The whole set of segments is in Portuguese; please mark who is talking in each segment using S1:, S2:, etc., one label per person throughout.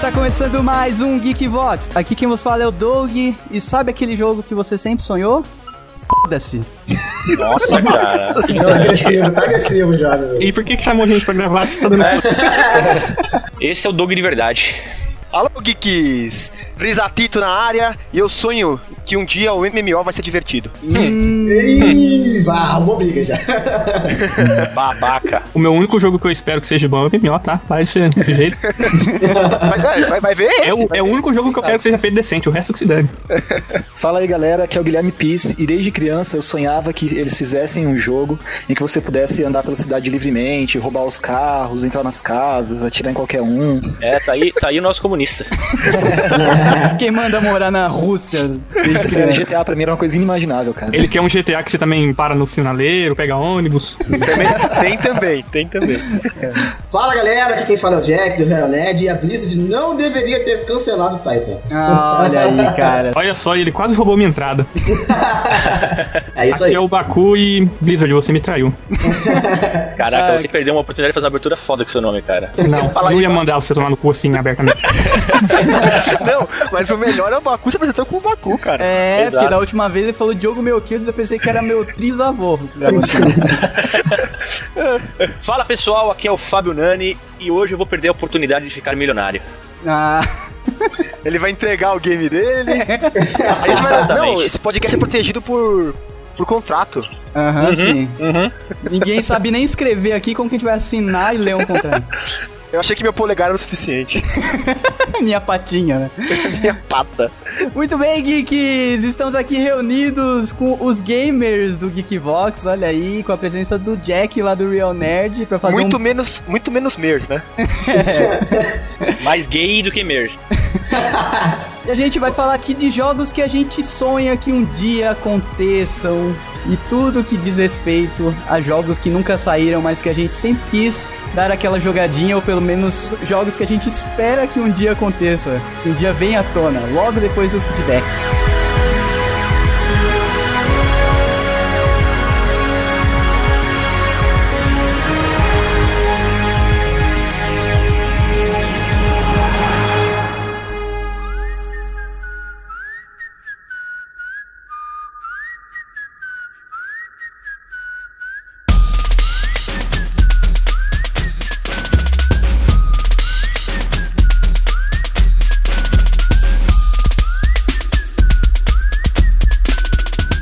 S1: Tá começando mais um Geekbox. Aqui quem vos fala é o Doug. E sabe aquele jogo que você sempre sonhou? Foda-se.
S2: Nossa, cara.
S3: Não, tá agressivo, tá agressivo já, meu.
S4: E por que, que chamou a gente pra gravar se tá dando
S2: Esse é o Doug de verdade.
S5: Alô, geeks! Risatito na área e eu sonho que um dia o MMO vai ser divertido.
S3: Ih, vá, arrumou briga já.
S2: Babaca.
S4: O meu único jogo que eu espero que seja bom é o MMO, tá? Vai ser desse jeito.
S5: Mas, é, vai, vai ver esse,
S4: É o,
S5: vai
S4: é o
S5: ver.
S4: único jogo que eu quero que seja feito decente, o resto que se dane.
S6: Fala aí galera, aqui é o Guilherme Pires e desde criança eu sonhava que eles fizessem um jogo em que você pudesse andar pela cidade livremente, roubar os carros, entrar nas casas, atirar em qualquer um.
S2: É, tá aí, tá aí o nosso comunista.
S1: Quem manda morar na Rússia? Desde
S6: Sério,
S1: criança.
S6: GTA pra mim era uma coisa inimaginável, cara.
S4: Ele quer um GTA que você também para no sinaleiro, pega ônibus.
S5: Também- tem também, tem também.
S3: Fala galera, aqui quem fala é o Jack do Real Nerd e a Blizzard não deveria ter cancelado o Titan.
S1: Ah, olha aí, cara.
S4: Olha só, ele quase roubou minha entrada.
S3: É isso
S4: Aqui
S3: aí.
S4: é o Baku e Blizzard, você me traiu.
S2: Caraca, você perdeu uma oportunidade de fazer uma abertura foda com seu nome, cara.
S4: Não,
S5: Fala aí,
S4: não ia mandar você tomar no cu assim abertamente.
S5: Não, mas o melhor é o Baku se apresentou com o Baku, cara.
S1: É,
S2: Exato.
S1: porque da última vez ele falou Diogo Melquides, eu pensei que era meu trisavô.
S2: Fala pessoal, aqui é o Fábio Nani e hoje eu vou perder a oportunidade de ficar milionário.
S1: Ah,
S5: Ele vai entregar o game dele. Aí ele vai-
S2: Exatamente.
S5: não, esse podcast é protegido por, por contrato.
S1: aham, sim. Ninguém sabe nem escrever aqui, como que a gente vai assinar e ler um contrato?
S5: Eu achei que meu polegar era o suficiente.
S1: Minha patinha, né?
S5: Minha pata.
S1: Muito bem, geeks! Estamos aqui reunidos com os gamers do Geekvox, olha aí, com a presença do Jack lá do Real Nerd pra fazer
S5: Muito
S1: um...
S5: menos, muito menos Mears, né?
S2: Mais gay do que Mers.
S1: E a gente vai falar aqui de jogos que a gente sonha que um dia aconteçam e tudo que diz respeito a jogos que nunca saíram, mas que a gente sempre quis dar aquela jogadinha, ou pelo menos jogos que a gente espera que um dia aconteça, que um dia venha à tona, logo depois do feedback.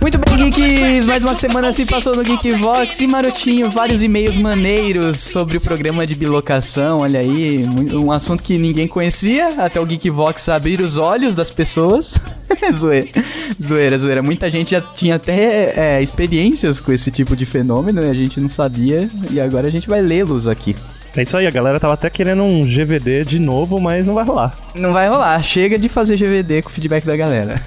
S1: Muito bem, Geeks! Mais uma semana se passou no Geekvox e Marotinho, vários e-mails maneiros sobre o programa de bilocação, olha aí, um assunto que ninguém conhecia, até o Geekvox abrir os olhos das pessoas. zoeira, zoeira, zoeira. Muita gente já tinha até é, experiências com esse tipo de fenômeno e a gente não sabia, e agora a gente vai lê-los aqui.
S7: É isso aí, a galera tava até querendo um GVD de novo, mas não vai rolar.
S1: Não vai rolar, chega de fazer GVD com o feedback da galera.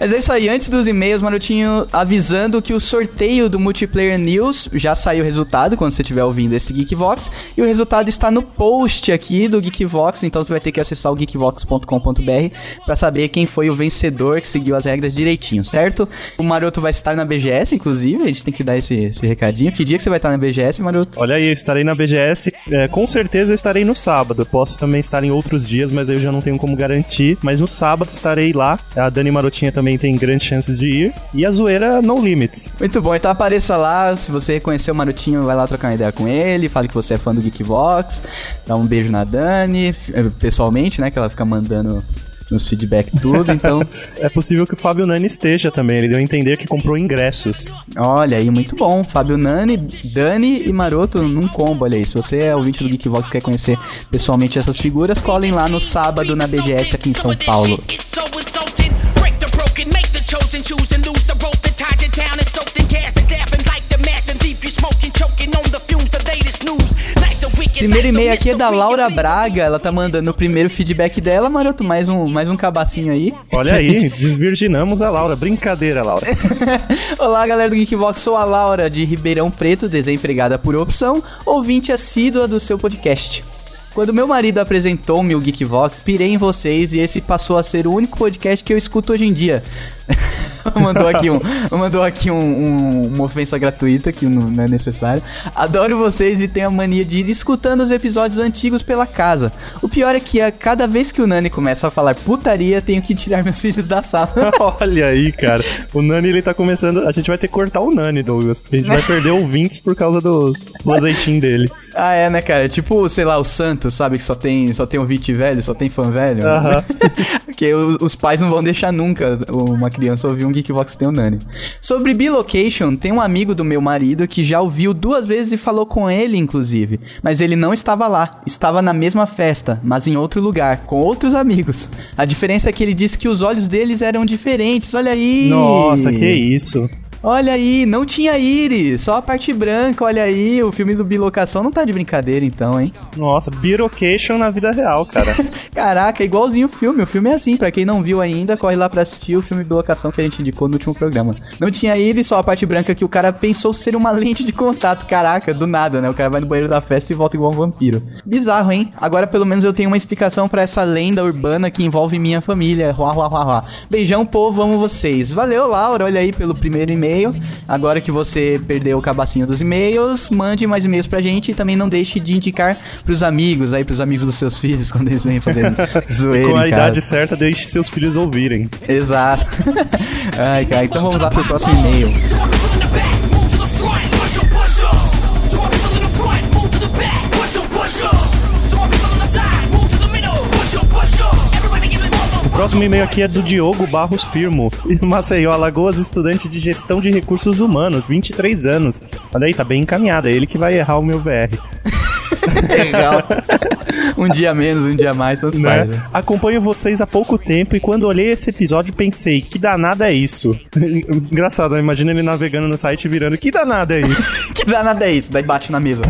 S1: Mas é isso aí, antes dos e-mails, Marotinho, avisando que o sorteio do Multiplayer News já saiu o resultado quando você estiver ouvindo esse Geekvox. E o resultado está no post aqui do Geekvox, então você vai ter que acessar o geekvox.com.br pra saber quem foi o vencedor que seguiu as regras direitinho, certo? O Maroto vai estar na BGS, inclusive, a gente tem que dar esse, esse recadinho. Que dia que você vai estar na BGS, Maroto?
S7: Olha aí, eu estarei na BGS, é, com certeza eu estarei no sábado. Eu Posso também estar em outros dias, mas aí eu já não tenho como garantir. Mas no sábado estarei lá. A Dani Marotinha também tem grandes chances de ir. E a zoeira No Limits.
S1: Muito bom, então apareça lá. Se você reconheceu o Marotinho, vai lá trocar uma ideia com ele. Fale que você é fã do Geekbox. Dá um beijo na Dani, f- eh, pessoalmente, né? Que ela fica mandando nos feedback tudo. Então,
S7: É possível que o Fábio Nani esteja também, ele deu a entender que comprou ingressos.
S1: olha aí, muito bom. Fábio Nani, Dani e Maroto num combo, olha aí. Se você é ouvinte do Geekbox e quer conhecer pessoalmente essas figuras, colhem lá no sábado na BGS aqui em São Paulo. Primeiro e-mail aqui é da Laura Braga, ela tá mandando o primeiro feedback dela, Maroto, mais um, mais um cabacinho aí.
S7: Olha aí, desvirginamos a Laura. Brincadeira, Laura.
S1: Olá, galera do Geekbox, sou a Laura de Ribeirão Preto, desempregada por opção, ouvinte assídua do seu podcast. Quando meu marido apresentou-me o Geekvox, pirei em vocês e esse passou a ser o único podcast que eu escuto hoje em dia. mandou aqui, um, mandou aqui um- um- uma ofensa gratuita que não, não é necessário. Adoro vocês e tenho a mania de ir escutando os episódios antigos pela casa. O pior é que a cada vez que o Nani começa a falar putaria, tenho que tirar meus filhos da sala.
S7: Olha aí, cara. O Nani, ele tá começando. A gente vai ter que cortar o Nani, Douglas. Porque a gente vai perder ouvintes por causa do, do azeitinho dele.
S1: ah, é, né, cara? Tipo, sei lá, o Santos, sabe? Que só tem, só tem ouvinte velho, só tem fã velho.
S7: Aham.
S1: Porque o- os pais não vão deixar nunca uma criança ouvir um Geekbox tem o Nani. Sobre Bilocation, tem um amigo do meu marido que já ouviu duas vezes e falou com ele, inclusive. Mas ele não estava lá, estava na mesma festa, mas em outro lugar, com outros amigos. A diferença é que ele disse que os olhos deles eram diferentes, olha aí!
S7: Nossa, que isso.
S1: Olha aí, não tinha íris, só a parte branca, olha aí. O filme do Bilocação não tá de brincadeira então, hein?
S7: Nossa, birocation na vida real, cara.
S1: Caraca, igualzinho o filme. O filme é assim, pra quem não viu ainda, corre lá pra assistir o filme Bilocação que a gente indicou no último programa. Não tinha ele, só a parte branca que o cara pensou ser uma lente de contato. Caraca, do nada, né? O cara vai no banheiro da festa e volta igual um vampiro. Bizarro, hein? Agora pelo menos eu tenho uma explicação pra essa lenda urbana que envolve minha família. Ruá, ruá, ruá, ruá. Beijão, povo, amo vocês. Valeu, Laura, olha aí pelo primeiro e-mail. Agora que você perdeu o cabacinho dos e-mails, mande mais e-mails pra gente e também não deixe de indicar pros amigos aí, pros amigos dos seus filhos, quando eles vêm fazendo zoeira.
S7: Com a
S1: em
S7: idade
S1: casa.
S7: certa, deixe seus filhos ouvirem.
S1: Exato. Ai, cara, então vamos lá pro próximo e-mail.
S7: O próximo e-mail aqui é do Diogo Barros Firmo, de Maceió, Alagoas, estudante de gestão de recursos humanos, 23 anos. Olha aí, tá bem encaminhado, é ele que vai errar o meu VR.
S1: Legal. um dia menos, um dia mais, tanto
S7: né?
S1: faz. né?
S7: Acompanho vocês há pouco tempo e quando olhei esse episódio pensei, que danada é isso? Engraçado, né? imagina ele navegando no site e virando, que danada é isso?
S1: Que danada é isso? Daí bate na mesa.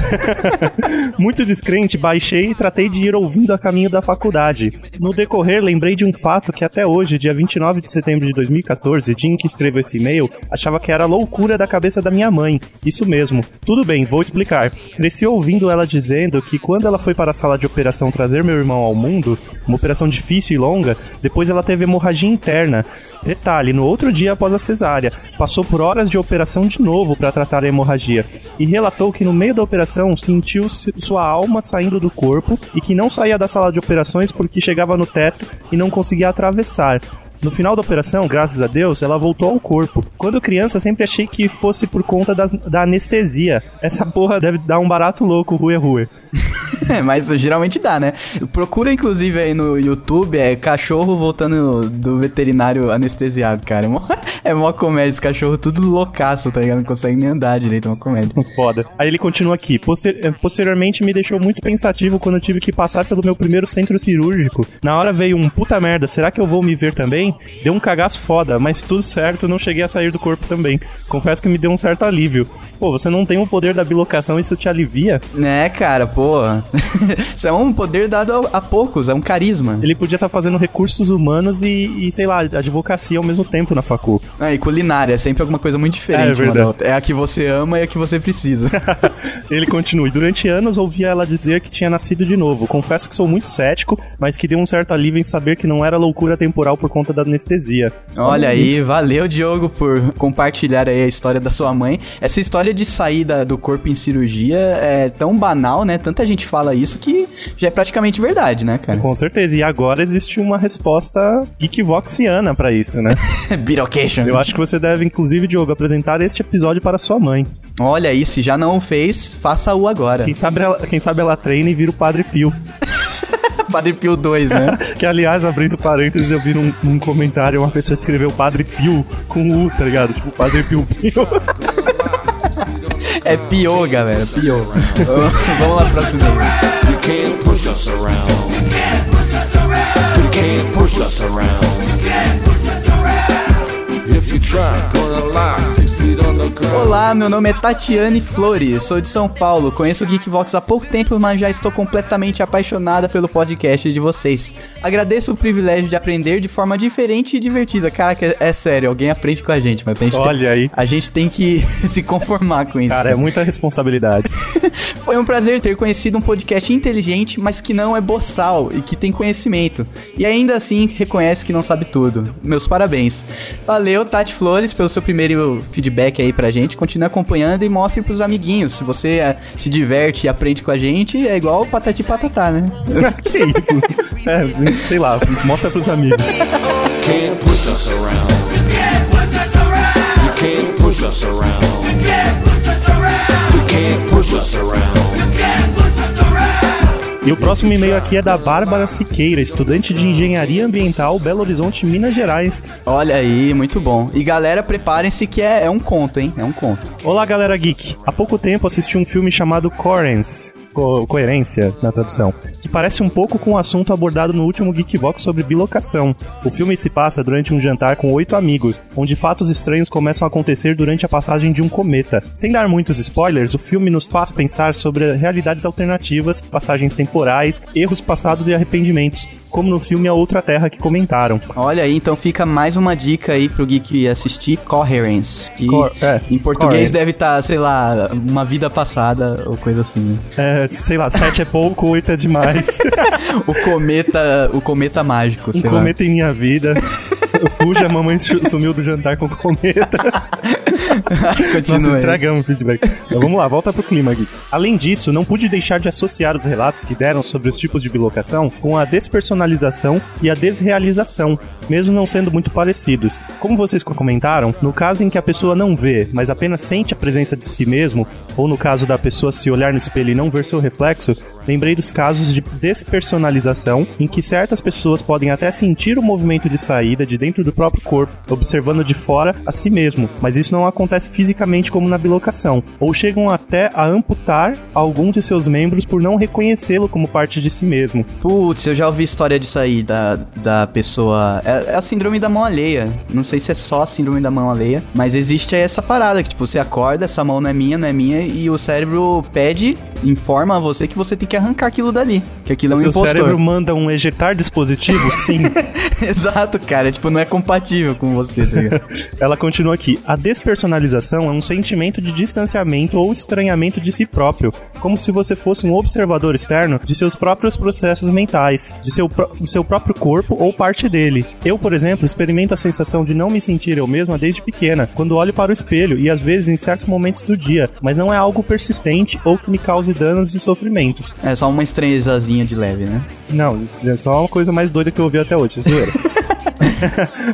S7: Muito descrente, baixei e tratei de ir ouvindo a caminho da faculdade. No decorrer, lembrei de um fato que até hoje, dia 29 de setembro de 2014, dia em que escrevo esse e-mail, achava que era loucura da cabeça da minha mãe. Isso mesmo. Tudo bem, vou explicar. Cresci ouvindo ela dizendo que quando ela foi para a sala de operação trazer meu irmão ao mundo, uma operação difícil e longa, depois ela teve hemorragia interna. Detalhe, no outro dia após a cesárea, passou por horas de operação de novo para tratar a hemorragia e relatou que no meio da operação sentiu se- sua alma saindo do corpo e que não saía da sala de operações porque chegava no teto e não conseguia atravessar. No final da operação, graças a Deus, ela voltou ao corpo. Quando criança, sempre achei que fosse por conta das- da anestesia. Essa porra deve dar um barato louco, ruê ruê.
S1: É, mas geralmente dá, né? Procura, inclusive, aí no YouTube, é cachorro voltando do veterinário anestesiado, cara. É mó, é mó comédia, esse cachorro tudo loucaço, tá ligado? Não consegue nem andar direito, é uma comédia.
S7: Foda. Aí ele continua aqui. Poster- eh, posteriormente, me deixou muito pensativo quando eu tive que passar pelo meu primeiro centro cirúrgico. Na hora veio um puta merda, será que eu vou me ver também? Deu um cagaço foda, mas tudo certo, não cheguei a sair do corpo também. Confesso que me deu um certo alívio. Pô, você não tem o poder da bilocação, isso te alivia?
S1: Né, cara, porra. Isso é um poder dado ao- a poucos, é um carisma.
S7: Ele podia estar fazendo recursos humanos e, e, sei lá, advocacia ao mesmo tempo na facu.
S1: Ah, e culinária, é sempre alguma coisa muito diferente.
S7: É, é verdade.
S1: mano. É a que você ama e a que você precisa.
S7: Ele continua. E durante anos ouvia ela dizer que tinha nascido de novo. Confesso que sou muito cético, mas que deu um certo alívio em saber que não era loucura temporal por conta da anestesia.
S1: Olha aí, valeu, Diogo, por compartilhar aí a história da sua mãe. Essa história de saída do corpo em cirurgia é tão banal, né? Tanta gente fala isso que já é praticamente verdade, né, cara?
S7: Com certeza. E agora existe uma resposta geekvoxiana pra isso, né?
S1: Birocation.
S7: Eu acho que você deve, inclusive, Diogo, apresentar este episódio para sua mãe.
S1: Olha aí, se já não o fez, faça-o agora.
S7: Quem sabe ela, quem sabe ela treina e vira o Padre Pio.
S1: Padre Pio 2, né?
S7: Que, aliás, abrindo parênteses, eu vi num, num comentário uma pessoa escreveu Padre Pio com U, tá ligado? Tipo, Padre Pio Pio.
S1: É Pio, galera, Pio. Vamos lá, próximo.
S8: If you try, gonna lie six feet
S1: Olá, meu nome é Tatiane Flores, sou de São Paulo, conheço o Geekvox há pouco tempo, mas já estou completamente apaixonada pelo podcast de vocês. Agradeço o privilégio de aprender de forma diferente e divertida. Caraca, é, é sério, alguém aprende com a gente, mas a gente, tem,
S7: Olha aí.
S1: a gente tem que se conformar com isso.
S7: Cara, é muita responsabilidade.
S1: Foi um prazer ter conhecido um podcast inteligente, mas que não é boçal e que tem conhecimento. E ainda assim reconhece que não sabe tudo. Meus parabéns. Valeu, Tati Flores, pelo seu primeiro feedback aí pra gente. Continue acompanhando e mostre pros amiguinhos. Se você eh, se diverte e aprende com a gente, é igual patati e patatá, né?
S7: que isso? É, sei lá, mostra pros amigos.
S8: can't push us around. You can't push us around. You can't push us around.
S7: E o próximo e-mail aqui é da Bárbara Siqueira, estudante de Engenharia Ambiental, Belo Horizonte, Minas Gerais.
S1: Olha aí, muito bom. E galera, preparem-se que é, é um conto, hein? É um conto.
S7: Olá, galera geek. Há pouco tempo assisti um filme chamado Coherence, co- coerência na tradução, que parece um pouco com o assunto abordado no último Geekbox sobre bilocação. O filme se passa durante um jantar com oito amigos, onde fatos estranhos começam a acontecer durante a passagem de um cometa. Sem dar muitos spoilers, o filme nos faz pensar sobre realidades alternativas, passagens temporais, erros passados e arrependimentos, como no filme A Outra Terra que comentaram.
S1: Olha aí, então fica mais uma dica aí pro Geek assistir Coherence. Que
S7: Cor- é,
S1: em português
S7: Coherence.
S1: deve estar, sei lá, uma vida passada ou coisa assim. né?
S7: É, sei lá, sete é pouco, oito é demais.
S1: O cometa, o cometa mágico,
S7: Um
S1: sei lá.
S7: cometa em minha vida. Fuja, a mamãe su- sumiu do jantar com o cometa.
S1: Continua
S7: Nós
S1: aí.
S7: estragamos o feedback. Então vamos lá, volta pro clima aqui. Além disso, não pude deixar de associar os relatos que deram sobre os tipos de bilocação com a despersonalização e a desrealização, mesmo não sendo muito parecidos. Como vocês co- comentaram, no caso em que a pessoa não vê, mas apenas sente a presença de si mesmo, ou no caso da pessoa se olhar no espelho e não ver seu reflexo, lembrei dos casos de despersonalização, em que certas pessoas podem até sentir o movimento de saída de dentro do próprio corpo, observando de fora a si mesmo, mas isso não acontece fisicamente como na bilocação, ou chegam até a amputar algum de seus membros por não reconhecê-lo como parte de si mesmo.
S1: Putz, eu já ouvi história disso aí, da, da pessoa. É, é a síndrome da mão alheia. Não sei se é só a síndrome da mão alheia, mas existe aí essa parada que, tipo, você acorda, essa mão não é minha, não é minha, e o cérebro pede, informa a você que você tem que arrancar aquilo dali. Que aquilo é um
S7: seu
S1: impostor.
S7: cérebro manda um ejetar dispositivo? Sim.
S1: Exato, cara. Tipo, não é compatível com você, tá ligado?
S7: Ela continua aqui. A despersonalização é um sentimento de distanciamento ou estranhamento de si próprio, como se você fosse um observador externo de seus próprios processos mentais, de seu, pró- do seu próprio corpo ou parte dele. Eu, por exemplo, experimento a sensação de não me sentir eu mesma desde pequena, quando olho para o espelho e às vezes em certos momentos do dia, mas não é algo persistente ou que me cause danos e sofrimentos.
S1: É só uma estranhezazinha de leve, né?
S7: Não, é só uma coisa mais doida que eu ouvi até hoje, é zoeira.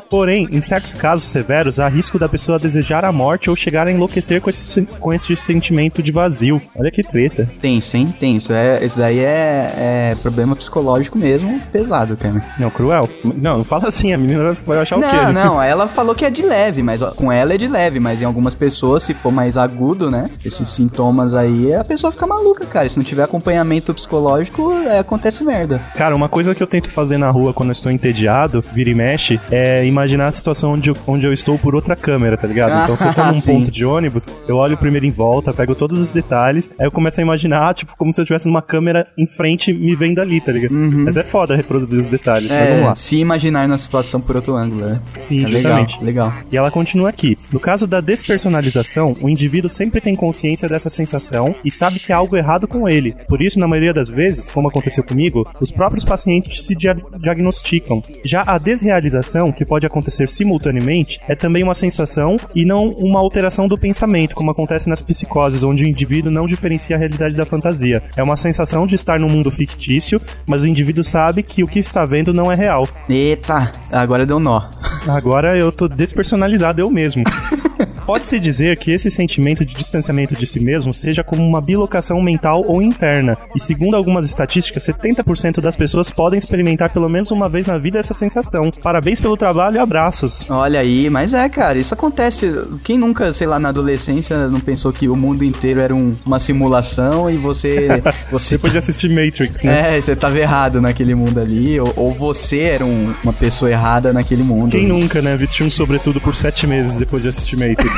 S7: Porém, em certos casos severos, há risco da pessoa desejar a morte ou chegar a enlouquecer com esse, sen- com esse sentimento de vazio. Olha que treta.
S1: Tenso, hein? Tenso. É, esse daí é, é problema psicológico mesmo, pesado, cara.
S7: Não, cruel. Não, não fala assim, a menina vai- vai achar o quê?
S1: Não,
S7: né?
S1: não, ela falou que é de leve, mas ó, com ela é de leve, mas em algumas pessoas, se for mais agudo, né? Esses sintomas aí, a pessoa fica maluca, cara. Se não tiver acompanhamento psicológico, é, acontece merda.
S7: Cara, uma coisa que eu tento fazer na rua quando eu estou entediado, vira e mexe, é imaginar a situação onde eu, onde eu estou por outra câmera, tá ligado? Então, se eu tô num
S1: Sim.
S7: ponto de ônibus, eu olho primeiro em volta, pego todos os detalhes, aí eu começo a imaginar, tipo, como se eu tivesse uma câmera em frente me vendo ali, tá ligado? Mas é foda reproduzir os detalhes, mas vamos lá.
S1: É, se imaginar na situação por outro ângulo, né?
S7: Sim,
S1: é legal,
S7: justamente.
S1: legal.
S7: E ela continua aqui. No caso da despersonalização, o indivíduo sempre tem consciência dessa sensação e sabe que há algo errado com ele. Por isso, na maioria das vezes, como aconteceu comigo, os próprios pacientes se dia- diagnosticam. Já a desrealização, que pode acontecer simultaneamente, é também uma sensação e não uma alteração do pensamento, como acontece nas psicoses, onde o indivíduo não diferencia a realidade da fantasia. É uma sensação de estar num mundo fictício, mas o indivíduo sabe que o que está vendo não é real.
S1: Eita, agora deu nó.
S7: Agora eu tô despersonalizado eu mesmo. Pode-se dizer que esse sentimento de distanciamento de si mesmo seja como uma bilocação mental ou interna. E segundo algumas estatísticas, 70% das pessoas podem experimentar pelo menos uma vez na vida essa sensação. Parabéns pelo trabalho e abraços.
S1: Olha aí, mas é, cara, isso acontece. Quem nunca, sei lá, na adolescência não pensou que o mundo inteiro era um- uma simulação e você. você
S7: Depois de assistir Matrix, né?
S1: É, você tava errado naquele mundo ali, ou, ou você era um- uma pessoa errada naquele mundo.
S7: Quem nunca, né? Vestiu um sobretudo por sete meses depois de assistir Matrix.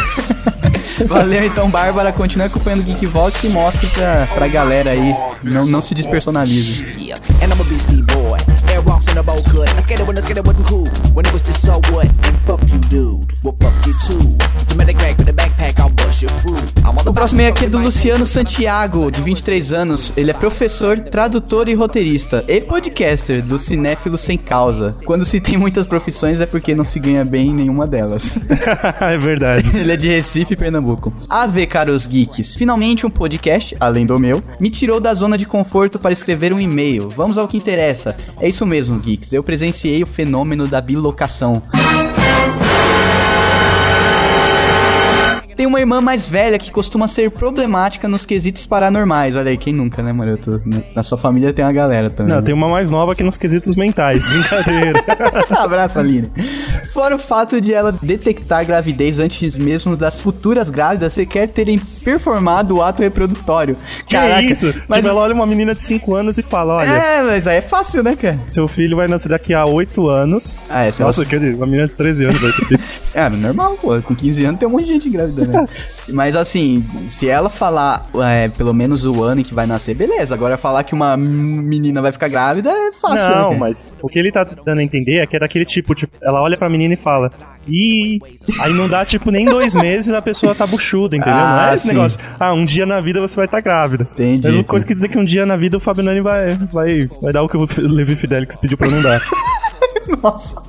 S1: Valeu então, Bárbara. Continue acompanhando o Geekvox e mostre pra, pra galera aí. Não, não se despersonalize.
S9: Yeah, and I'm a beastie boy. Air rocks in a bow cut. I skated when I skated wasn't cool. When it was just so what? And fuck you, dude. Well, fuck you too. Dramatic rag with a backpack, I'll bust your fruit. I'm on the
S1: O próximo e-mail aqui é do Luciano Santiago, de 23 anos. Ele é professor, tradutor e roteirista. E podcaster, do Cinéfilo Sem Causa. Quando se tem muitas profissões é porque não se ganha bem em nenhuma delas.
S7: é verdade.
S1: Ele é de Recife, Pernambuco. AV, caros geeks. Finalmente um podcast, além do meu, me tirou da zona de conforto para escrever um e-mail. Vamos ao que interessa. É isso mesmo, geeks. Eu presenciei o fenômeno da bilocação. Tem uma irmã mais velha que costuma ser problemática nos quesitos paranormais. Olha aí, quem nunca, né, mano? Eu tô- na sua família tem uma galera também.
S7: Não, tem uma mais nova aqui nos quesitos mentais. Brincadeira.
S1: Um Abraço, Aline. Fora o fato de ela detectar gravidez antes mesmo das futuras grávidas sequer terem performado o ato reprodutório.
S7: que isso?
S1: Mas...
S7: Tipo, ela olha uma menina de 5 anos e fala: olha.
S1: É, mas aí é fácil, né, cara?
S7: Seu filho vai nascer daqui a 8 anos.
S1: Ah, é, se
S7: Nossa,
S1: ela-
S7: que uma menina de 13 anos vai ter filho.
S1: É, normal, pô. Com 15 anos tem um monte de gente grávida, né? Mas assim, se ela falar é, pelo menos o ano em que vai nascer, beleza. Agora falar que uma menina vai ficar grávida é fácil. né,
S7: Não,
S1: cara?
S7: mas o que ele tá dando a entender é que é daquele tipo, tipo, ela olha pra menina e fala, ih, aí não dá, tipo, nem dois meses a pessoa tá buchuda, entendeu? não
S1: Ah,
S7: é esse
S1: sim.
S7: negócio, ah, um dia na vida você vai estar grávida.
S1: Entendi.
S7: É uma coisa que dizer que um dia na vida o Fábio Nani vai, vai, vai dar o que o F- Levi Fidelix pediu pra não dar.
S1: Nossa.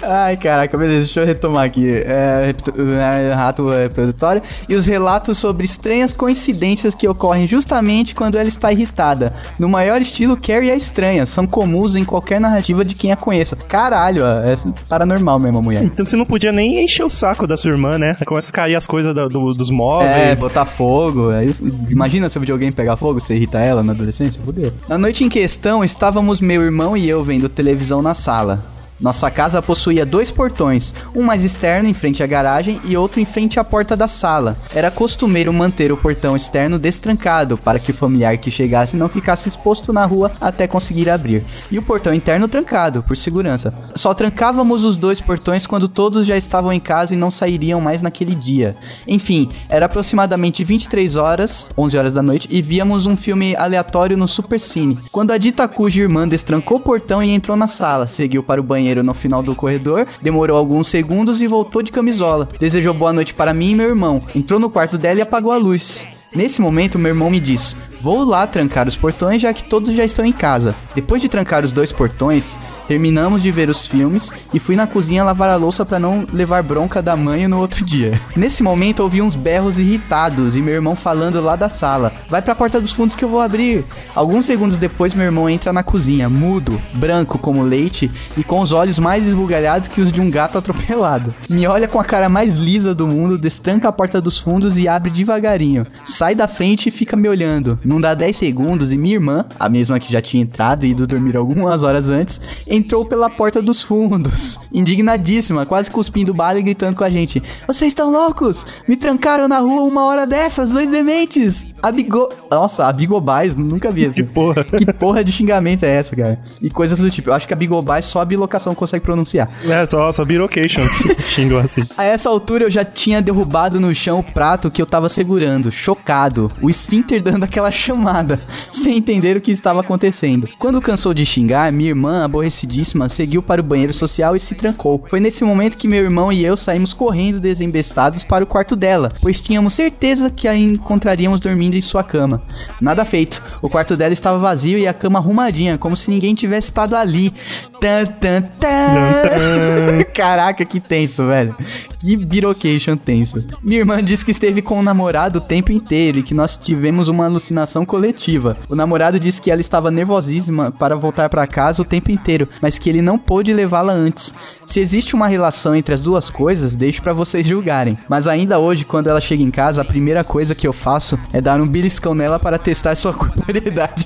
S1: Ai, caraca, beleza, deixa eu retomar aqui. É, repto- é, rato é, produtório. E os relatos sobre estranhas coincidências que ocorrem justamente quando ela está irritada. No maior estilo, Carrie é estranha. São comuns em qualquer narrativa de quem a conheça. Caralho, ó, é paranormal mesmo a mulher.
S7: então você não podia nem encher o saco da sua irmã, né? Começa a cair as coisas da- do- dos
S1: É,
S7: móveis.
S1: botar fogo. aí- imagina se o videogame pegar fogo, você irrita ela na adolescência? Fudeu. Na noite em questão, estávamos meu irmão e eu vendo televisão na sala. Nossa casa possuía dois portões, um mais externo em frente à garagem e outro em frente à porta da sala. Era costumeiro manter o portão externo destrancado para que o familiar que chegasse não ficasse exposto na rua até conseguir abrir, e o portão interno trancado, por segurança. Só trancávamos os dois portões quando todos já estavam em casa e não sairiam mais naquele dia. Enfim, era aproximadamente 23 horas, 11 horas da noite, e víamos um filme aleatório no Supercine. Quando a dita cuja irmã destrancou o portão e entrou na sala, seguiu para o banheiro no final do corredor, demorou alguns segundos e voltou de camisola. Desejou boa noite para mim e meu irmão. Entrou no quarto dela e apagou a luz. Nesse momento, meu irmão me diz: Vou lá trancar os portões, já que todos já estão em casa. Depois de trancar os dois portões, terminamos de ver os filmes e fui na cozinha lavar a louça para não levar bronca da mãe no outro dia. Nesse momento, ouvi uns berros irritados e meu irmão falando lá da sala: Vai pra porta dos fundos que eu vou abrir. Alguns segundos depois, meu irmão entra na cozinha, mudo, branco como leite e com os olhos mais esbugalhados que os de um gato atropelado. Me olha com a cara mais lisa do mundo, destranca a porta dos fundos e abre devagarinho. Sai da frente e fica me olhando. Não dá 10 segundos e minha irmã, a mesma que já tinha entrado e ido dormir algumas horas antes, entrou pela porta dos fundos. Indignadíssima, quase cuspindo bala e gritando com a gente: Vocês estão loucos? Me trancaram na rua uma hora dessas, dois dementes! Abigo. Nossa, abigobais, nunca vi essa.
S7: Que porra.
S1: Que porra de xingamento é essa, cara? E coisas do tipo. Eu acho que a Bigobás só a bilocação consegue pronunciar.
S7: É, só, só birocations xingam assim.
S1: A essa altura eu já tinha derrubado no chão o prato que eu tava segurando, chocado, o esfínter dando aquela chamada, sem entender o que estava acontecendo. Quando cansou de xingar, minha irmã, aborrecidíssima, seguiu para o banheiro social e se trancou. Foi nesse momento que meu irmão e eu saímos correndo desembestados para o quarto dela, pois tínhamos certeza que a encontraríamos dormindo em sua cama. Nada feito, o quarto dela estava vazio e a cama arrumadinha, como se ninguém tivesse estado ali. Tan, tan, tan. Caraca, que tenso, velho. Que birocation tenso. Minha irmã disse que esteve com o namorado o tempo inteiro e que nós tivemos uma alucinação coletiva. O namorado disse que ela estava nervosíssima para voltar para casa o tempo inteiro, mas que ele não pôde levá-la antes. Se existe uma relação entre as duas coisas, deixo pra vocês julgarem. Mas ainda hoje, quando ela chega em casa, a primeira coisa que eu faço é dar um beliscão nela para testar sua corporeidade.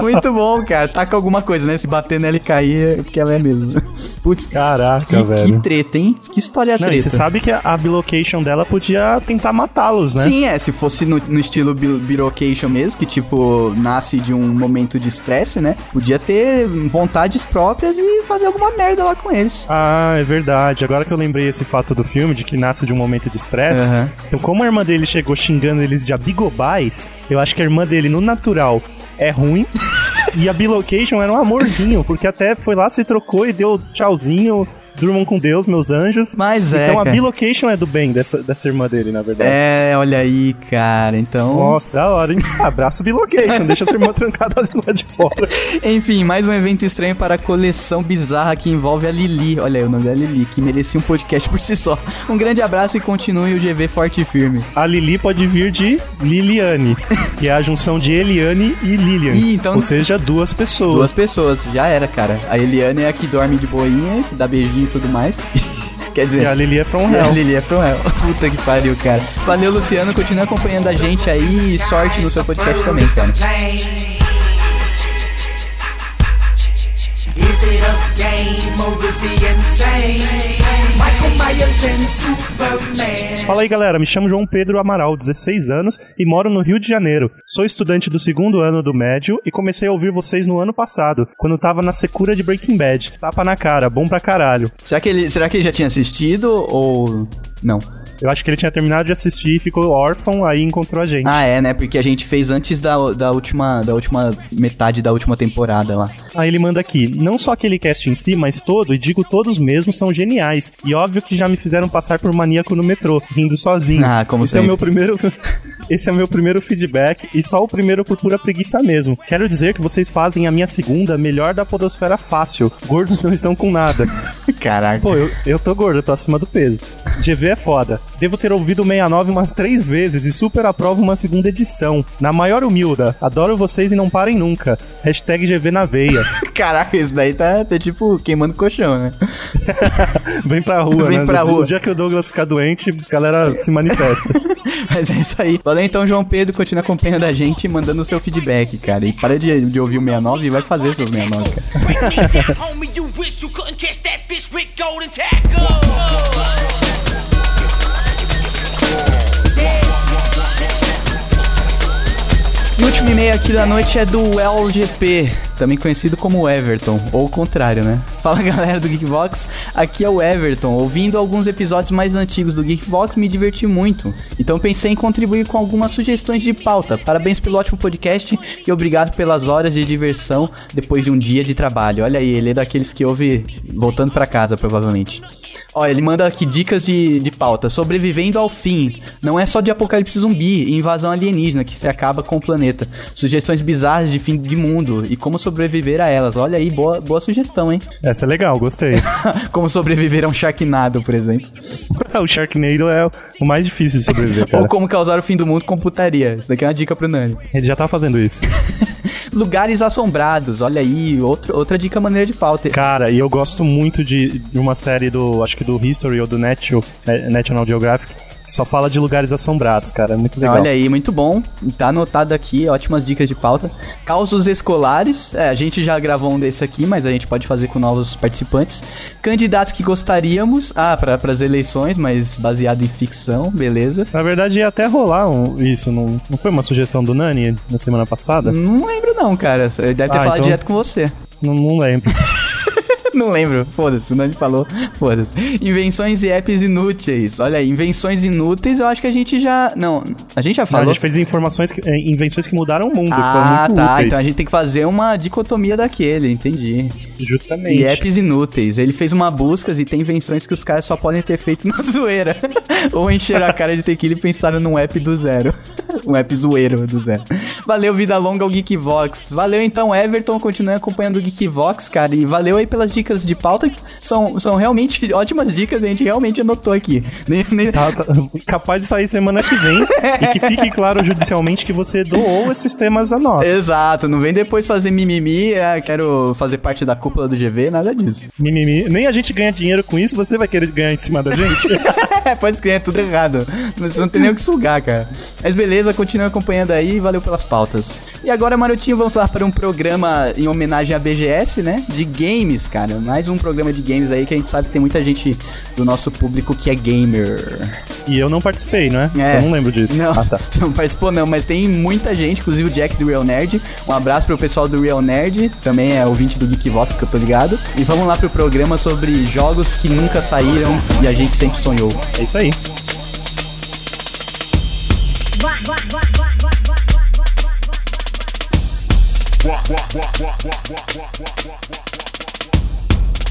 S1: Muito bom, cara. Tá com alguma coisa, né? Se bater nela e cair, é porque ela é mesmo. Putz,
S7: Caraca,
S1: que, que
S7: velho.
S1: treta, hein? Que história
S7: Não,
S1: treta. favorita.
S7: Você sabe que a, a bilocation dela podia tentar matá-los, né?
S1: Sim, é, se fosse no, no estilo bi- birocation mesmo, que tipo, nasce de um momento de estresse, né? Podia ter vontades próprias e fazer alguma merda lá com eles.
S7: Ah, é verdade. Agora que eu lembrei esse fato do filme, de que nasce de um momento de estresse.
S1: Aham.
S7: Então, como a irmã dele chegou xingando eles de abigobais, eu acho que a irmã dele, no natural, é ruim. e a bilocation era um amorzinho, porque até foi lá, se trocou e deu tchauzinho. Durmam com Deus, meus anjos.
S1: Mas é,
S7: Então a
S1: cara.
S7: bilocation é do bem dessa, dessa irmã dele, na verdade.
S1: É, olha aí, cara. Então.
S7: Nossa, da hora, hein? Abraço bilocation, deixa sua irmã trancada lá de fora.
S1: Enfim, mais um evento estranho para a coleção bizarra que envolve a Lili. Olha aí o nome da Lili, que merecia um podcast por si só. Um grande abraço e continue o GV forte e firme.
S7: A Lili pode vir de Liliane, que é a junção de Eliane e Lilian.
S1: Ih, então-
S7: Ou seja, duas
S1: Duas
S7: pessoas.
S1: pessoas, já era, cara. A Eliane é a que dorme de boinha, que dá beijinho e tudo mais. Quer dizer,
S7: E a Lili é from
S1: É,
S7: hell.
S1: Lili, é pro réu. Puta que pariu, cara. Valeu, Luciano. Continua acompanhando a gente aí e sorte no seu podcast também, cara.
S8: Is it a game or is he insane? Michael Myers and Superman.
S7: Fala aí, galera. Me chamo João Pedro Amaral, 16 anos e moro no Rio de Janeiro. Sou estudante do segundo ano do médio e comecei a ouvir vocês no ano passado, quando tava na secura de Breaking Bad. Tapa na cara, bom pra caralho.
S1: Será que ele, será que ele já tinha assistido ou não?
S7: Eu acho que ele tinha terminado de assistir e ficou órfão, aí encontrou a gente.
S1: Ah, é, né? Porque a gente fez antes da, da última da última metade da última temporada lá.
S7: Aí ele manda aqui, não só aquele cast em si, mas todo, e digo todos mesmo, são geniais. E óbvio que já me fizeram passar por maníaco no metrô, rindo sozinho.
S1: Ah, como
S7: Esse é o
S1: sempre.
S7: meu primeiro... Esse é o meu primeiro feedback, e só o primeiro por pura preguiça mesmo. Quero dizer que vocês fazem a minha segunda melhor da podosfera fácil. Gordos não estão com nada.
S1: Caraca.
S7: Pô, eu, eu tô gordo, eu tô acima do peso. GV é foda. Devo ter ouvido o 69 umas três vezes e super aprovo uma segunda edição. Na maior humilda. Adoro vocês e não parem nunca. Hashtag GV na veia.
S1: Caraca, isso daí tá, tá tipo queimando colchão, né?
S7: Vem pra rua,
S1: Vem
S7: né?
S1: pra
S7: No dia-
S1: rua.
S7: No dia que o Douglas ficar doente, a galera se manifesta.
S1: Mas é isso aí. Valeu então, João Pedro. Continua acompanhando a gente e mandando o seu feedback, cara. E para de, de ouvir o 69 e vai fazer seus 69, cara.
S8: Homie, you wish you couldn't catch that bitch with golden tackle.
S1: E o último e-mail aqui da noite é do LGP, também conhecido como Everton, ou o contrário, né? Fala galera do Geekbox, aqui é o Everton. Ouvindo alguns episódios mais antigos do Geekbox, me diverti muito. Então pensei em contribuir com algumas sugestões de pauta. Parabéns pelo ótimo podcast e obrigado pelas horas de diversão depois de um dia de trabalho. Olha aí, ele é daqueles que ouve voltando pra casa, provavelmente. Ó, ele manda aqui dicas de, de pauta. Sobrevivendo ao fim. Não é só de apocalipse zumbi e invasão alienígena que se acaba com o planeta. Sugestões bizarras de fim de mundo e como sobreviver a elas. Olha aí, boa, boa sugestão, hein?
S7: Essa é legal, gostei.
S1: como sobreviver a um Sharknado, por exemplo.
S7: o Sharknado é o mais difícil de sobreviver, cara.
S1: Ou como causar o fim do mundo com putaria. Isso daqui é uma dica pro Nani.
S7: Ele já tá fazendo isso.
S1: Lugares assombrados. Olha aí, outro, outra dica maneira de pauta.
S7: Cara, e eu gosto muito de, de uma série do. Acho que do History ou do National, eh, National Geographic. Que só fala de lugares assombrados, cara. É muito legal.
S1: Olha aí, muito bom. Tá anotado aqui, ótimas dicas de pauta. Causos escolares. É, a gente já gravou um desse aqui, mas a gente pode fazer com novos participantes. Candidatos que gostaríamos. Ah, para as eleições, mas baseado em ficção, beleza.
S7: Na verdade, ia até rolar um- isso. Não, não foi uma sugestão do Nani na semana passada?
S1: Não lembro não, cara. Ele deve ter
S7: Ah,
S1: falado
S7: então-
S1: direto com você.
S7: Não, não lembro.
S1: Não lembro, foda-se, o Nani falou, foda-se. Invenções e apps inúteis. Olha aí, invenções inúteis, eu acho que a gente já... Não, a gente já
S7: Não,
S1: falou.
S7: a gente fez informações que, eh, invenções que mudaram o mundo. que foram
S1: Ah,
S7: muito
S1: tá,
S7: úteis.
S1: então a gente tem que fazer uma dicotomia daquele, entendi.
S7: Justamente.
S1: E é apps inúteis. Ele fez uma busca e tem invenções que os caras só podem ter feito na zoeira. Ou encheram a cara de tequila e pensaram num app do zero. um app zoeiro do zero. Valeu, vida longa ao Geekvox. Valeu então, Everton. Continue acompanhando o Geekvox, cara. E valeu aí pelas dicas de pauta. que São, são realmente ótimas dicas, a gente realmente anotou aqui. Nem- nem-
S7: Tá- tá- capaz de sair semana que vem e que fique claro judicialmente que você doou esses temas a nós.
S1: Exato, não vem depois fazer mimimi, ah, quero fazer parte da cúpula do GV, nada disso.
S7: Mimimi. Nem a gente ganha dinheiro com isso, você vai querer ganhar em cima da gente?
S1: É, pode escrever, é tudo errado. Você não tem nem o que sugar, cara. Mas beleza, continua acompanhando aí, valeu pelas pautas. E agora, Marotinho, vamos lá para um programa em homenagem à BGS, né? De games, cara. mano. Mais um programa de games aí que a gente sabe que tem muita gente do nosso público que é gamer.
S7: E eu não participei, não é?
S1: É.
S7: Eu não lembro disso.
S1: Não,
S7: Ah, tá.
S1: você não participou não, mas tem muita gente, inclusive o Jack do Real Nerd. Um abraço pro pessoal do Real Nerd, também é ouvinte do Geekvox, que eu tô ligado. E vamos lá pro programa sobre jogos que nunca saíram e a gente sempre sonhou.
S7: É isso aí.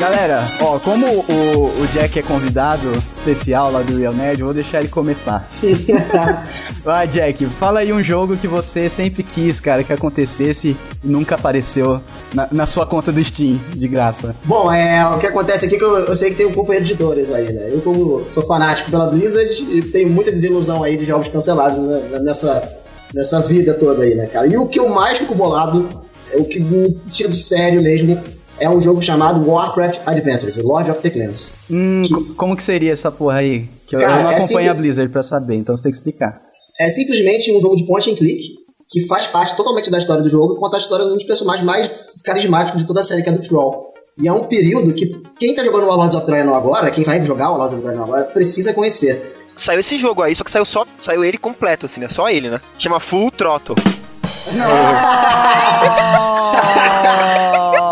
S1: Galera, ó, como o, o Jack é convidado especial lá do Real Nerd, eu vou deixar ele começar. Vai, Jack, fala aí um jogo que você sempre quis, cara, que acontecesse e nunca apareceu na, na sua conta do Steam, de graça.
S3: Bom, é, o que acontece aqui é que eu, eu sei que tem um companheiro de dores aí, né? Eu, como sou fanático pela Blizzard, eu tenho muita desilusão aí de jogos cancelados né, nessa, nessa vida toda aí, né, cara? E o que eu mais fico bolado, é o que me tira do sério mesmo, é um jogo chamado Warcraft Adventures, Lord of the Clans.
S1: Hum, co- como que seria essa porra aí? Que eu-
S3: Cara,
S1: eu não
S3: é
S1: acompanho a
S3: assim-
S1: Blizzard pra saber, então você tem que explicar.
S3: É simplesmente um jogo de point and click, que faz parte totalmente da história do jogo e conta a história de um dos personagens mais carismáticos de toda a série, que é do Troll. E é um período que quem tá jogando Warlords of Draenor agora, quem vai jogar Warlords of Draenor agora, precisa conhecer.
S5: Saiu esse jogo aí, só que saiu só. Saiu ele completo, assim, né? Só ele, né? Chama Full Throttle.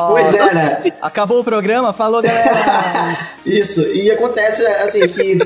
S3: pois é, né?
S1: Acabou o programa? Falou, galera!
S3: Isso, e acontece assim que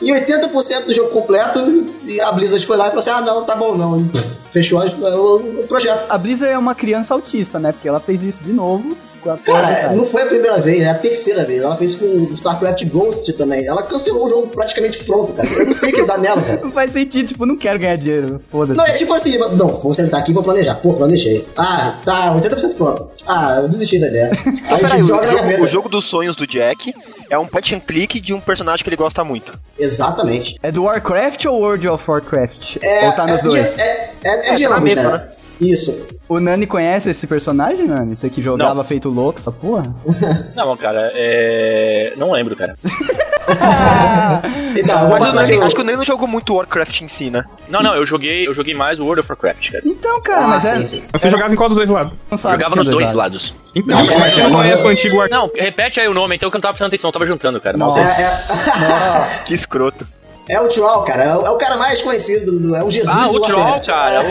S3: em 80% do jogo completo, e a Blizzard foi lá e falou assim: ah, não, tá bom, não. E Fechou o, o projeto.
S1: a Blizzard é uma criança autista, né? Porque ela fez isso de novo. com a porra do
S3: Cara, não foi a primeira vez, é a terceira vez. Ela fez com StarCraft Ghost também. Ela cancelou o jogo praticamente pronto, cara. Eu não sei o que dá nela, cara.
S1: Não faz sentido, tipo, não quero ganhar dinheiro, foda-se.
S3: Não, é tipo assim, não, vou sentar aqui e vou planejar. Pô, planejei. Ah, tá, 80% pronto. Ah, eu desisti da ideia. Aí
S5: Então Peraí,
S3: tipo,
S5: o,
S3: joga na
S5: jogo, o
S3: gaveta.
S5: jogo dos sonhos do Jack é um point and click de um personagem que ele gosta muito.
S3: Exatamente.
S1: É do Warcraft ou World of Warcraft? ou tá nos
S3: de-
S1: dois?
S3: É, é, é de
S5: É, tá na
S3: ambos,
S5: mesma,
S3: né? Isso.
S1: O Nani conhece esse personagem, Nani? Você que jogava
S2: Não.
S1: feito louco, essa porra?
S2: Não, cara, é. Não lembro, cara.
S3: Então, eu vou
S5: Mas eu
S3: passar
S5: acho,
S3: aqui.
S5: que- acho que eu nem não jogou muito Warcraft em si, né?
S2: Não, não, eu joguei, eu joguei mais World of Warcraft, cara.
S1: Então, cara,
S3: Ah,
S1: mas é,
S3: sim, sim.
S4: Você jogava em qual dos dois lados?
S1: não sabe. se
S2: Jogava
S1: tinha
S2: nos dois
S1: lados.
S2: lados.
S4: Então, mas você não conhece o antigo Warcraft.
S2: Não, repete aí o nome, então que eu não tava prestando atenção, eu tava juntando, cara.
S1: Nossa.
S2: Mal-
S5: Que escroto.
S3: É o Troll, cara. É o, é o cara mais conhecido, do- é o Jesus
S2: Ah,
S3: do
S2: o Troll,
S3: Warcraft.
S2: cara.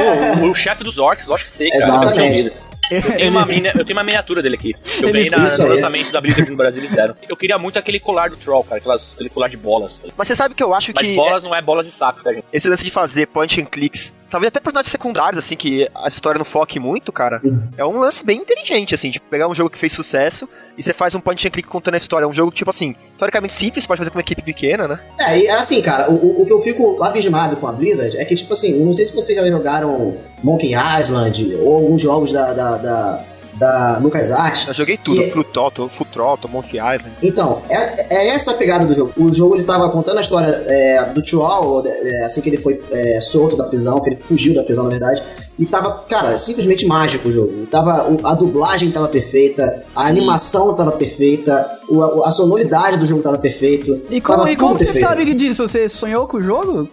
S2: O, o chefe dos orcs, lógico que sei, cara. tá
S3: Exatamente.
S2: Eu tenho, uma mina- eu tenho uma miniatura dele aqui. Eu ganhei na,
S3: Isso
S2: no
S3: aí.
S2: lançamento da Blizzard no Brasil, eles deram. Eu queria muito aquele colar do Troll, cara, aquelas, aquele colar de bolas.
S5: Mas você sabe que eu acho
S2: Mas
S5: que
S2: bolas não é bolas de saco, tá, gente?
S5: esse lance de fazer point and clicks, talvez até personagens secundários, assim, que a história não foque muito, cara, é um lance bem inteligente, assim, de pegar um jogo que fez sucesso e você faz um point and click contando a história. É um jogo, tipo assim, teoricamente simples, você pode fazer com uma equipe pequena, né?
S3: É, e é assim, cara, o- o, o que eu fico abismado com a Blizzard é que, tipo assim, eu não sei se vocês já jogaram Monkey Island ou alguns jogos da, da, da, da LucasArts.
S5: Eu joguei tudo,
S3: E-
S5: yeah. Plutoto, Futroto, Monkey Island.
S3: Então, é, é essa a pegada do jogo. O jogo ele tava contando a história é, do Troll, é, assim que ele foi é, solto da prisão, que ele fugiu da prisão, na verdade. E tava, cara, simplesmente mágico o jogo. Tava, o- a dublagem tava perfeita, a animação tava perfeita, o- a, a sonoridade do jogo tava perfeito.
S1: E como,
S3: tava
S1: e como
S3: tudo
S1: você
S3: perfeito.
S1: sabe disso? Você sonhou com o jogo?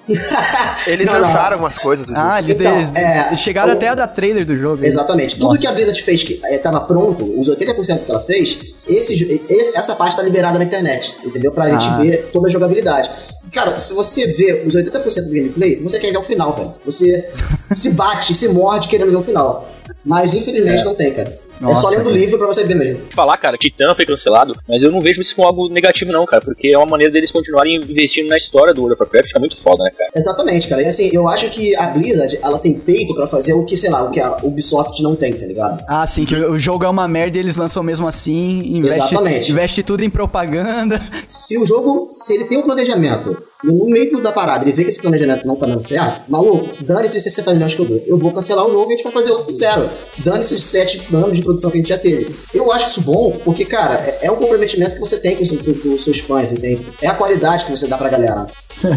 S5: Eles
S3: Não, não.
S5: lançaram algumas coisas do jogo.
S1: Ah, eles,
S3: Então,
S1: eles-
S3: é,
S1: chegaram
S3: o-
S1: até a dar trailer do jogo. hein?
S3: Exatamente. Tudo que a Blizzard fez que estava pronto, os 80% que ela fez, esse, jo- esse- essa parte está liberada na internet, entendeu? Pra
S1: Ah.
S3: gente ver toda a jogabilidade. Cara, se você vê os 80% do gameplay, você quer ver o final, cara. Você se bate, se morde querendo ver o final. Mas infelizmente não tem, cara. é
S1: Nossa,
S3: só lendo o
S1: cara.
S3: livro pra você ver mesmo.
S2: Falar, cara, Titã foi cancelado, mas eu não vejo isso como algo negativo, não, cara, porque é uma maneira deles continuarem investindo na história do World of Warcraft, que é muito foda, né, cara?
S3: Exatamente, cara. E assim, eu acho que a Blizzard, ela tem peito pra fazer o que, sei lá, o que a Ubisoft não tem, tá ligado?
S1: Ah, sim, que o o jogo é uma merda e eles lançam mesmo assim, investe,
S3: Exatamente.
S1: investe tudo em propaganda.
S3: Se o jogo, se ele tem um planejamento, No meio da parada, ele vê que esse planejamento não tá dando certo. Maluco, dane-se os 60 milhões que eu dou. Eu vou cancelar o jogo e a gente vai fazer outro do zero. Dane-se os 7 anos de produção que a gente já teve. Eu acho isso bom, porque, cara, é- é um comprometimento que você tem com, os- com- com os seus fãs, entende? É a qualidade que você dá pra galera.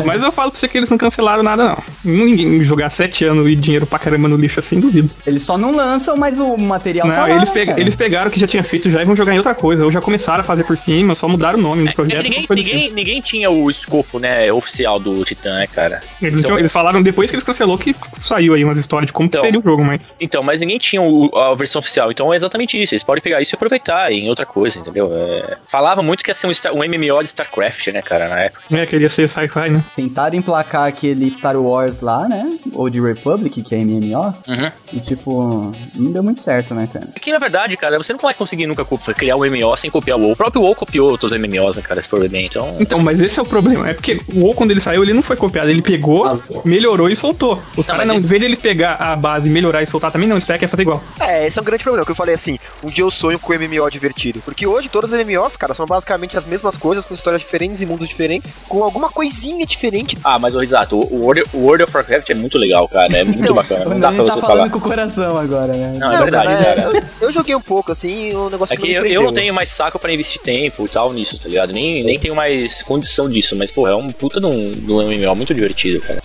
S4: Mas eu falo pra você que eles não cancelaram nada, não. Ninguém jogar sete anos e dinheiro pra caramba no lixo assim, duvido.
S1: Eles só não lançam, mas o material tá
S4: Não,
S1: lá,
S4: eles, pega-
S1: cara.
S4: eles pegaram o que já tinha feito já e vão jogar em outra coisa. Ou já começaram a fazer por cima, só mudaram o nome do
S2: É
S4: projeto.
S2: que ninguém,
S4: coisa do tipo.
S2: ninguém, ninguém tinha o escopo, né, oficial do Titã, né, cara?
S4: Eles,
S2: Então-
S4: tinham- eles falaram depois que eles cancelou que saiu aí umas histórias de como
S2: Então.
S4: seria o jogo, mas.
S2: Então, mas ninguém tinha o- a versão oficial, então é exatamente isso. Eles podem pegar isso e aproveitar em outra coisa, entendeu? É, Falava muito que ia ser um, Star- um MMO de StarCraft, né, cara, na época.
S4: É, queria ser sci-fi, né?
S1: Tentaram emplacar aquele Star Wars lá, né? Ou de Republic, que é MMO.
S2: Uhum.
S1: E, tipo, não deu muito certo, né, cara?
S2: Porque, É na verdade, cara, você não vai conseguir nunca co- criar um MMO sem copiar o WoW. O próprio WoW copiou outros MMOs, né, cara, se for ver bem. Então,
S4: Então, mas esse é o problema. É porque o WoW, quando ele saiu, ele não foi copiado. Ele pegou, melhorou e soltou. Os
S2: Não, Ah,
S4: caras
S2: Tá, mas
S4: não, em
S2: ele-
S4: vez deles pegar a base, melhorar e soltar também, não. Eles pegam e querem fazer igual.
S5: É, esse é um grande problema, que eu falei assim, um dia eu sonho com MMO divertido. Porque hoje todos os MMOs, cara, são basicamente as mesmas coisas, com histórias diferentes e mundos diferentes, com alguma coisinha diferente.
S2: Ah, mas o exato, o World, o World of Warcraft é muito legal, cara. É muito bacana. Não dá
S1: a
S2: pra
S1: gente tá
S2: você
S1: falando
S2: falar.
S1: com o coração agora, né?
S2: Não, é verdade,
S5: cara, é,
S2: cara.
S5: Eu, eu joguei um pouco, assim, o negócio
S2: É que eu, eu não tenho mais saco pra investir tempo e tal nisso, tá ligado? Nem, nem tenho mais condição disso, mas, porra, é um puta de um, de um MMO muito divertido, cara.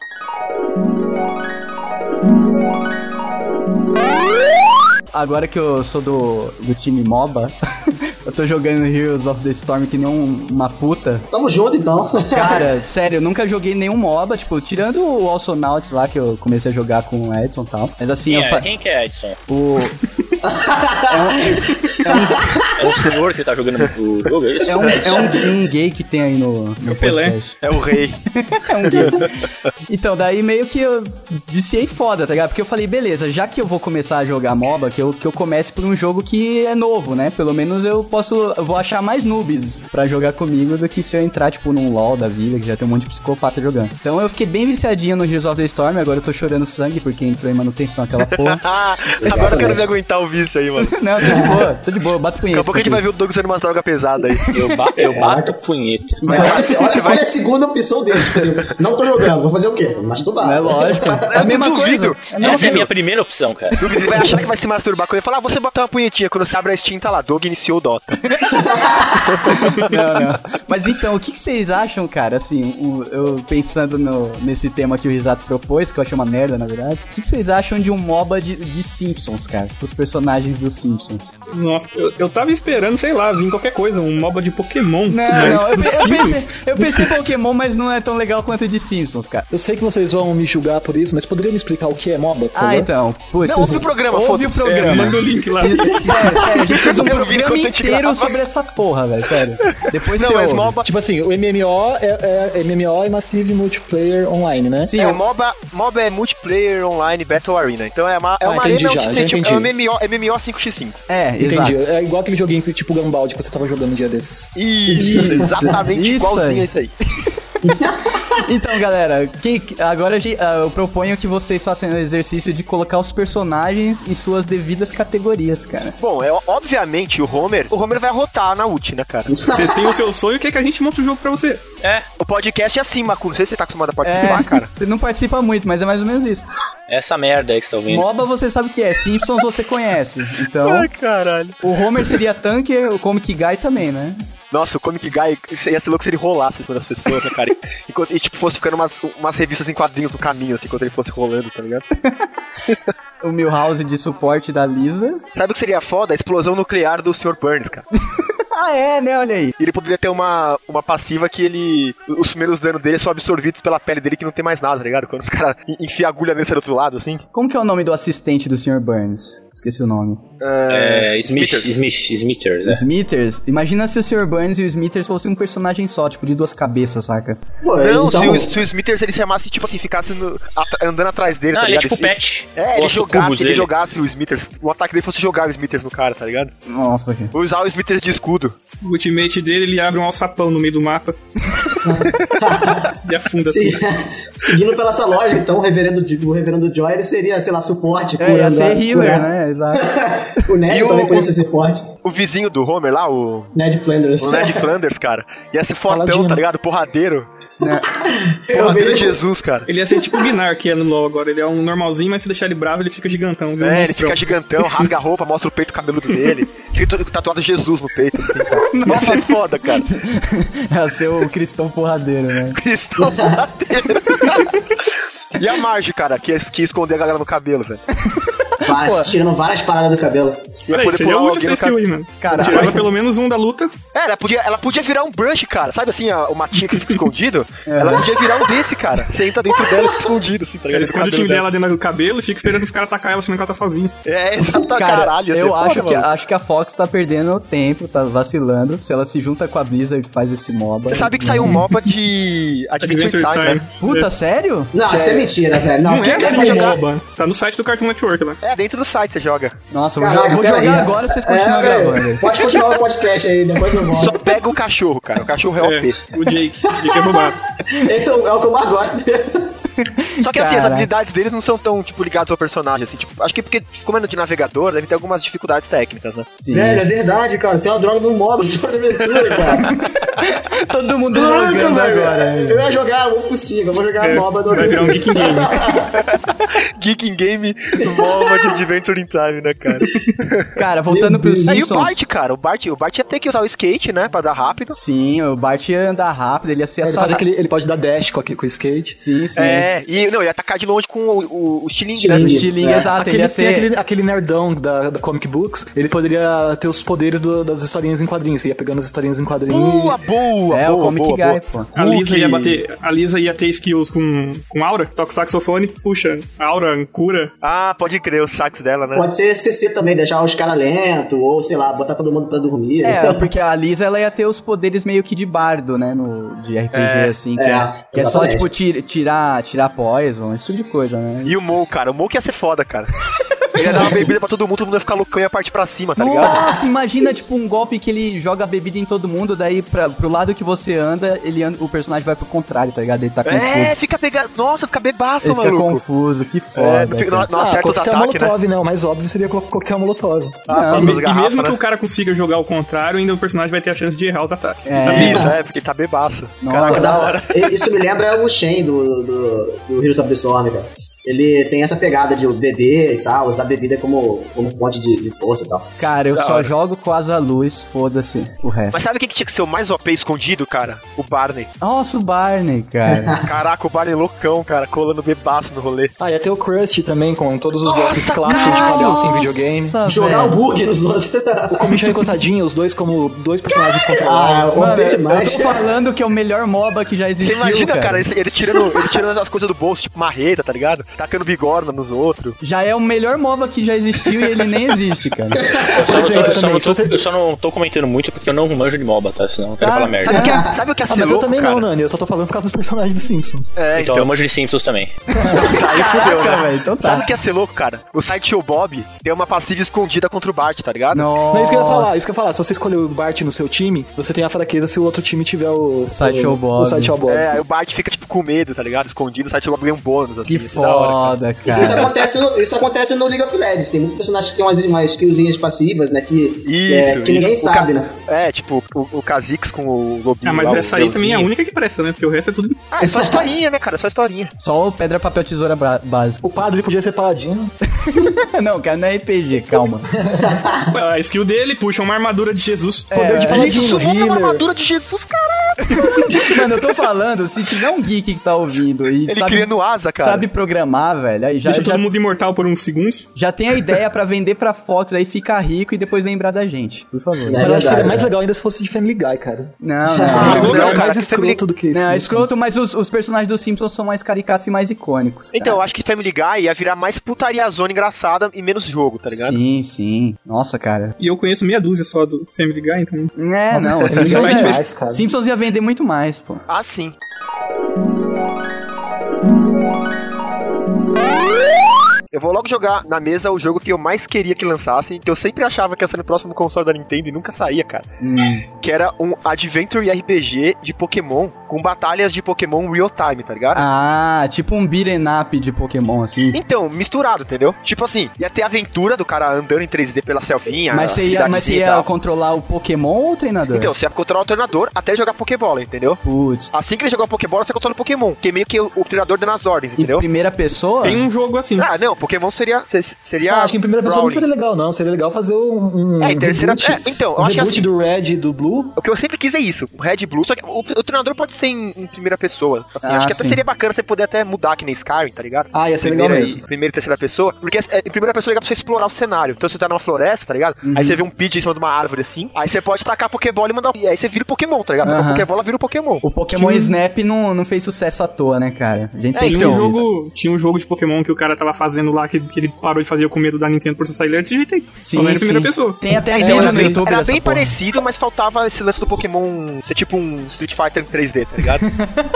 S1: Agora que eu sou do, do time MOBA, eu tô jogando Heroes of the Storm que nem um- uma puta.
S3: Tamo junto, então.
S1: Cara, sério, eu nunca joguei nenhum MOBA, tipo, tirando o Alsonauts lá que eu comecei a jogar com o Edson e tal. Mas assim,
S2: Quem
S1: eu
S2: é,
S1: fa-
S2: quem que é Edson?
S1: o,
S2: É o senhor que tá jogando o jogo, é isso?
S1: é, um, é um- um gay que tem aí no, no
S4: Pelé.
S1: podcast.
S5: É o rei.
S1: É um gay. Então, daí meio que eu viciei foda, tá ligado? Porque eu falei, beleza, já que eu vou começar a jogar MOBA, que eu, que eu comece por um jogo que é novo, né? Pelo menos eu posso. eu vou achar mais noobs pra jogar comigo do que se eu entrar, tipo, num LOL da vida, que já tem um monte de psicopata jogando. Então eu fiquei bem viciadinho no Heroes of the Storm, agora eu tô chorando sangue porque entrou em manutenção aquela porra.
S5: Ah, agora
S2: né?
S5: eu quero me aguentar o vício aí, mano. Daqui
S1: Não, tô de boa, tô de boa, bato punheta.
S5: a pouco a gente vai ver o Doug sendo uma droga pesada aí.
S2: Eu, ba É, eu bato punheta.
S3: Mas Então, olha, olha, olha a segunda opção dele. Tipo assim, não tô jogando, vou fazer o quê?
S1: É
S3: Masturbar.
S1: lógico. É a mesma
S5: duvido.
S1: coisa.
S2: Essa é a minha primeira opção, cara.
S5: Doug, Ele vai achar que vai se masturbar quando ele falar, ah, você botar uma punhetinha. Quando você abre a Steam, tá lá, Doug iniciou o Dota.
S1: Não, não. Mas então, o que, que vocês acham, cara? Assim, o- eu pensando no- nesse tema que o Risato propôs, que eu achei uma merda, na verdade. O que, que vocês acham de um MOBA de, de Simpsons, cara? Os personagens dos Simpsons.
S4: Nossa, eu, eu tava esperando, sei lá, vir qualquer coisa, um MOBA de Pokémon.
S1: Não, não, eu, eu pensei, eu pensei Pokémon, mas não é tão legal quanto o de Simpsons, cara.
S6: Eu sei que vocês vão me julgar por isso, mas poderia me explicar o que é MOBA, por
S1: Ah,
S6: favor?
S1: então. Putz.
S5: Não, ouve o programa,
S1: Ouve o
S5: foda-se.
S4: É,
S1: programa.
S4: manda o link lá.
S1: Sério, sério, a gente fez um
S5: Eu vi
S1: programa
S5: enquanto a gente
S1: inteiro
S5: grava.
S1: sobre essa porra, velho, sério. Depois você
S5: Não, mas
S1: ouve.
S5: MOBA...
S6: Tipo assim, o MMO é, é MMO e Massive Multiplayer Online, né?
S1: Sim,
S5: é,
S1: eu-
S5: o MOBA, MOBA é Multiplayer Online Battle Arena. Então é uma, é
S6: Ah,
S5: uma
S6: entendi
S5: arena
S6: já,
S5: onde tem,
S6: já
S5: tipo, é um
S6: entendi.
S5: MMO, MMO 5x5.
S1: É,
S6: Entendi.
S1: exato.
S6: É igual aquele joguinho que tipo Gumball que você tava jogando um dia desses.
S5: Isso, exatamente
S1: Isso aí.
S5: igualzinho a isso aí.
S1: Então, galera, que- agora a gente- ah, eu proponho que vocês façam o exercício de colocar os personagens em suas devidas categorias, cara.
S5: Bom, é obviamente o Homer, o Homer vai rotar na ult, né, cara?
S4: Você tem o seu sonho, quer que a gente monte o jogo pra você?
S5: O podcast é assim, Macu. Não sei se você tá acostumado a participar,
S1: É,
S5: cara.
S1: Você não participa muito, mas é mais ou menos isso.
S2: Essa merda aí que você tá ouvindo.
S1: MOBA você sabe o que é, Simpsons você conhece. Então,
S7: Ai, caralho.
S1: o Homer seria tanque, o Comic Guy também, né?
S5: Nossa, o Comic Guy isso ia ser louco se ele rolasse em cima das pessoas, né, cara? Enquanto- e tipo, fosse ficando umas, umas revistas em quadrinhos no caminho, assim, enquanto ele fosse rolando, tá ligado?
S1: O Milhouse de suporte da Lisa.
S5: Sabe o que seria foda? A explosão nuclear do Sr. Burns, cara.
S1: Ah, é, né? Olha aí.
S5: E ele poderia ter uma, uma passiva que ele. Os primeiros danos dele são absorvidos pela pele dele que não tem mais nada, tá ligado? Quando os caras en- enfiam a agulha nesse do outro lado, assim.
S1: Como que é o nome do assistente do Sr. Burns? Esqueci o nome.
S2: É, Smith,
S5: Smithers.
S2: Smith, Smithers, né?
S1: Smithers. Imagina se o Sr. Burns e o Smithers fossem um personagem só, tipo, de duas cabeças, saca?
S3: Pô,
S5: Não,
S3: então-
S5: se, o, se o Smithers ele se chamasse, tipo assim, ficasse no- at- andando atrás dele,
S2: Não,
S5: tá
S2: ele é
S5: ligado?
S2: tipo pet.
S5: É, ele
S2: Gosto
S5: jogasse,
S2: cubos
S5: ele
S2: dele.
S5: jogasse o Smithers. O ataque dele fosse jogar o Smithers no cara, tá ligado?
S1: Nossa, cara.
S5: Ou usar o Smithers de escudo.
S4: O ultimate dele, ele abre um alçapão no meio do mapa. e afunda
S3: Se-
S4: tudo.
S3: seguindo pela essa loja, então o reverendo, o reverendo Joy ele seria, sei lá, suporte.
S1: É, ia
S3: curando a-
S1: ser healer,
S3: curar.
S1: né? Exato.
S3: O Ned
S5: E o-
S3: também podia ser suporte.
S5: O vizinho do Homer lá, o,
S3: Ned Flanders.
S5: o Ned Flanders, cara, ia ser fotão,
S6: Paladino.
S5: tá ligado? Porradeiro. Pô, vida de Jesus, cara.
S4: Ele ia ser tipo o Gnar, que é no LoL agora. Ele é um normalzinho, mas se deixar ele bravo, ele fica gigantão.
S1: um
S4: Viu?
S5: É, ele
S4: Monstrão.
S5: fica gigantão, rasga a roupa, mostra o peito cabeludo dele. Escrito tatuado Jesus no peito, assim, cara. Nossa, é foda, cara.
S1: É ser o cristão porradeiro, né?
S5: Cristão porradeiro. E a Marge, cara, que es- que esconder a galera no cabelo, velho.
S3: Vai, tirando várias paradas do cabelo.
S4: Peraí,
S5: poder
S4: seria
S5: pular
S4: útil
S5: alguém
S4: pra
S5: no
S4: esse filme, mano.
S1: Cara,
S4: Tirava pelo menos um da luta.
S5: É, ela podia, ela podia virar um brush, cara. Sabe assim, a- o matinho que fica escondido?
S1: É.
S5: Ela podia virar um desse, cara. Você entra dentro dela e fica escondido, assim, tá ligado?
S4: Ele
S5: No
S4: esconde o
S5: cabelo
S4: time dela dentro do cabelo e fica esperando os caras atacar ela, achando que ela tá sozinha.
S5: É, exato,
S1: cara,
S5: caralho.
S1: eu acho, que,
S5: a...
S1: acho que a Fox tá perdendo tempo, tá vacilando. Se ela se junta com a Blizzard e faz esse MOBA...
S5: Você sabe que saiu um
S1: Uhum.
S5: MOBA de Adventure
S4: Adventure
S5: Time,
S4: Time.
S5: né?
S1: Puta, sério?
S3: Não, isso é mentira, velho. Não,
S4: Não é
S3: quero
S4: assim,
S3: jogar-
S4: um MOBA. Tá no site do Cartoon Network lá.
S5: É, dentro do site você joga.
S1: Nossa, eu vou
S3: Caraca,
S1: jogar, vou
S3: pera
S1: jogar
S3: aí.
S1: agora vocês
S3: É,
S1: continuam
S3: velho,
S1: gravando.
S3: Pode continuar o podcast aí, depois eu
S5: Só
S3: volto.
S5: pega o cachorro, cara. O cachorro é
S4: É,
S5: OP.
S4: o Jake. O Jake é roubado.
S3: Então, é o que eu mais gosto.
S5: Só que assim, as
S1: Caraca.
S5: habilidades deles não são tão, tipo, ligadas ao personagem, assim. Tipo, acho que porque, como é de navegador, deve ter algumas dificuldades técnicas, né?
S1: Sim.
S3: Velho, é verdade, cara. Tem uma droga no modo de aventura, cara.
S1: Todo mundo
S3: Caraca,
S1: jogando
S3: velho.
S1: agora.
S3: Eu ia jogar o Fustiga, eu vou jogar a MOBA do
S4: Vai virar um Geek in Game.
S5: Geek in Game MOBA de Adventure in Time, né, cara?
S1: Cara, voltando
S3: Meu
S1: pros
S3: Deus.
S5: Aí o
S1: Simpsons...
S5: Bart, cara, o Bart, o Bart ia ter que usar o skate, né, pra dar rápido.
S1: Sim, o Bart ia andar rápido, ele ia ser
S6: Ele, faz
S1: assaltado.
S6: aquele- ele pode dar dash com, a- com o skate.
S1: Sim, sim.
S5: É, e não, ia atacar de longe com o, o, o estilingue,
S1: O
S5: né?
S3: Estilingue.
S1: estilingue,
S3: É.
S1: exato, ele
S6: Aquele,
S1: ia
S6: tem
S1: ser...
S6: aquele, aquele nerdão da, da Comic Books, ele poderia ter os poderes do- das historinhas em quadrinhos. Você ia pegando as historinhas em quadrinhos.
S5: Boa, boa,
S1: É,
S5: boa,
S1: o Comic
S5: boa,
S1: Guy,
S5: boa.
S1: pô.
S4: A Lisa,
S5: Hulk.
S4: ia bater, a Lisa ia ter skills com, com aura, toca o saxofone, puxa, aura, cura.
S5: Ah, pode crer, o sax dela, né?
S3: Pode ser CC também, deixar os caras lentos, ou sei lá, botar todo mundo pra dormir.
S1: É, porque a Lisa ela ia ter os poderes meio que de bardo, né? No, de RPG, assim, que é,
S3: é,
S1: que é só,
S3: exatamente.
S1: tipo, tir- tirar, tirar poison, esse tipo de coisa, né?
S5: E o Mo, cara, o Mo que ia ser foda, cara. Ele ia dar uma bebida pra todo mundo, todo mundo ia ficar loucão e ia partir pra cima, tá ligado?
S1: Nossa, imagina, tipo, um golpe que ele joga a bebida em todo mundo, daí pra, pro lado que você anda, ele anda- o personagem vai pro contrário, tá ligado? Ele tá confuso.
S5: É, fica pegando. Nossa, fica bebaço,
S1: ele fica
S5: maluco.
S1: confuso, que
S5: É,
S1: foda.
S5: não, fica-
S1: cara. Ah,
S5: não, não acerta
S1: tá
S6: coquetel
S5: os ataques, né?
S6: Ah, molotov, né? O mais óbvio seria co- coquetel molotov.
S5: Ah,
S4: E,
S5: pras
S4: me- e
S5: garrafas,
S4: mesmo
S5: né?
S4: que o cara consiga jogar ao contrário, ainda o personagem vai ter a chance de errar os ataques.
S1: É.
S5: Isso, é, porque ele tá bebaço.
S1: Nossa.
S5: Caraca,
S3: Da hora. E- Isso me lembra o Shen do, do, do Heroes of the Storm, cara. Ele tem essa pegada de beber e tal, usar bebida como, como fonte de, de força e tal.
S1: Cara, eu
S5: Da
S1: só
S5: hora.
S1: jogo com asa luz, foda-se o resto.
S5: Mas sabe o que, que tinha que ser o mais OP escondido, cara? O Barney.
S1: Nossa, o Barney, cara.
S5: Caraca, o Barney loucão, cara, colando bebaço no rolê.
S6: Ah, ia ter o Krusty também, com todos os golpes
S5: Nossa,
S6: clássicos de
S5: caralho!
S1: um
S6: palhaço em videogame.
S5: Ah,
S1: Nossa,
S3: Jogar o
S1: velho.
S3: bug nos outros.
S6: O Comichão Encostadinho, os dois como dois personagens
S3: Ah,
S6: controlados.
S3: eu
S1: Mano,
S3: odeio
S1: eu
S3: demais.
S1: tô falando que é o melhor MOBA que já
S5: Você
S1: existiu,
S5: imagina, cara,
S1: cara
S5: ele, ele tirando, ele tirando as coisas do bolso, tipo marreta, tá ligado? Tacando bigorna nos outros.
S1: Já é o melhor MOBA que já existiu e ele nem existe, cara.
S2: Eu só, não tô, eu, só não
S6: Exatamente,
S2: tô,
S6: se você-
S2: eu só não tô comentando muito porque eu não manjo de MOBA, tá? Senão eu quero
S1: Ah,
S2: falar merda.
S5: Sabe o que é, sabe o que é
S6: Ah,
S5: ser
S6: mas eu
S5: louco,
S6: também
S5: cara?
S6: não, Nani. Eu só tô falando por causa dos personagens dos Simpsons.
S5: É,
S2: Então,
S5: então,
S2: eu manjo de Simpsons também.
S5: aí fudeu,
S1: Caraca,
S5: né?
S1: velho, então tá.
S5: Sabe o que é ser louco, cara? O Sideshow Bob tem uma passiva escondida contra o Bart, tá ligado?
S1: Nossa.
S6: Não, é isso que eu ia falar, isso que eu ia falar. Se você escolher o Bart no seu time, você tem a fraqueza se o outro time tiver o.
S1: Sideshow
S6: o-
S1: Bob.
S6: O Sideshow Bob.
S5: É, aí o Bart fica, tipo, com medo, tá ligado? Escondido, o Sideshow Bob ganha um bônus, assim.
S1: Que
S5: isso é da hora. é
S1: foda,
S3: Isso
S1: cara.
S3: acontece, no, isso acontece no League of Legends. Tem muitos personagens que tem umas, umas skillzinhas passivas, né? Que,
S5: Isso,
S3: é, que ninguém
S5: isso. O
S3: sabe,
S5: ca-
S3: né?
S5: É, tipo, o, o Kha'Zix com o Lobinho.
S4: Ah, mas
S5: lá, o
S4: essa aí também é a
S5: leãozinho.
S4: única que presta, né? Porque o resto é tudo.
S5: Ah, é só historinha, né, cara? É só historinha.
S1: Só o pedra, papel, tesoura bra- básico.
S6: O padre podia ser paladino.
S1: Não, cara, não é RPG, calma.
S4: A skill dele puxa uma armadura de Jesus.
S6: Poder
S5: Tipo,
S6: de paladino,
S5: Isso, vamos na
S6: healer.
S5: armadura de Jesus, cara.
S1: Mano, eu tô falando, se tiver um geek que tá ouvindo e
S5: Ele
S1: sabe,
S5: cria no asa, cara.
S1: sabe programar, velho, aí já,
S4: Deixa
S1: é, já,
S4: todo mundo imortal por uns segundos.
S1: já tem a ideia pra vender pra Fox, aí fica rico e depois lembrar da gente, por favor.
S3: É
S6: Mas eu acho que seria
S3: verdade,
S6: mais
S3: né?
S6: legal ainda se fosse de Family Guy, cara.
S1: Não,
S10: Tipo,
S4: Ah,
S10: um
S1: não.
S4: não,
S6: é
S4: cara,
S6: mais
S5: que
S6: escroto do que isso.
S1: Não, é escroto, mas os, os personagens dos Simpsons são mais caricatos e mais icônicos. cara.
S5: Então, eu acho que Family Guy ia virar mais putaria zona engraçada e menos jogo, tá ligado?
S1: Sim, sim. Nossa, cara.
S4: E eu conheço meia dúzia só do Family Guy, então.
S1: É,
S6: Nossa,
S1: não.
S6: cara,
S1: o
S6: isso é
S1: Simpsons,
S4: mais
S1: é-
S6: demais, cara.
S1: Simpsons ia vender muito mais, pô.
S5: Ah, sim. Eu vou logo jogar na mesa o jogo que eu mais queria que lançassem, que eu sempre achava que ia sair no próximo
S1: Hum.
S5: console da Nintendo e nunca saía, cara. Que era um Adventure RPG de Pokémon com batalhas de Pokémon real time, tá ligado?
S1: Ah, tipo um beat'em up de Pokémon, assim.
S5: Então, misturado, entendeu? Tipo assim, ia ter a aventura do cara andando em 3D pela selvinha.
S1: Mas você ia,
S5: cidadezinha
S1: mas você
S5: e
S1: ia
S5: tal.
S1: controlar o Pokémon ou o treinador?
S5: Então, você ia controlar o treinador até ele jogar Pokébola, entendeu?
S1: Putz,
S5: Assim que ele jogar Pokébola, você controla o Pokémon, que é meio que o, o treinador dando as ordens,
S1: em
S5: entendeu?
S1: primeira pessoa?
S4: Tem um jogo assim.
S5: Ah, não, Pokémon seria. se- seria
S10: Ah, acho que em primeira pessoa não
S5: Brawling.
S10: seria legal, não. Seria legal fazer um. um
S5: É, em terceira-
S10: reboot,
S5: é, então, eu
S10: um
S5: acho que
S10: reboot
S5: assim-
S10: do Red e do Blue.
S5: O que eu sempre quis é isso, o Red e Blue, só que o, o treinador pode ser em, em primeira pessoa. Assim,
S1: Ah,
S5: acho que até
S1: sim.
S5: seria bacana você poder até mudar aqui na Skyrim, tá ligado?
S10: Ah, ia ser legal
S5: primeira,
S10: mesmo.
S5: e- Primeira e terceira pessoa. Porque é, em primeira pessoa é legal pra você explorar o cenário. Então você tá numa floresta, tá ligado?
S1: Uhum.
S5: Aí você vê um pitch em cima de uma árvore assim. Aí você pode tacar a Pokébola e mandar. um, E aí você vira o Pokémon, tá ligado? Taca
S1: Aham.
S5: A Pokébola vira o Pokémon.
S1: O Pokémon
S4: um
S1: Snap não, não fez sucesso à toa, né, cara? A
S5: É,
S1: gente sempre
S4: Tinha,
S1: então,
S4: um jogo, tinha um jogo de Pokémon que o cara tava fazendo lá, que, que ele parou de fazer com medo da Nintendo processar ele antes e tem. Só não é em primeira pessoa.
S1: Tem até
S5: É,
S1: vídeo
S5: era
S1: no
S5: bem,
S1: YouTube
S5: era
S1: dessa
S5: bem
S1: porra.
S5: parecido, mas faltava esse lance do Pokémon ser tipo um Street Fighter em 3D, tá ligado?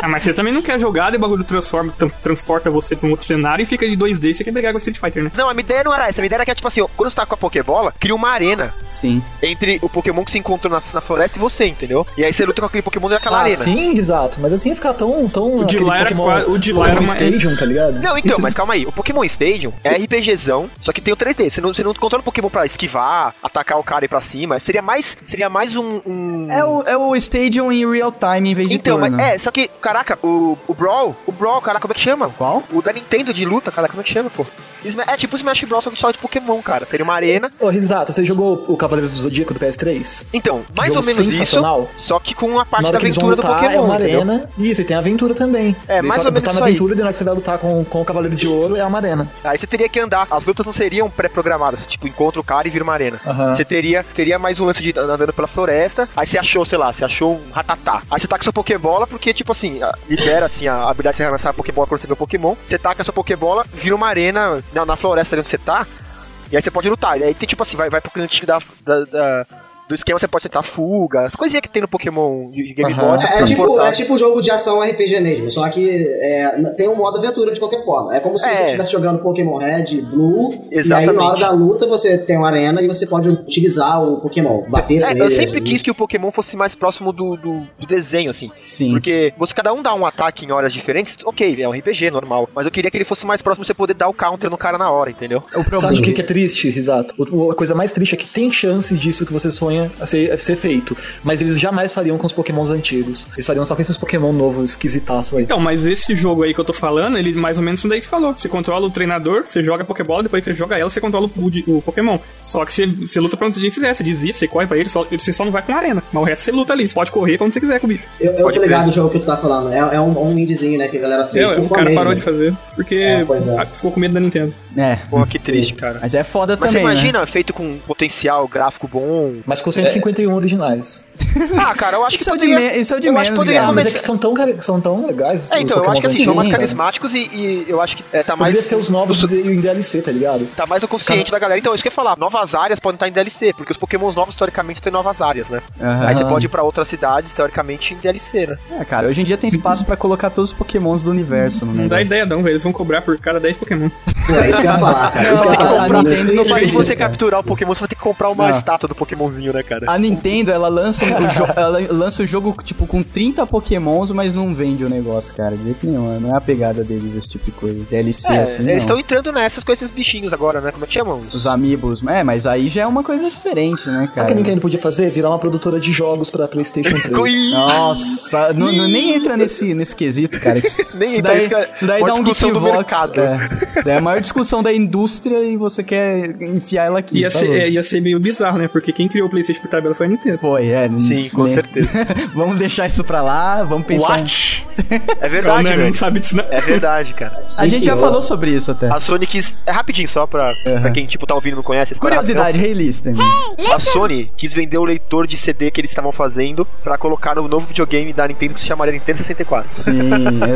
S4: Ah, mas você também não quer jogar, daí o bagulho transforma, tran- transporta você pra um outro cenário e fica de 2D e você quer brigar com o Street Fighter, né?
S5: não, a minha ideia não era essa. A minha ideia era que, tipo assim, ó, quando você tá com a Pokébola, cria uma arena
S1: Sim.
S5: entre o Pokémon que se encontrou na, na floresta e você, entendeu? E aí você luta com aquele Pokémon naquela
S10: ah,
S5: arena.
S10: sim, exato. Mas assim ia ficar tão. tão
S4: O de
S10: aquele
S4: lá era
S10: Pokémon-
S4: quase- o de lá
S10: Pokémon
S4: era uma-
S10: Stadium, tá ligado?
S5: Não, então, mas calma aí. O Pokémon Stadium é RPGzão, só que tem o 3D. Você não, você não controla o Pokémon pra esquivar, atacar o cara e ir pra cima. Seria mais, seria mais um... um-
S1: É o, é o Stadium em real time em vez de
S5: Então, mas,
S1: turno.
S5: é, só que, caraca, o, o Brawl, o Brawl, cara, como é que chama?
S1: Qual?
S5: O da Nintendo de luta, cara, como é que chama, pô? Esma- É tipo Smash Bros, só que só de Pokémon, cara. Seria
S10: É.
S5: uma arena.
S10: Ô, Risato, você jogou o Cavaleiros do Zodíaco do PS3?
S5: Então, mais
S10: jogo
S5: ou menos isso,
S10: sensacional.
S5: só que com a parte
S10: Na hora
S5: da
S10: que eles vão
S5: aventura do
S10: lutar,
S5: Pokémon,
S10: É uma
S5: entendeu?
S10: arena. Isso, e tem aventura também.
S5: É,
S10: Daí
S5: mais
S10: só
S5: ou menos
S10: Você tá na
S5: isso aí.
S10: aventura e na hora que você vai lutar com, com o Cavaleiro de Ouro, é uma arena.
S5: Aí você teria que andar. As lutas não seriam pré-programadas. Tipo, encontra o cara e vira uma arena.
S10: Aham.
S5: Você teria, teria mais um lance de andando pela floresta. Aí você achou, sei lá, você achou um ratatá. Aí você taca sua Pokébola, porque, tipo assim, a- libera assim a habilidade de você arremessar a Pokébola quando você vê o Pokémon. Você taca a sua Pokébola, vira uma arena na, na floresta ali onde você tá. E aí você pode lutar. E aí tem, tipo assim, vai, vai pro cantinho da. da- da- do esquema você pode tentar fuga, as coisinhas que tem no Pokémon de de Game Boy. você
S3: É, é
S5: pode
S3: tipo,
S5: portar.
S3: é tipo um jogo de ação RPG mesmo, só que é, n- tem um modo aventura de qualquer forma. É como se
S5: É.
S3: você estivesse jogando Pokémon Red, Blue, e aí
S5: Exatamente.
S3: na hora da luta você tem uma arena e você pode utilizar o Pokémon, bater
S5: É,
S3: nele.
S5: eu sempre quis que o Pokémon fosse mais próximo do, do- do desenho, assim.
S1: Sim.
S5: Porque você cada um dá um ataque em horas diferentes, ok, é um RPG normal. Mas eu queria que ele fosse mais próximo pra você poder dar o counter no cara na hora, entendeu?
S1: O
S10: Sabe o
S1: problema...
S10: que, que é triste, Risato? O- o- A coisa mais triste é que tem chance disso que você sonha a ser, a ser feito. Mas eles jamais fariam com os pokémons antigos. Eles fariam só com esses pokémon novos, esquisitaço aí.
S4: Então, mas esse jogo aí que eu tô falando, ele mais ou menos isso daí que você falou. Você controla o treinador, você joga a Pokébola, depois que você joga ela, você controla o, de- o Pokémon. Só que você, você luta pra onde você quiser, você desvia, você corre pra ele, só, ele- você só não vai com a arena. Mas o resto você luta ali, você pode correr pra onde você quiser com o bicho.
S3: Eu, eu
S4: Pode
S3: tô ligado no jogo que tu tá falando. É, é um, um indiezinho, né, que a galera fez.
S4: É, o
S3: por
S4: cara
S3: Flamengo.
S4: parou de fazer, porque
S3: É, pois é.
S4: ah, ficou com medo da Nintendo.
S1: É,
S5: Pô, que triste, cara.
S1: mas é foda
S5: Mas
S1: também,
S5: você
S1: né?
S5: imagina, feito com um potencial gráfico bom.
S10: Mas com 151 originais.
S5: Ah, cara, eu acho
S1: Isso
S5: que
S1: é o de
S5: poderia.
S1: me- isso é o de
S5: eu acho que
S1: menos,
S5: poderia
S1: cara.
S10: Ah, mas é
S5: começar.
S10: que são tão, cari- são tão legais.
S5: É,
S10: os
S5: então, eu acho que
S10: pokémons
S5: assim, são mais
S1: né?
S10: antigos, cara.
S5: carismáticos e, e eu acho que é, tá mais.
S10: Poderia ser os novos do em DLC, tá ligado?
S5: Tá mais no consciente da galera. Então, isso que eu ia falar. Novas áreas podem estar em DLC, porque os Pokémons novos, teoricamente, têm novas áreas, né?
S1: Aham.
S5: Aí você pode ir pra outras cidades, teoricamente, em DLC, né?
S1: É, cara, hoje em dia tem espaço pra colocar todos os pokémons do universo no
S4: Não dá
S1: negócio.
S4: ideia não, velho. Eles vão cobrar por cada 10 Pokémon.
S3: Pô, é isso que eu ia falar, cara. Isso tem que
S1: A- a
S3: comprar.
S1: Nintendo não
S5: No país
S1: faz
S5: de
S1: isso,
S5: você
S1: cara.
S5: capturar o Pokémon, você vai ter que comprar uma
S1: Não.
S5: estátua do Pokémonzinho, né, cara?
S1: A Nintendo, ela lança, o jo- ela lança o jogo, tipo, com 30 pokémons, mas não vende o negócio, cara. De jeito nenhum. Não é a pegada deles esse tipo de coisa. DLC,
S5: É,
S1: assim,
S5: eles
S1: não.
S5: estão entrando nessas com esses bichinhos agora, né? Como é que chamam?
S1: Os amigos. É, mas aí já é uma coisa diferente, né, cara?
S10: Sabe o que a Nintendo podia fazer? Virar uma produtora de jogos pra PlayStation 3.
S5: Ih,
S1: Nossa, não, não- nem entra nesse, nesse quesito, cara. Isso,
S5: Nem
S1: isso
S5: entra,
S1: daí,
S5: isso que é
S1: isso daí
S5: maior
S1: dá um
S5: discussão do
S1: Geekvox,
S5: mercado.
S1: É, Daí é a maior discussão da indústria e você quer enfiar ela aqui.
S4: Ia,
S1: tá
S4: ser,
S1: louco.
S4: é, ia ser meio bizarro, né? Porque quem criou o Playstation por tabela foi a Nintendo.
S1: Foi, é. n-
S5: Sim, com
S1: né?
S5: certeza.
S1: vamos deixar isso pra lá, vamos pensar.
S5: What? É
S4: Calma,
S5: verdade,
S4: né?
S5: velho.
S4: Não sabe disso não.
S5: É verdade, cara.
S3: Sim,
S1: A gente já
S3: senhor.
S1: falou sobre isso até.
S5: A Sony quis. É rapidinho só pra, pra quem tipo, tá ouvindo e não conhece. a história
S1: Curiosidade, Rei Listen.
S5: rapidão. A Sony quis vender o leitor de CD que eles estavam fazendo pra colocar no novo videogame da Nintendo que se chamaria Nintendo 64.
S1: Sim,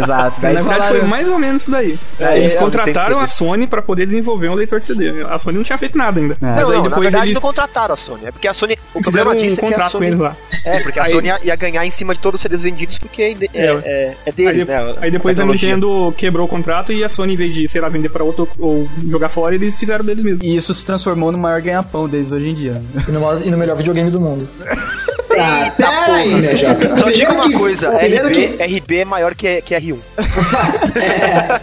S1: exato. Daí
S4: Na verdade,
S1: falaram-
S4: foi mais ou menos isso daí.
S5: É,
S4: eles
S5: é,
S4: contrataram
S5: tem
S4: a
S5: que
S4: Sony pra poder desenvolver um leitor de CD. A Sony não tinha feito nada ainda. Mas
S5: não,
S4: aí
S5: não, na
S4: depois
S5: verdade
S4: eles
S5: não contrataram a Sony. É porque a Sony.
S4: fizeram
S5: O problema
S4: um
S5: disso é que a
S4: contrato com
S5: Sony.
S4: eles lá.
S5: É, porque a
S4: Aí-
S5: Sony ia, ia ganhar em cima de todos os CDs vendidos porque é, é,
S4: É.
S5: é, é
S4: Aí,
S5: deles,
S4: de-
S5: né?
S4: aí depois a
S5: tecnologia.
S4: Nintendo quebrou o contrato e a Sony, em vez de, sei lá, vender pra outro ou jogar fora, eles fizeram deles mesmos.
S1: E isso se transformou no maior ganha-pão deles hoje em dia.
S10: E no, maior- e no melhor videogame do mundo.
S3: Ah, pera
S5: porra.
S3: aí, minha jovem.
S5: Só digo
S3: Primeiro
S5: uma
S3: é que-
S5: coisa,
S3: primeiro
S5: RB,
S3: que-
S5: RB é maior que, que R1.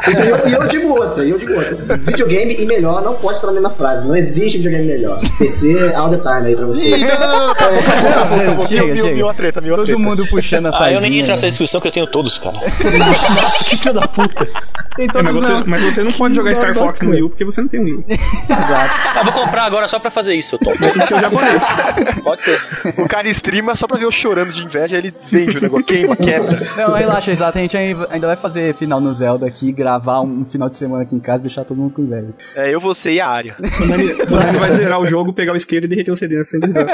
S3: E eu, e eu digo outra, e eu digo outra. Videogame e melhor não pode estar na mesma frase. Não existe videogame melhor. PC all the time aí pra você.
S1: Chega,
S5: Mil,
S1: chega.
S5: mil a treta, mil a
S1: Todo
S5: treta.
S1: mundo puxando a
S2: Ah, eu nem
S1: sardinha,
S2: entro nessa
S1: né?
S2: discussão que eu tenho todos, cara.
S6: Que filho da puta.
S1: Tem
S4: É, mas,
S1: todos
S4: você,
S1: não.
S4: mas você não pode jogar Star Fox no Wii U porque você não tem um Wii U.
S2: Ah, vou comprar agora só pra fazer isso, Tom.
S4: Tem que ser o japonês.
S2: Pode ser.
S5: O cara streama só pra ver eu chorando de inveja, aí ele vende o negócio, queima, quebra.
S1: Não, relaxa, exato. A gente ainda ainda vai fazer final no Zelda aqui, gravar um final de semana aqui em casa e deixar todo mundo com velho.
S5: É, eu, você e a área.
S4: O Nani, o Nani vai zerar o jogo, pegar o isqueiro e derreter o CD na frente do jogo.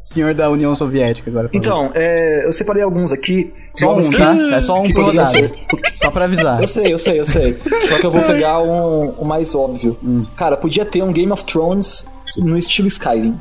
S1: Senhor da União Soviética agora. por favor.
S6: Então, é, eu separei alguns aqui.
S1: só
S6: jogos
S1: um,
S6: que-
S1: tá? É só um
S6: que
S1: por
S6: poderiam
S1: rodada.
S6: ser-
S1: Só pra avisar.
S6: Eu sei, eu sei, eu sei. Só que eu vou pegar um, o mais óbvio.
S1: Hum.
S6: Cara, podia ter um Game of Thrones no estilo Skyrim.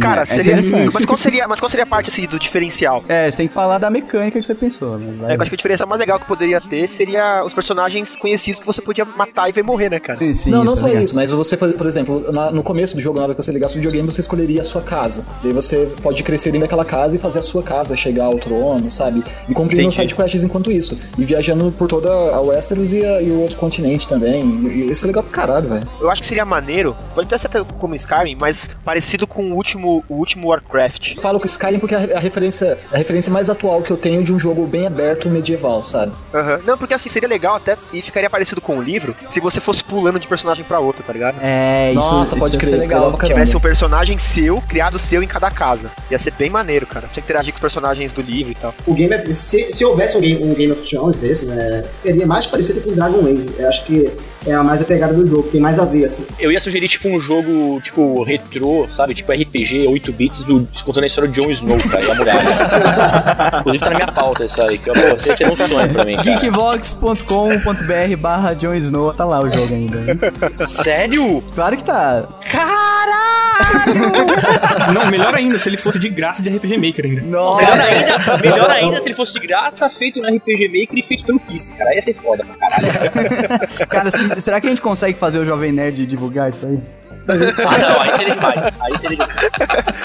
S5: Cara,
S1: é
S5: seria. assim,
S1: interessante.
S5: mas, qual seria, mas qual seria a parte assim, do diferencial?
S1: É, você tem que falar da mecânica que você pensou, né?
S5: É,
S1: Vai.
S5: eu acho que a diferença mais legal que poderia ter seria os personagens conhecidos que você podia matar e ver morrer, né, cara?
S1: Sim,
S6: não, não
S1: isso, é
S6: só
S1: legal.
S6: isso, mas você, por por exemplo, na- no começo do jogo, na hora que você ligasse o videogame, você escolheria a sua casa. Daí você pode crescer dentro daquela casa e fazer a sua casa chegar ao trono, sabe? E cumprindo os sidequests enquanto isso. E viajando por toda a Westeros e, a- e o outro continente também. E- e isso é legal pra caralho, velho.
S5: Eu acho que seria maneiro, pode até ser até como Skyrim, mas parecido com o último, o último Warcraft.
S6: Falo com Skyrim porque é a, a referência, a referência mais atual que eu tenho de um jogo bem aberto medieval, sabe?
S5: Aham. Não, porque assim, seria legal até e ficaria parecido com o livro se você fosse pulando de personagem pra outro, tá ligado?
S1: É, isso, isso
S6: Nossa, pode
S1: ia ser
S6: crer, né?
S1: legal.
S6: legal pra caramba.
S5: Tivesse um personagem seu, criado seu em cada casa. Ia ser bem maneiro, cara. Você interagir com os personagens do livro e tal.
S3: O Game of- se, se houvesse um Game, um Game of Thrones desse, né? Seria mais parecido com Dragon Age. Eu acho que é a mais a pegada do jogo, tem mais a ver, assim.
S2: Eu ia sugerir, tipo, um jogo, tipo, retrô, sabe? Tipo RPG, 8 bits, do, contando a história de Jon Snow, cara, e a muralha. Inclusive tá na minha pauta isso aí, que eu, pô, você, você é um sonho pra mim, cara.
S1: Geekbox.com.br barra Jon Snow, tá lá o jogo ainda.
S5: Sério?
S1: Claro que tá.
S4: Não, melhor ainda, se ele fosse de graça de RPG Maker ainda.
S2: Melhor
S1: Nossa,
S2: ainda, melhor ainda se ele fosse de graça, feito no RPG Maker e feito pelo Kiss, cara. Ia ser foda pra caralho.
S1: cara, se- será que a gente consegue fazer o Jovem Nerd divulgar isso aí?
S2: Ah, não, aí seria demais. Aí seria demais.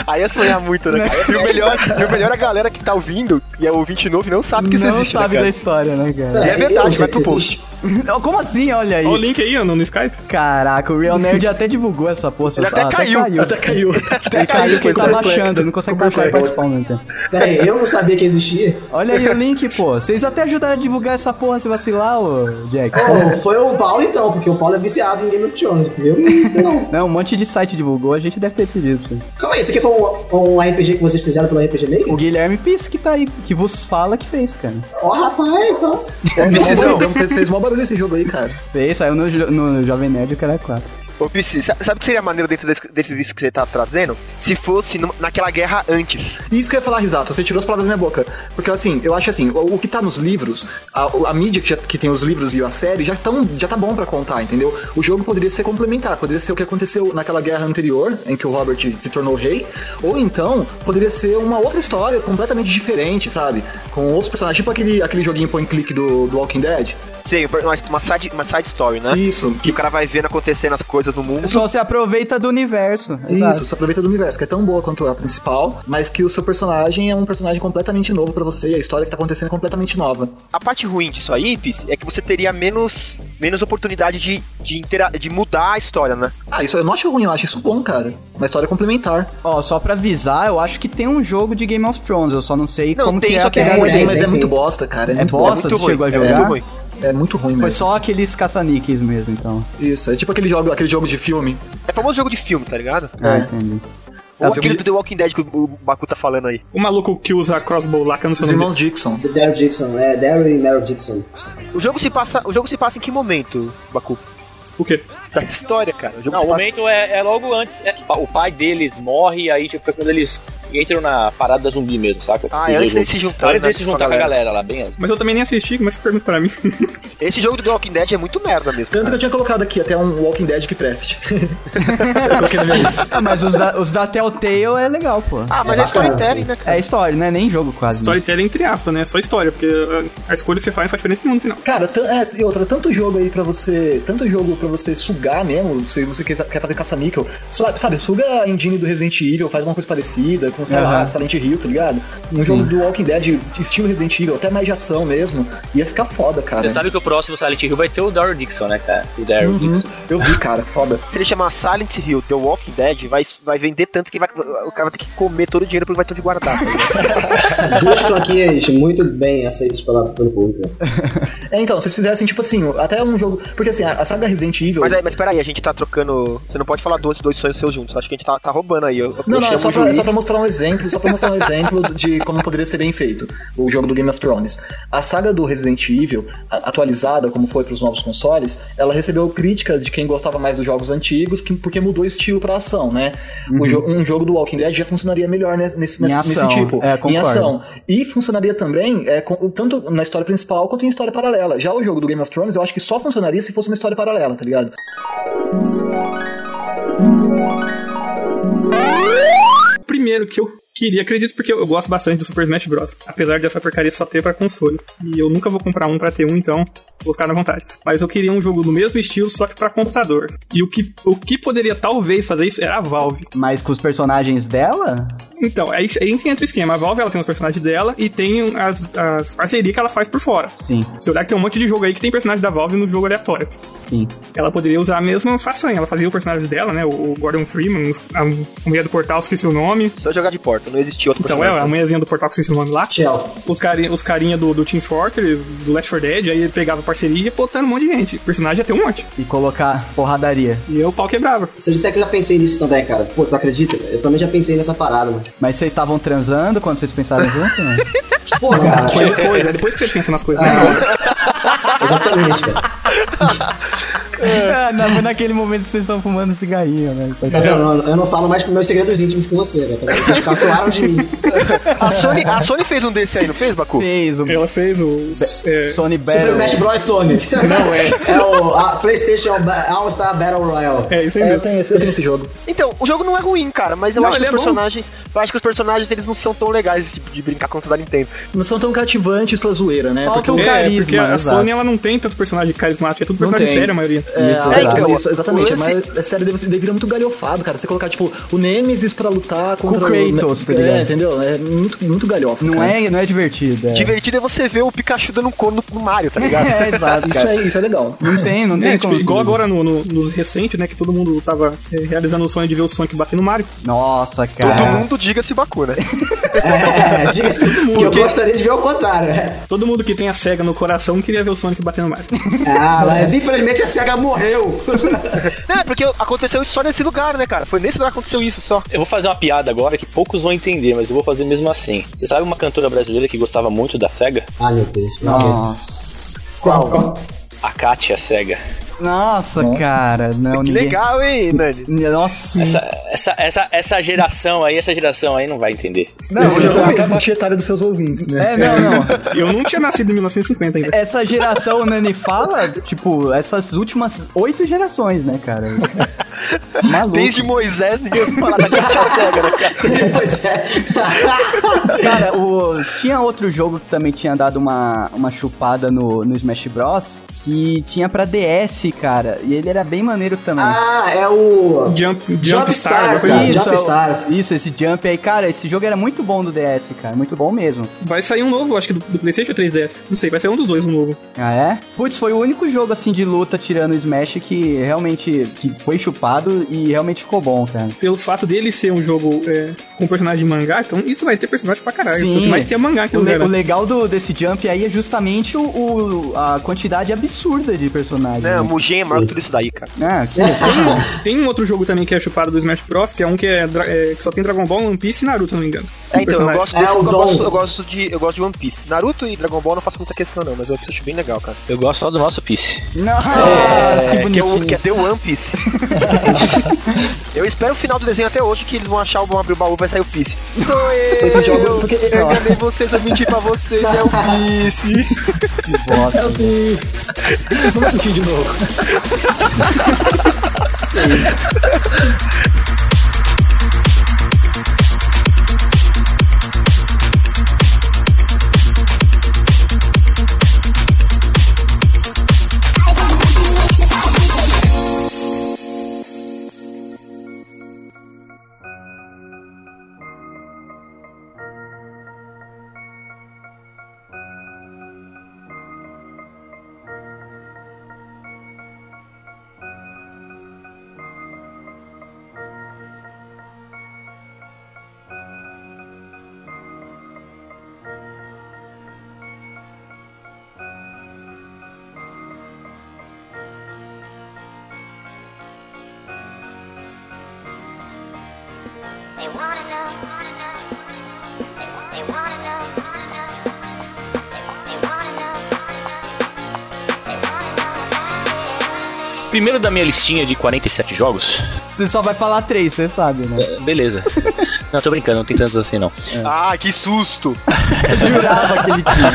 S5: Aí ia sonhar muito, né? cara? E o melhor, e o melhor é a galera que tá ouvindo e é ouvinte novo e não sabe que isso
S1: não
S5: existe. né,
S1: sabe
S5: cara?
S1: da história, né, cara?
S5: É
S3: eu
S5: verdade,
S3: sei
S5: vai
S3: que
S5: pro
S3: isso
S5: post.
S3: existe.
S1: Não, Como assim? Olha aí.
S4: Olha o link aí, Ana, no Skype.
S1: Caraca, o Real Nerd até divulgou essa porra.
S5: Ele até caiu,
S1: Até caiu. Ele
S5: caiu,
S1: caiu que ele tá
S5: foi com
S1: baixando, não consegue baixar e participar ao mesmo tempo.
S3: Peraí, eu não sabia que existia.
S1: Olha aí o link, pô. Vocês até ajudaram a divulgar essa porra se vacilar, ô Jack.
S3: Oh, foi o Paulo então, porque o Paulo é viciado em Game of Thrones, porque eu não sei não.
S1: Não, um monte de site divulgou, a gente deve ter pedido. sim.
S3: Calma aí, esse aqui foi um, um RPG que vocês fizeram pelo RPG Maker?
S1: O Guilherme Pisse que tá aí, que vos fala que fez, cara.
S3: Ó, rapaz, então.
S5: Precisão.
S6: Então, fez, fez mó barulho esse jogo aí, cara.
S1: Fez, saiu no, Jo- no Jovem Nerd o cara é 4.
S5: Ô, Pici, sa- sabe o que seria maneiro dentro desse, desse disco que você tá trazendo? Se fosse numa- naquela guerra antes.
S6: E Isso que eu ia falar, Risato, você tirou as palavras da minha boca. Porque assim, eu acho assim, o, o que tá nos livros, a, a mídia que, já- que tem os livros e a série, já, tão, já tá bom pra contar, entendeu? O jogo poderia ser complementar, poderia ser o que aconteceu naquela guerra anterior, em que o Robert se tornou rei, ou então poderia ser uma outra história completamente diferente, sabe? Com outros personagens, tipo aquele, aquele joguinho point click do, do Walking Dead.
S5: Sei, uma, uma side, uma side story, né?
S6: Isso,
S5: Que o cara vai vendo acontecendo as coisas no mundo.
S1: Só se aproveita do universo.
S6: Isso,
S1: exato.
S6: se aproveita do universo, que é tão boa quanto a principal, mas que o seu personagem é um personagem completamente novo pra você, e a história que tá acontecendo é completamente nova.
S5: A parte ruim disso aí, Pici, é que você teria menos, menos oportunidade de, de, intera- de mudar a história, né?
S6: Ah, isso eu não acho ruim, eu acho isso bom, cara. Uma história complementar.
S1: Ó, só pra avisar, eu acho que tem um jogo de Game of Thrones, eu só não sei
S5: Não,
S1: como
S5: tem,
S1: que é
S5: só
S1: a
S5: que é
S1: pegada
S3: ruim,
S1: dele.
S6: mas é
S3: sim.
S6: muito bosta, cara. É, muito
S1: bosta,
S6: bosta.
S1: você chegou a
S5: é muito
S1: jogar?
S5: ruim.
S6: É muito ruim
S1: Foi
S6: mesmo.
S1: só aqueles caçaniques mesmo, então.
S6: Isso, é tipo aquele jogo, aquele jogo de filme.
S5: É famoso jogo de filme, tá ligado?
S1: Ah, entendi.
S5: Ou
S1: Ah, jogo
S5: aquele
S1: de-
S5: do The Walking Dead que o o Baku tá falando aí.
S4: O maluco que usa crossbow lá, que eu não sei
S6: Os
S4: o nome
S6: irmãos Dixon.
S3: The Daryl Dixon, é Daryl e Meryl Dixon.
S5: O jogo se passa, o jogo se passa em que momento, Baku?
S4: dele. O quê?
S5: Da história, cara. O jogo
S2: Não,
S5: se
S2: o
S5: passa...
S2: momento é, é logo antes. é, o pai deles morre, aí, tipo, é quando eles entram na parada zumbi mesmo, saca?
S5: Ah,
S2: Dos
S5: é antes
S2: dois
S5: deles se
S2: juntos.
S5: juntarem,
S2: Antes
S5: né,
S2: deles se juntar com a galera lá, bem antes.
S4: Mas eu também nem assisti, como é que você pergunta pra mim?
S5: Esse jogo do The Walking Dead é muito merda mesmo.
S6: Tanto que eu tinha colocado aqui até um Walking Dead que preste. eu coloquei na minha lista.
S1: Ah, mas os da, os da Telltale é legal, pô.
S5: Ah, mas é storytelling, né, cara?
S1: É história, né? Nem jogo quase. né?
S4: Storytelling entre aspas, né? É só história, porque uh, a escolha que você faz não faz diferença nenhuma no final.
S6: Cara, tan- é, e outra, tanto jogo aí pra você. Tanto jogo pra você sugar mesmo, se você quer, quer fazer caça-níquel. Su- Sabe, suga a engine do Resident Evil, faz uma coisa parecida com, sei lá,
S1: Aham.
S6: Silent Hill, tá ligado? Um jogo do Walking Dead, estilo Resident Evil, até mais de ação mesmo, ia ficar foda, cara.
S2: Você sabe que o próximo Silent Hill vai ter o Daryl Dixon, né, cara? O Daryl Dixon.
S6: Eu vi, cara, foda.
S5: Se ele chamar Silent Hill The Walking Dead, vai, vai vender tanto que vai, o cara vai ter que comer todo o dinheiro porque vai ter onde guardar.
S3: Duas franquias muito bem aceitas pela, pelo público.
S6: É, então, se vocês fizessem, tipo assim, até um jogo. Porque assim, a, a saga Resident Evil.
S5: mas, aí, mas peraí, a gente tá trocando. Você não pode falar dois, dois sonhos seus juntos. Acho que a gente tá, tá roubando aí. Eu, eu
S6: Não, não, é
S5: chamo
S6: só,
S5: o
S6: pra, é
S5: juiz.
S6: só pra mostrar um exemplo, só pra mostrar um exemplo de como poderia ser bem feito o jogo do Game of Thrones. A saga do Resident Evil, a- atualizada como foi pros novos consoles, ela recebeu crítica de quem gostava mais dos jogos antigos, que- porque mudou o estilo pra ação, né? O jo- um jogo do Walking Dead já funcionaria melhor ne- nesse,
S1: Uhum. Em
S6: nesse- nesse
S1: ação,
S6: tipo,
S1: é,
S6: em
S1: concordo.
S6: ação. E funcionaria também, é, com- tanto na história principal quanto em história paralela. Já o jogo do Game of Thrones, eu acho que só funcionaria se fosse uma história paralela, tá ligado?
S4: O primeiro que eu queria, acredito porque eu gosto bastante do Super Smash Bros. Apesar dessa porcaria só ter pra console. E eu nunca vou comprar um pra ter um, então vou ficar na vontade. Mas eu queria um jogo do mesmo estilo, só que pra computador. E o que, o que poderia talvez fazer isso era a Valve.
S1: Mas com os personagens dela?
S4: Então, aí, aí entra o esquema. A Valve ela tem os personagens dela e tem as, as parcerias que ela faz por fora.
S1: Sim,
S4: Se olhar que tem um monte de jogo aí que tem personagem da Valve no jogo aleatório.
S1: sim.
S4: Ela poderia usar a mesma façanha. Ela fazia o personagem dela, né? O o Gordon Freeman, os- a, o meia do portal, esqueci o nome.
S5: Só jogar de porta, não existia outro
S4: Então, é,
S5: personagem.
S4: a meiazinha do portal, esqueci o nome lá.
S3: Shell.
S4: Os, cari os carinha do, do Team Fortress, do Left 4 Dead, aí ele pegava parceria e ia botando um monte de gente. O personagem ia ter um monte.
S1: E colocar porradaria.
S4: E eu o pau quebrava.
S3: Se eu disser que eu já pensei nisso também, cara. Pô, tu acredita? Eu também já pensei nessa parada, mano.
S1: Mas vocês estavam transando quando vocês pensaram junto? Né?
S3: Pô, cara.
S4: Foi depois, é depois que você pensa nas coisas. né?
S3: Exatamente, cara.
S1: Ah. é, na- foi naquele momento que vocês estão fumando cigarrinho, né? Isso aqui.
S3: Tá vendo? Eu- Eu não falo mais com meus segredos íntimos com você, velho. Parece que Vocês cancelaram de mim.
S5: A Sony, a Sony fez um desse aí, não fez, Baku?
S1: Fez o
S4: Ela fez os. É,
S1: Sony
S3: Super
S1: Battle.
S3: Smash Bros. Sony. Não, é. É o a PlayStation Ba- All-Star Battle Royale.
S4: é isso aí
S6: É, eu
S4: mesmo.
S6: tenho esse, eu tenho esse jogo.
S5: Então, o jogo não é ruim, cara, mas eu
S4: Não,
S5: acho que
S4: ele
S5: os
S4: é bom.
S5: personagens. Eu acho que os personagens eles não são tão legais tipo, de brincar contra da Nintendo.
S6: Não são tão cativantes pra zoeira, né?
S1: Falta um
S4: É,
S1: carisma.
S4: porque a
S1: exato.
S4: Sony ela não tem tanto personagem carismático, é tudo personagem
S6: tem.
S4: sério a maioria.
S6: É,
S1: Isso,
S6: ah,
S1: é,
S5: então,
S6: isso, exatamente.
S5: o lance-
S6: Mas é sério, deve, deve virar muito galhofado, cara. Você colocar, tipo, o Nemesis pra lutar contra
S1: o Kratos, tá
S6: é,
S1: ligado?
S6: entendeu? É muito, muito galhofa.
S1: Não
S6: cara.
S1: é, não é divertido. É.
S5: Divertido é você ver o Pikachu dando um corno no Mario, tá ligado?
S1: É, exato.
S6: Isso
S1: cara.
S6: é, isso é legal.
S1: Não tem, não tem
S4: É,
S1: como.
S4: tipo, igual agora no, no- nos recentes, né? Que todo mundo tava é, realizando o sonho de ver o Sonic bater no Mario.
S1: Nossa, cara.
S5: Todo mundo diga-se Baku, né?
S3: É, diga-se que eu gostaria de ver o contrário. é.
S4: Todo mundo que tem a SEGA no coração queria ver o Sonic bater no Mario.
S3: Ah, mas infelizmente a SEGA morreu.
S5: Não, é porque aconteceu isso só nesse lugar, né, cara? Foi nesse lugar que aconteceu isso só.
S2: Eu vou fazer uma piada agora que poucos vão entender, mas eu vou fazer mesmo assim. Você sabe uma cantora brasileira que gostava muito da SEGA?
S3: Ah, meu Deus.
S1: Nossa.
S3: Qual?
S2: A Kátia SEGA.
S1: Nossa, cara. Não,
S5: Que
S1: ninguém...
S5: legal, hein, Nani?
S1: Nossa.
S2: Essa, essa, essa, essa geração aí, essa geração aí não vai entender.
S1: Não,
S6: Esse
S1: eu-
S6: é a capa etária dos seus ouvintes, né?
S1: É, não, não.
S4: Eu não tinha nascido em 1950 ainda.
S1: Essa geração, o Nani fala, tipo, essas últimas oito gerações, né, cara? Maluco.
S5: Desde Moisés, ninguém ouviu falar da Katia Cega, né, cara?
S3: Pois é.
S1: Cara, o... tinha outro jogo que também tinha dado uma, uma chupada no, no Smash Bros. Que tinha pra DS, cara. E ele era bem maneiro também.
S3: Ah, é o.
S4: Jump, Jump,
S3: Jump
S4: Star, uma
S3: Stars,
S4: coisa
S3: cara.
S4: assim.
S1: isso,
S3: Jump
S1: é o-
S3: Stars.
S1: Isso, esse Jump aí. Cara, esse jogo era muito bom do DS, cara. Muito bom mesmo.
S4: Vai sair um novo, acho que do, do PlayStation ou 3DS. Não sei, vai sair um dos dois um novo.
S1: Ah, é? Putz, foi o único jogo, assim, de luta tirando o Smash que realmente que foi chupado e realmente ficou bom, cara.
S4: Pelo fato dele ser um jogo é, com personagem de mangá, então isso vai ter personagem pra caralho.
S1: Sim.
S4: O que mais tem é mangá que
S1: O,
S4: eu
S1: le-
S4: lembro.
S1: o legal do, desse jump aí é justamente o, o- a quantidade absurda de personagens.
S5: Não,
S1: Né?
S5: Mugema, tudo isso daí, cara.
S1: Ah, que
S4: Tem um outro jogo também que é chupado do Smash Bros, que é um que, é, dra- é, que só tem Dragon Ball, One Piece e Naruto, se eu não me engano.
S5: É, então, eu
S4: personagens.
S5: gosto
S3: É,
S5: desse,
S3: o
S5: eu,
S3: Dom.
S5: gosto, eu gosto de eu gosto de One Piece. Naruto e Dragon Ball não faço muita questão não, mas eu acho bem legal, cara.
S2: Eu gosto só do nosso Piece.
S1: Nossa, que
S5: É, que, é o,
S1: bonitinho.
S5: que é The One Piece. eu espero o final do desenho até hoje que eles vão achar, vão abrir o baú e vai sair o Piece. Sou eu!
S6: Esse jogo- é porque-
S5: eu enganei vocês, eu menti pra vocês, é o Piece.
S6: Vamos assistir de novo.
S11: They wanna know. They wanna know. They wanna know. They wanna know about it.
S2: Primeiro da minha listinha de 47 jogos.
S1: Você só vai falar três, você sabe, né?
S2: É, Beleza. não, tô brincando, não tem tantos assim não.
S6: É.
S5: Ah, que susto!
S1: Jurava que ele tinha.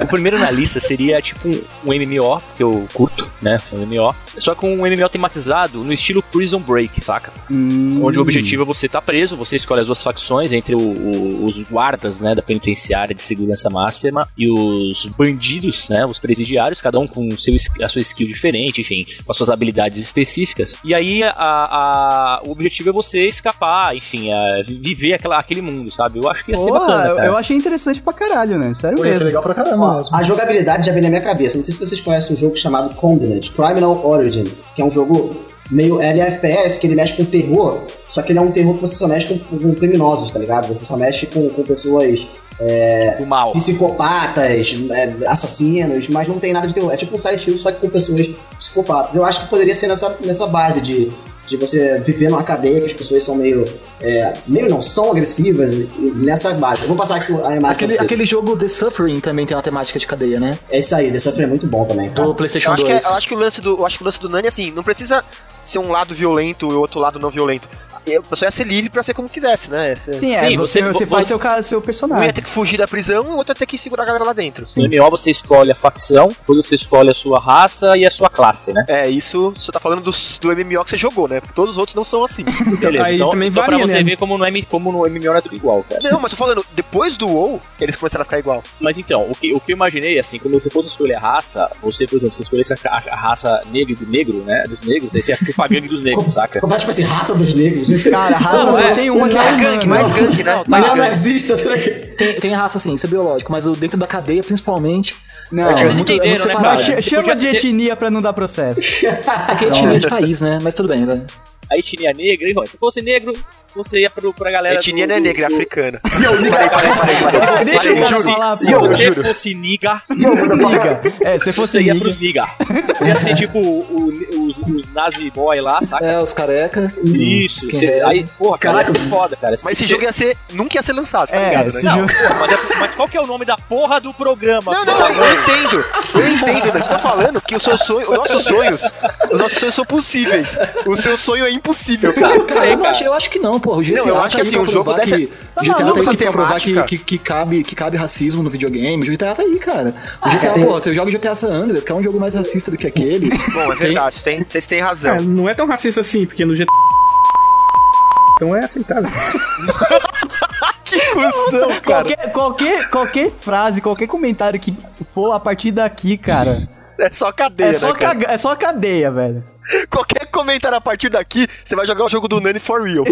S2: O primeiro na lista seria tipo um MMO, que eu curto, né? Um MMO. Só que um MMO tematizado no estilo Prison Break, saca?
S1: Hum.
S2: Onde o objetivo é você estar preso, você escolhe as duas facções entre o- o- os guardas, né, da penitenciária de segurança máxima e os bandidos, né, os presidiários, cada um com o seu, es- a sua skill diferente, enfim, com as suas habilidades específicas. E aí a- a- o objetivo é você escapar, enfim, a- viver aquela- aquele mundo, sabe? Eu acho que ia ser
S1: Porra,
S2: bacana,
S1: eu-
S2: cara.
S1: eu achei interessante pra caralho, né? Sério
S10: Ia ser
S1: mesmo.
S10: legal pra caramba
S3: Ó,
S10: mesmo.
S3: a jogabilidade já vem na minha cabeça. Não sei se vocês conhecem um jogo chamado Condemned, Criminal Origins, que é um jogo meio LFPS, que ele mexe com terror, só que ele é um terror que você só mexe com, com criminosos, tá ligado? Você só mexe com, com pessoas
S2: O mal.
S3: psicopatas, é, assassinos, mas não tem nada de terror. É tipo um Silent Hill, só que com pessoas psicopatas. Eu acho que poderia ser nessa, nessa base de, de você viver numa cadeia que as pessoas são meio... é, meio não, são agressivas, e- e nessa base. Eu vou passar aqui a imagem pra
S6: Aquele,
S3: você.
S6: aquele jogo The Suffering também tem uma temática de cadeia, né?
S3: É isso aí, The Suffering é muito bom também, cara.
S6: Do
S5: Eu
S6: PlayStation
S5: acho,
S6: 2.
S5: que é- eu acho que o lance do, eu acho que o lance do Nani é assim, não precisa ser um lado violento e o outro lado não violento. A pessoa ia ser livre pra ser como quisesse, né? Você-
S1: Sim, é,
S2: Sim,
S1: você,
S2: você-
S1: você
S2: vo-
S1: faz seu, ca- seu
S5: Um ia
S1: personagem.
S5: ter que fugir da prisão e o outro ia ter que segurar a galera lá dentro.
S2: No MMO você escolhe a facção, depois você escolhe a sua raça e a sua classe, né?
S5: É, isso você tá falando do, do MMO que você jogou, né? Porque todos os outros não são assim.
S4: aí também
S2: então
S4: varia,
S2: pra você
S4: né?
S2: ver como no, M, como no MMO não é tudo igual, cara.
S5: não, mas tô falando, depois do WoW, eles começaram a ficar igual.
S2: Mas então, o que, o que eu imaginei, assim, quando você fosse escolher a raça, você, por exemplo, você escolhesse a, ca- a raça negra do negro, né? Dos negros, aí você ia ficar com a gangue dos negros, saca?
S3: Como é, tipo assim, raça dos negros.
S1: Cara, a raça
S2: Não,
S1: só
S2: é.
S1: tem uma que é
S5: mais gank,
S1: humana.
S5: mais gank, né?
S3: Mas
S5: mais
S3: não
S5: gank.
S3: nazista, tá ligado?
S6: Tem, tem raça sim, isso é biológico, mas o dentro da cadeia, principalmente,
S1: Não,
S2: Mas
S6: É
S2: vocês
S6: muito- é muito
S2: entenderam, né,
S6: separado.
S1: Não,
S2: cara?
S6: Mas
S1: ch-
S2: Você
S1: chama
S2: podia
S1: de
S2: ser
S1: etnia pra não dar processo.
S6: é etnia de país, né? Mas tudo bem, velho.
S2: A etnia negra, e ó, se fosse negro, você ia pro, pra galera.
S5: Etnia
S2: do-
S5: não é
S2: do-
S5: negra, é
S2: do-
S5: africana. Parei, parei, parei, parei.
S1: Ah, deixa o
S5: Parei,
S1: cara
S5: juro.
S1: falar,
S5: Se
S1: pô.
S2: Se
S5: eu- eu
S2: você
S5: juro.
S2: fosse niga,
S1: É, se fosse
S2: você ia
S1: nigga.
S2: pros niga. Ia ser tipo o- os, os nazi boy lá, saca?
S6: É, os careca.
S2: Isso,
S6: Skin
S2: você-
S6: Red.
S2: aí, porra, cara, ia ser foda, cara.
S5: Mas esse
S2: Você-
S5: jogo ia ser, nunca ia ser lançado, tá
S1: É,
S5: ligado?
S1: esse
S5: Né?
S1: jogo-
S2: Porra, mas, é- mas qual que é o nome da porra do programa?
S5: Não, não, eu, eu entendo. Eu entendo, né? Você tá falando que o seu sonho, os nossos sonhos, os nossos sonhos são possíveis. O seu sonho é impossível, cara.
S6: Cara, eu, não acho, eu acho que não, porra. O GTA
S5: Não, eu acho
S6: tá aí
S5: que, assim,
S6: pra
S5: um jogo
S6: provar
S5: dessa-
S6: que-
S5: Você tá
S6: o GTA
S5: maluco
S6: tá aí
S5: essa
S6: pra provar que, que,
S5: temática?
S6: que cabe, que cabe racismo no videogame. O GTA tá aí, cara. O
S5: Ah,
S6: GTA,
S3: tem-
S6: pô, você joga o GTA San Andreas, que é um jogo mais racista do que aquele.
S5: Bom, é verdade, tem- vocês têm razão.
S4: É, não é tão racista assim, porque no GTA. Então é aceitável.
S5: Cusão, cara.
S1: Qualquer, qualquer, qualquer frase, qualquer comentário que for a partir daqui, cara,
S5: É só cadeia,
S1: é, só
S5: né, cara?
S1: caga- é só cadeia, velho.
S5: Qualquer comentário a partir daqui, você vai jogar o jogo do Nani for real.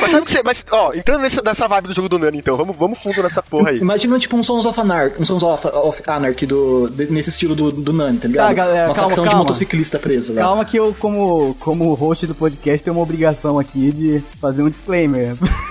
S5: mas sabe o que você. Mas, ó, entrando nessa, nessa vibe do jogo do Nani, então, vamos, vamos fundo nessa porra aí.
S6: Imagina, tipo, um Sons of Anarchy, um Sons of, of Anarchy do, de- nesse estilo do, do Nani, tá
S5: Ah,
S6: ligado?
S1: Tá, galera,
S6: Uma
S1: calma,
S6: facção de
S1: calma.
S6: motociclista preso, velho.
S1: Calma que eu, como, como host do podcast, tenho uma obrigação aqui de fazer um disclaimer.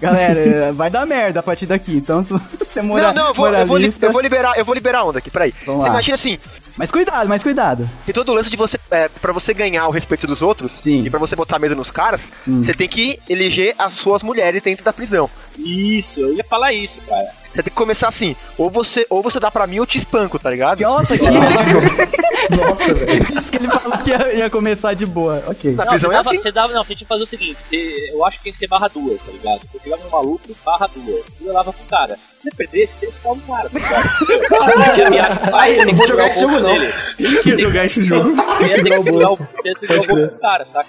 S1: Galera, vai dar merda a partir daqui. Então, se você
S5: Não,
S1: morar,
S5: não, eu vou, eu, vou, li-
S1: moralista-
S5: eu vou liberar, eu vou liberar a onda aqui, peraí.
S1: Vamos
S5: você
S1: lá.
S5: imagina assim,
S1: Mas cuidado, mas cuidado.
S5: tem todo o lance de você, é, pra você ganhar o respeito dos outros,
S1: Sim. Hum.
S5: e pra você botar medo nos caras, você tem que eleger as suas mulheres dentro da prisão.
S2: Isso, eu ia falar isso, cara.
S5: Você tem que começar assim, ou você, ou você dá pra mim ou eu te espanco, tá ligado?
S1: Nossa, que
S6: Nossa, velho.
S1: isso que ele falou que ia, ia começar de boa. Ok.
S5: Na
S2: Não, você,
S5: prisão é
S2: dava,
S5: assim.
S2: você dava- não, você tinha que fazer o seguinte, você- eu acho que tem que ser barra duas, tá ligado? Você pegava um maluco, barra duas, e levava pro cara. Se você perder, você ficava um cara, tá ligado? Você ia virar-
S3: Ai, eu não vou jogar esse
S2: o
S3: jogo,
S2: bolso
S3: não.
S2: dele.
S4: Quer jogar esse jogo?
S2: Você ia ter que segurar o- você ia segurar o
S10: Pode
S2: bolso
S10: crer.
S2: do cara, saca?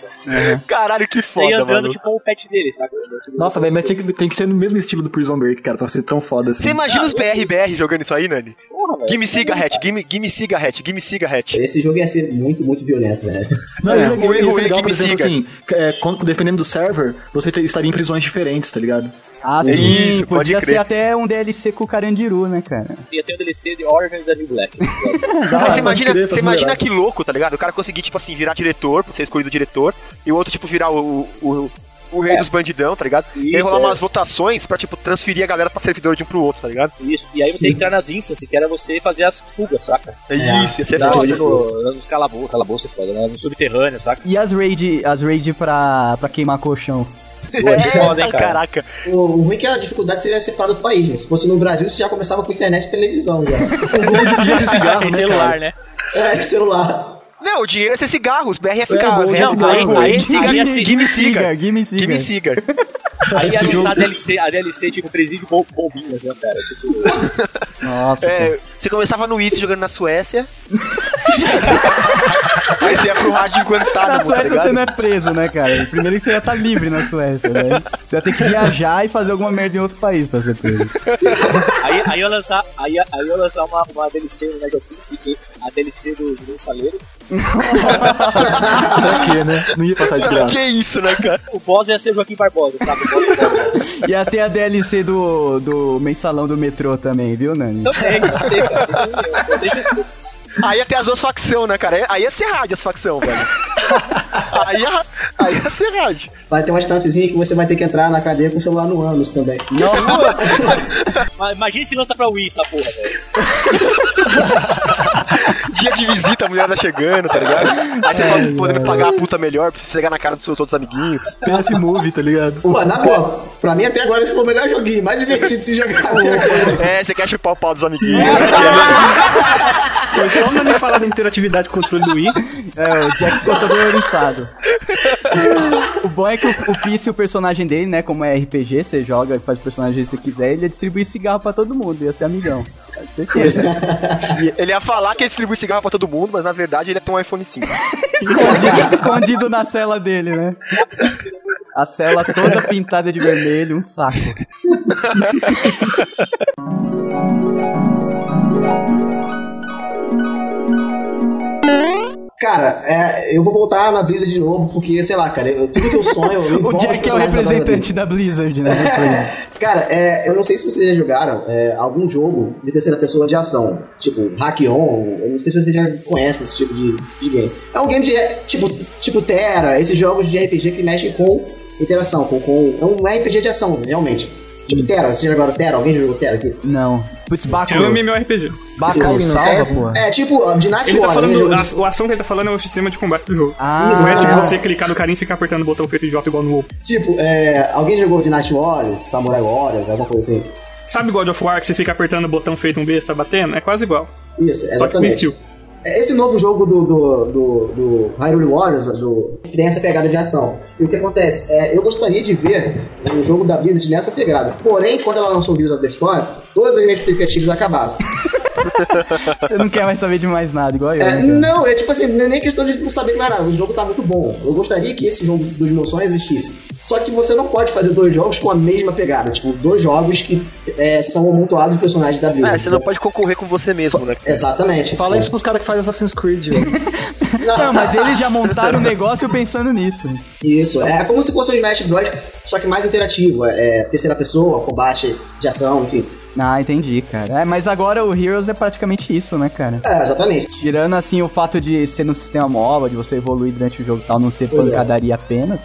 S5: Caralho, que
S2: Você ia
S5: foda,
S2: andando
S5: mano.
S2: tipo o pet dele, saca?
S10: Nossa, velho, mas tem que, tem que ser no mesmo estilo do Prison Break, cara, pra ser tão foda assim.
S5: Você imagina os
S2: Ah, eu-
S5: BRBR jogando isso aí, Nani?
S2: Porra, velho.
S5: Gimme cigarette, gimme, gimme cigarette, gimme cigarette.
S3: Esse jogo ia ser muito, muito violento, velho.
S10: Não,
S5: É,
S10: é, legal,
S5: o erro
S10: isso é
S5: é
S10: legal,
S5: que
S10: por
S5: me
S10: exemplo,
S5: siga.
S10: assim, é, quando- dependendo do server, você te- estaria em prisões diferentes, tá ligado?
S1: Ah, sim.
S5: Isso, pode
S1: Podia
S5: crer.
S1: ser até um DLC com o Carandiru, né, cara?
S2: Ia ter o DLC de Origins and New Black. tá ligado?
S5: Mas
S10: pode
S5: você imagina,
S10: crer, tá
S5: você imagina
S10: liberado.
S5: que louco, tá ligado? O cara conseguir, tipo assim, virar diretor, por ser escolhido diretor, e o outro, tipo, virar o, o, o rei dos bandidão, tá ligado? e aí
S2: Isso,
S5: rolar
S2: é.
S5: umas votações pra, tipo, transferir a galera pra servidor de um pro outro, tá ligado?
S2: Isso. E aí você ia entrar nas instâncias, que era você fazer as fugas, saca?
S5: É isso, ia ser
S2: Era
S5: foda.
S2: no- Nos calabouços, calabouço é foda, né? No subterrâneo, saca?
S1: E as raid, as raid pra, pra queimar colchão.
S2: É, foda, hein,
S5: Ai,
S2: cara?
S5: Caraca.
S3: O, o ruim é que a dificuldade seria separada do país, né? Se fosse no Brasil, você já começava com internet e televisão, já.
S2: Tem celular, né?
S3: é, que celular.
S5: Não, o dinheiro é ser cigarro, os BR ia
S1: Ah,
S5: ficar...
S10: Gold,
S5: é,
S10: Não,
S5: cigarro,
S2: aí-
S5: Gold.
S2: aí-
S5: Cigar-
S2: aí assim-
S5: Gimme
S1: Siga,
S5: cigar,
S1: Gimme Siga.
S5: gimme cigar.
S2: Aí ia
S4: Esse jogo-
S2: lançar a DLC, a DLC tipo presídio bom, bombinha, assim, cara. Tipo,
S1: Nossa. cara.
S5: É, você começava no East jogando na Suécia. aí você ia um pro rádio
S1: Na
S5: enquantada, tá
S1: Suécia você
S5: ligado?
S1: não é preso, né, cara? Primeiro que você ia estar livre na Suécia, né? Você ia ter que viajar e fazer alguma merda em outro país pra ser preso.
S2: aí, aí eu lançar, aí, aí eu lançar uma, uma DLC no Mega Prince, que é a DLC dos mensaleiros.
S10: Pra quê, né? Não ia passar de graça.
S5: Que isso, né, cara?
S2: O boss ia ser o Joaquim Barbosa, sabe? O boss do Barbosa.
S1: E até a DLC do, do mensalão do metrô também, viu, Nani?
S2: Também, também, cara. Também, também.
S5: Aí ia ter as duas facções, né, cara? Aí ia ser rádio as facções, velho. aí, ia, aí ia ser rádio.
S3: Vai ter uma instânciazinha que você vai ter que entrar na cadeia com o celular no ânus também.
S2: Mas Imagina se lança pra Wii essa porra, velho.
S5: Dia de visita, a mulher tá chegando, tá ligado? Aí você só podendo pagar a puta melhor pra chegar na cara dos seus outros amiguinhos.
S10: PS Movie, tá ligado?
S3: Pô, na boa, pra mim até agora esse foi o melhor joguinho, mais divertido de se jogar até agora.
S5: É, você quer chupar o pau dos amiguinhos.
S4: Foi só o Nani falar da interatividade com o controle do Wii.
S1: É, o Jack ficou todo oriçado. o bom é que o, o Pisse, o personagem dele, né, como é RPG, você joga, faz o personagem que você quiser, ele ia distribuir cigarro pra todo mundo, ia ser amigão. Com certeza.
S5: Ele ia falar que ia distribuir cigarro pra todo mundo, mas na verdade ele ia ter um iPhone 5.
S1: escondido, escondido na cela dele, né? A cela toda pintada de vermelho, um saco.
S3: Cara, é, eu vou voltar na brisa de novo, porque, sei lá, cara, eu- tudo que eu sonho.
S1: O
S3: eu envolvo os
S1: Jack é o
S3: personagens da Brisa.
S1: representante da Blizzard, né?
S3: Cara, é, eu não sei se vocês já jogaram é, algum jogo de terceira pessoa de ação, tipo Hack On, eu não sei se vocês já conhecem esse tipo de, de game. É um game de é, tipo, tipo Terra, esses jogos de RPG que mexem com interação, com, com é um RPG de ação, realmente. Tipo Terra, vocês já jogaram Terra? Alguém já jogou Terra aqui?
S1: Não. Putz,
S4: É um
S1: Bacalhau.
S4: MMORPG.
S1: Bacalhau
S3: Isso,
S1: salva,
S3: serve?
S1: porra.
S3: É tipo uh, Dynasty
S4: Ele tá
S3: Warrior, alguém
S4: falando.
S3: já
S4: A,
S3: jogou?
S4: o ação que ele tá falando é o sistema de combate do jogo.
S1: Ah,
S4: Não é tipo
S3: Ah.
S4: você clicar no carinha e ficar apertando o botão feito idiota igual no WoW.
S3: Tipo, é, alguém já jogou Dynasty Warriors, Samurai Warriors, alguma coisa assim?
S4: Sabe God of War que você fica apertando o botão feito um besta batendo? É quase igual.
S3: Isso, exatamente.
S4: Só que com skill.
S3: É Esse novo jogo do, do, do, do Hyrule Warriors do, tem essa pegada de ação. E o que acontece? É, eu gostaria de ver um jogo da Blizzard nessa pegada. Porém, quando ela lançou o Heroes of the Storm, todas as minhas expectativas acabaram.
S1: Você não quer mais saber de mais nada, igual eu.
S3: É,
S1: né, cara?
S3: não, é tipo assim, não é nem questão de não saber mais nada. O jogo tá muito bom. Eu gostaria que esse jogo dos meus sonhos existisse. Só que você não pode fazer dois jogos com a mesma pegada. Tipo, dois jogos que é, são amontoados de personagens da Blizzard.
S5: É, você não pode concorrer com você mesmo, né?
S3: Exatamente.
S10: Fala
S3: É.
S10: isso pros caras que fazem Assassin's Creed, velho.
S1: Não, mas eles já montaram o negócio pensando nisso. né?
S3: Isso, é como se fosse um Smash Bros, só que mais interativo, é, é terceira pessoa, combate de ação, enfim.
S1: Ah, entendi, cara. É, mas agora o Heroes é praticamente isso, né, cara?
S3: É, exatamente.
S1: Tirando, assim, o fato de ser no sistema MOBA, de você evoluir durante o jogo e tal, não ser
S3: Pois é.
S1: pancadaria apenas.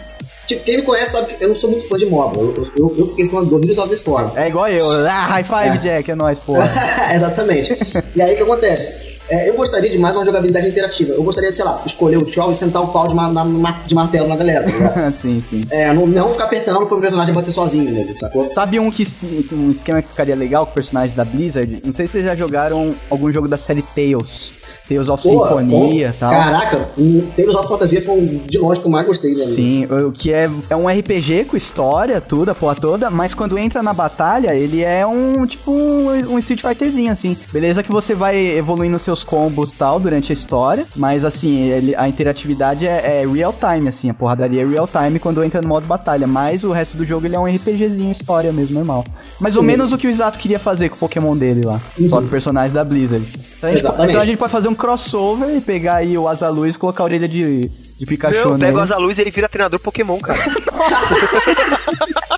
S3: Tipo, quem me conhece sabe que eu não sou muito fã de MOBA. Eu, eu- eu, eu fiquei fã do Heroes of the Storm.
S1: É igual eu. Ah, high five,
S3: É.
S1: Jack, é nóis, porra.
S3: Exatamente. E aí o que acontece? É, eu gostaria de mais uma jogabilidade interativa. Eu gostaria de, sei lá, escolher o Troll e sentar o pau de, ma- na- ma- de martelo na galera. tá ligado?
S1: sim, sim.
S3: É, não, não ficar apertando pro personagem bater sozinho, né? Sacou?
S1: Sabe um, que, um esquema que ficaria legal com o personagem da Blizzard? Não sei se vocês já jogaram algum jogo da série Tales. Tales of
S3: Pô,
S1: Sinfonia e
S3: pô,
S1: tal.
S3: Caraca, o Tales of Fantasia foi um de longe que eu mais gostei, né?
S1: Sim, o que é, é um RPG com história, tudo, a porra toda, mas quando entra na batalha, ele é um tipo um, um Street Fighterzinho, assim. Beleza que você vai evoluindo seus combos e tal durante a história, mas assim, ele- a interatividade é, é real time, assim, a porradaria é real time quando entra no modo batalha, mas o resto do jogo ele é um RPGzinho, história mesmo, normal. Mais ou
S3: Sim. Uhum.
S1: menos o que o Isato queria fazer com o Pokémon dele lá, só com personagens da Blizzard. Então a, gente,
S3: Exatamente.
S1: então a gente pode fazer um crossover e pegar aí o Asa Luz e colocar a orelha de, de Pikachu
S5: Eu
S1: nele.
S5: pego Então, as luz e ele vira treinador Pokémon, cara.